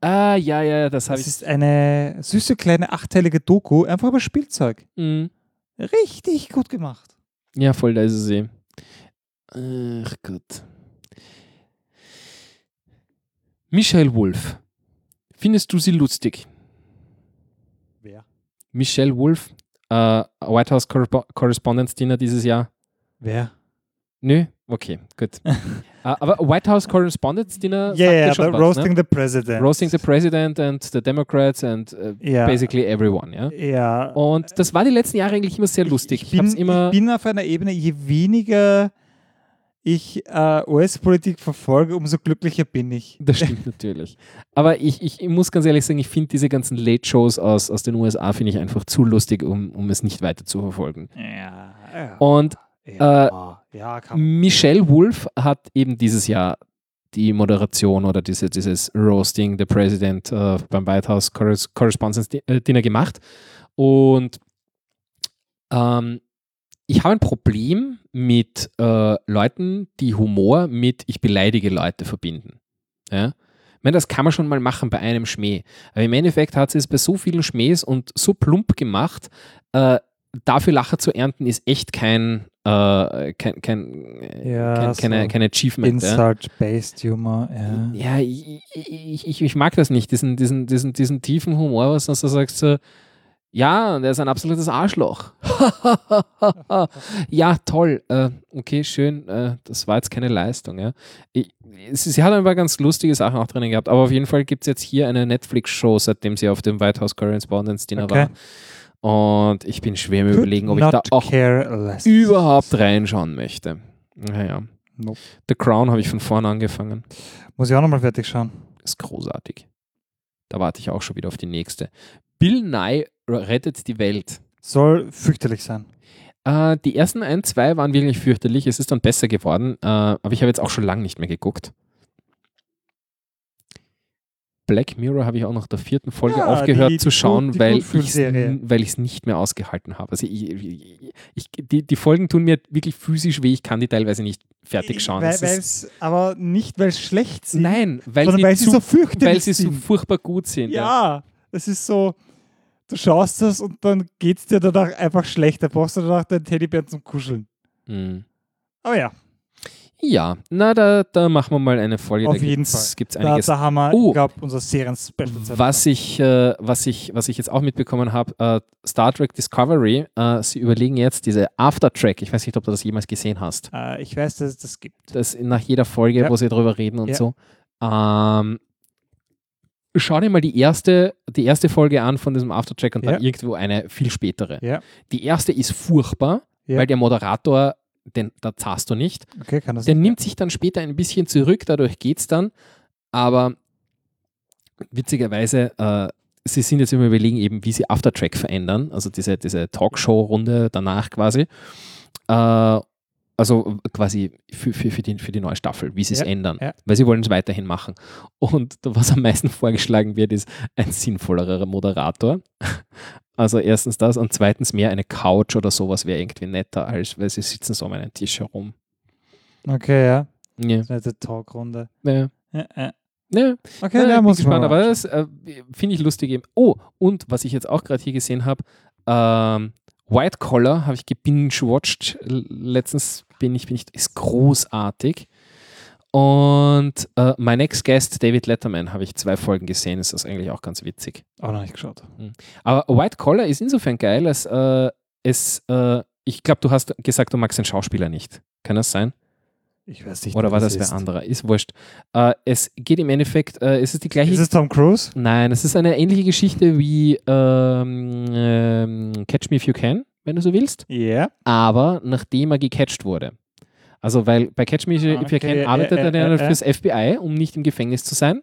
ah, ja, ja, ja, das habe Das ich. ist eine süße kleine achteilige Doku, einfach über Spielzeug. Mhm. Richtig gut gemacht. Ja, voll, da ist es eh. Ach Gott. Michelle Wolf. Findest du sie lustig? Wer? Michelle Wolf, äh, White House Correspo- Correspondence Dinner dieses Jahr. Äh, Wer? Nö? Okay, gut. Äh, aber White House Correspondence Dinner Ja, sagt ja, dir schon aber was, Roasting ne? the President. Roasting the President and the Democrats and äh, ja. basically everyone, ja? Ja. Und das war die letzten Jahre eigentlich immer sehr Ich- lustig. Ich ich bin, hab's immer... ich bin auf einer Ebene, je weniger ich äh, US-Politik verfolge, umso glücklicher bin ich. Das stimmt natürlich. Aber ich, ich, ich muss ganz ehrlich sagen, ich finde diese ganzen Late-Shows aus, aus den USA finde ich einfach zu lustig, um, um es nicht weiter zu verfolgen. Ja, ja, Und äh, ja, ja, kann man. Michelle Wolf hat eben dieses Jahr die Moderation oder diese, dieses Roasting the President äh, beim White House Corres- Correspondence Di- äh, Dinner gemacht. Und ähm, ich habe ein Problem mit äh, Leuten, die Humor mit ich beleidige Leute verbinden. Ja? Ich meine, das kann man schon mal machen bei einem Schmäh. Aber im Endeffekt hat sie es bei so vielen Schmähs und so plump gemacht, äh, dafür Lacher zu ernten, ist echt kein, äh, kein, kein, äh, Ja, kein, keine, so kein Achievement. Ja? Insult-based Humor. Ja. Äh. Ja, ich, ich, ich, ich mag das nicht, diesen, diesen, diesen, diesen tiefen Humor, was du so sagst, so, ja, der ist ein absolutes Arschloch. ja, toll. Äh, okay, schön. Äh, das war jetzt keine Leistung. Ja. Ich, sie, sie hat ein paar ganz lustige Sachen auch drinnen gehabt, aber auf jeden Fall gibt es jetzt hier eine Netflix-Show, seitdem sie auf dem White House Correspondence Dinner Okay. war. Und ich bin schwer mir Could überlegen, ob ich not da auch care less. überhaupt reinschauen möchte. Naja. Nope. The Crown habe ich von vorne angefangen Muss ich auch nochmal fertig schauen. ist großartig. Da warte ich auch schon wieder auf die nächste. Bill Nye rettet die Welt. Soll fürchterlich sein. Äh, die ersten ein, zwei waren wirklich fürchterlich. Es ist dann besser geworden, äh, aber ich habe jetzt auch schon lange nicht mehr geguckt. Black Mirror habe ich auch nach der vierten Folge Ja, aufgehört die- zu die schauen, Gut- die weil ich es Gutfühlserie. n- weil ich es nicht mehr ausgehalten habe. Also ich, ich, ich, die, die Folgen tun mir wirklich physisch weh. Ich kann die teilweise nicht fertig schauen. Weil, Es ist, weil's, aber nicht, weil es schlecht sind, nein, weil sondern sie, weil sie zu, so fürchterlich weil sie so sind. furchtbar gut sind. ja. Ja, es ist so, du schaust das und dann geht es dir danach einfach schlechter. Brauchst du danach deinen Teddybär zum Kuscheln. Mhm. Aber ja, Ja, na, da, da machen wir mal eine Folge. Auf da jeden gibt's, Fall. Gibt's da, einiges. da haben wir, Oh. ich glaube, unser Serien-Special. was, ich, äh, was, ich, was ich jetzt auch mitbekommen habe, äh, Star Trek Discovery, äh, sie überlegen jetzt diese Aftertrack. Ich weiß nicht, ob du das jemals gesehen hast. Äh, ich weiß, dass es das gibt. Das in- nach jeder Folge, Ja. wo sie drüber reden und Ja. so. Ähm, schau dir mal die erste, die erste Folge an von diesem Aftertrack und dann Ja. irgendwo eine viel spätere. Ja. Die erste ist furchtbar, Ja. weil der Moderator, den, da zahlst du nicht. Okay, kann das Also Der nimmt sich dann später ein bisschen zurück, dadurch geht es dann. Aber witzigerweise, äh, sie sind jetzt immer überlegen, eben, wie sie Aftertrack verändern, also diese, diese Talkshow-Runde danach quasi. Äh, also quasi für, für, für, die, für die neue Staffel, wie sie es Ja, ändern, ja. weil sie wollen es weiterhin machen. Und was am meisten vorgeschlagen wird, ist ein sinnvollerer Moderator. Also erstens das und zweitens mehr eine Couch oder sowas wäre irgendwie netter, als weil sie sitzen so um einen Tisch herum. Okay, ja. Ja. Das ist eine nette Talkrunde. Ja. Ja, ja. Ne, Okay, Nein, da ich bin muss ich gespannt, mal. aber das äh, finde ich lustig eben. Oh, und was ich jetzt auch gerade hier gesehen habe, ähm, White Collar habe ich gebinge-watched. L- Letztens bin ich, bin ich, ist großartig. Und äh, My Next Guest, David Letterman, habe ich zwei Folgen gesehen, ist das eigentlich auch ganz witzig. Auch Oh, noch nicht geschaut. Aber White Collar ist insofern geil, als äh, es, äh, ich glaube, du hast gesagt, du magst den Schauspieler nicht. Kann das sein? Ich weiß nicht, Oder wer war das ist. wer anderer? Ist wurscht. Äh, es geht im Endeffekt, äh, es ist die gleiche Ist es Tom Cruise? Nein, es ist eine ähnliche Geschichte wie ähm, ähm, Catch Me If You Can, wenn du so willst, Ja. aber nachdem er gecatcht wurde. Also, weil bei Catch Me If You Ah, If You okay, Can arbeitet äh, äh, er äh, dann äh. fürs FBI, um nicht im Gefängnis zu sein.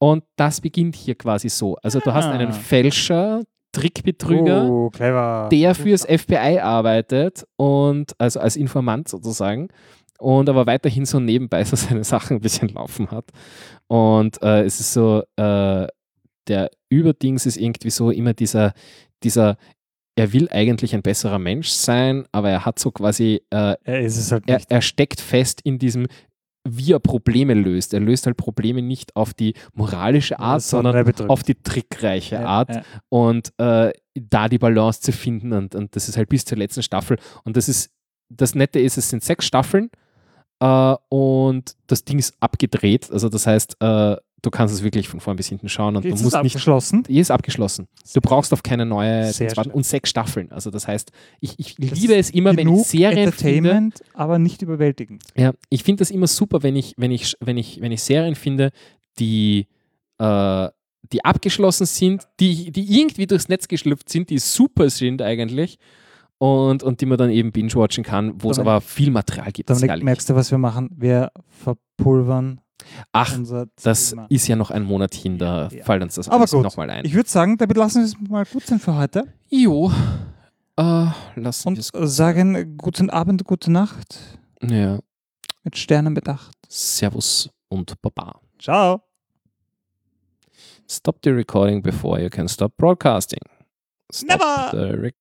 Und das beginnt hier quasi so. Also, du hast Ah. einen Fälscher, Trickbetrüger, Oh, clever. der fürs FBI arbeitet und also als Informant sozusagen und aber weiterhin so nebenbei so seine Sachen ein bisschen laufen hat. Und äh, es ist so, äh, der Überdings ist irgendwie so immer dieser, dieser, er will eigentlich ein besserer Mensch sein, aber er hat so quasi, äh, er ist es halt er, nicht. er steckt fest in diesem, wie er Probleme löst. Er löst halt Probleme nicht auf die moralische Art, sondern er bedrückt. auf die trickreiche Ja, Art ja. und äh, da die Balance zu finden und, und das ist halt bis zur letzten Staffel und das ist, das Nette ist, es sind sechs Staffeln äh, und das Ding ist abgedreht, also das heißt, äh, du kannst es wirklich von vorn bis hinten schauen und Ist du es musst nicht, abgeschlossen? hier ist abgeschlossen, du brauchst auf keine neue Sehr zweite- schön. und sechs Staffeln, also das heißt, ich, ich Das liebe es immer, wenn ich Genug Serien finde, Entertainment, aber nicht überwältigend. ja, ich finde das immer super, wenn ich, wenn ich, wenn ich, wenn ich Serien finde, die, äh, die abgeschlossen sind, die, die irgendwie durchs Netz geschlüpft sind, die super sind eigentlich und, und die man dann eben binge-watchen kann, wo es Dominik- aber viel Material gibt. Dominik, herrlich. merkst du, was wir machen? Wir verpulvern Ach, unser das Thema. ist. ist ja noch ein Monat hin, da Ja. fällt uns das Aber alles gut. nochmal ein. Ich würde sagen, damit lassen wir es mal gut sein für heute jo, äh, lassen und wir es. sagen guten Abend, gute Nacht Ja, mit Sternen bedacht. servus und Baba. Ciao. Stop the recording before you can stop broadcasting. Stop Never! the rec-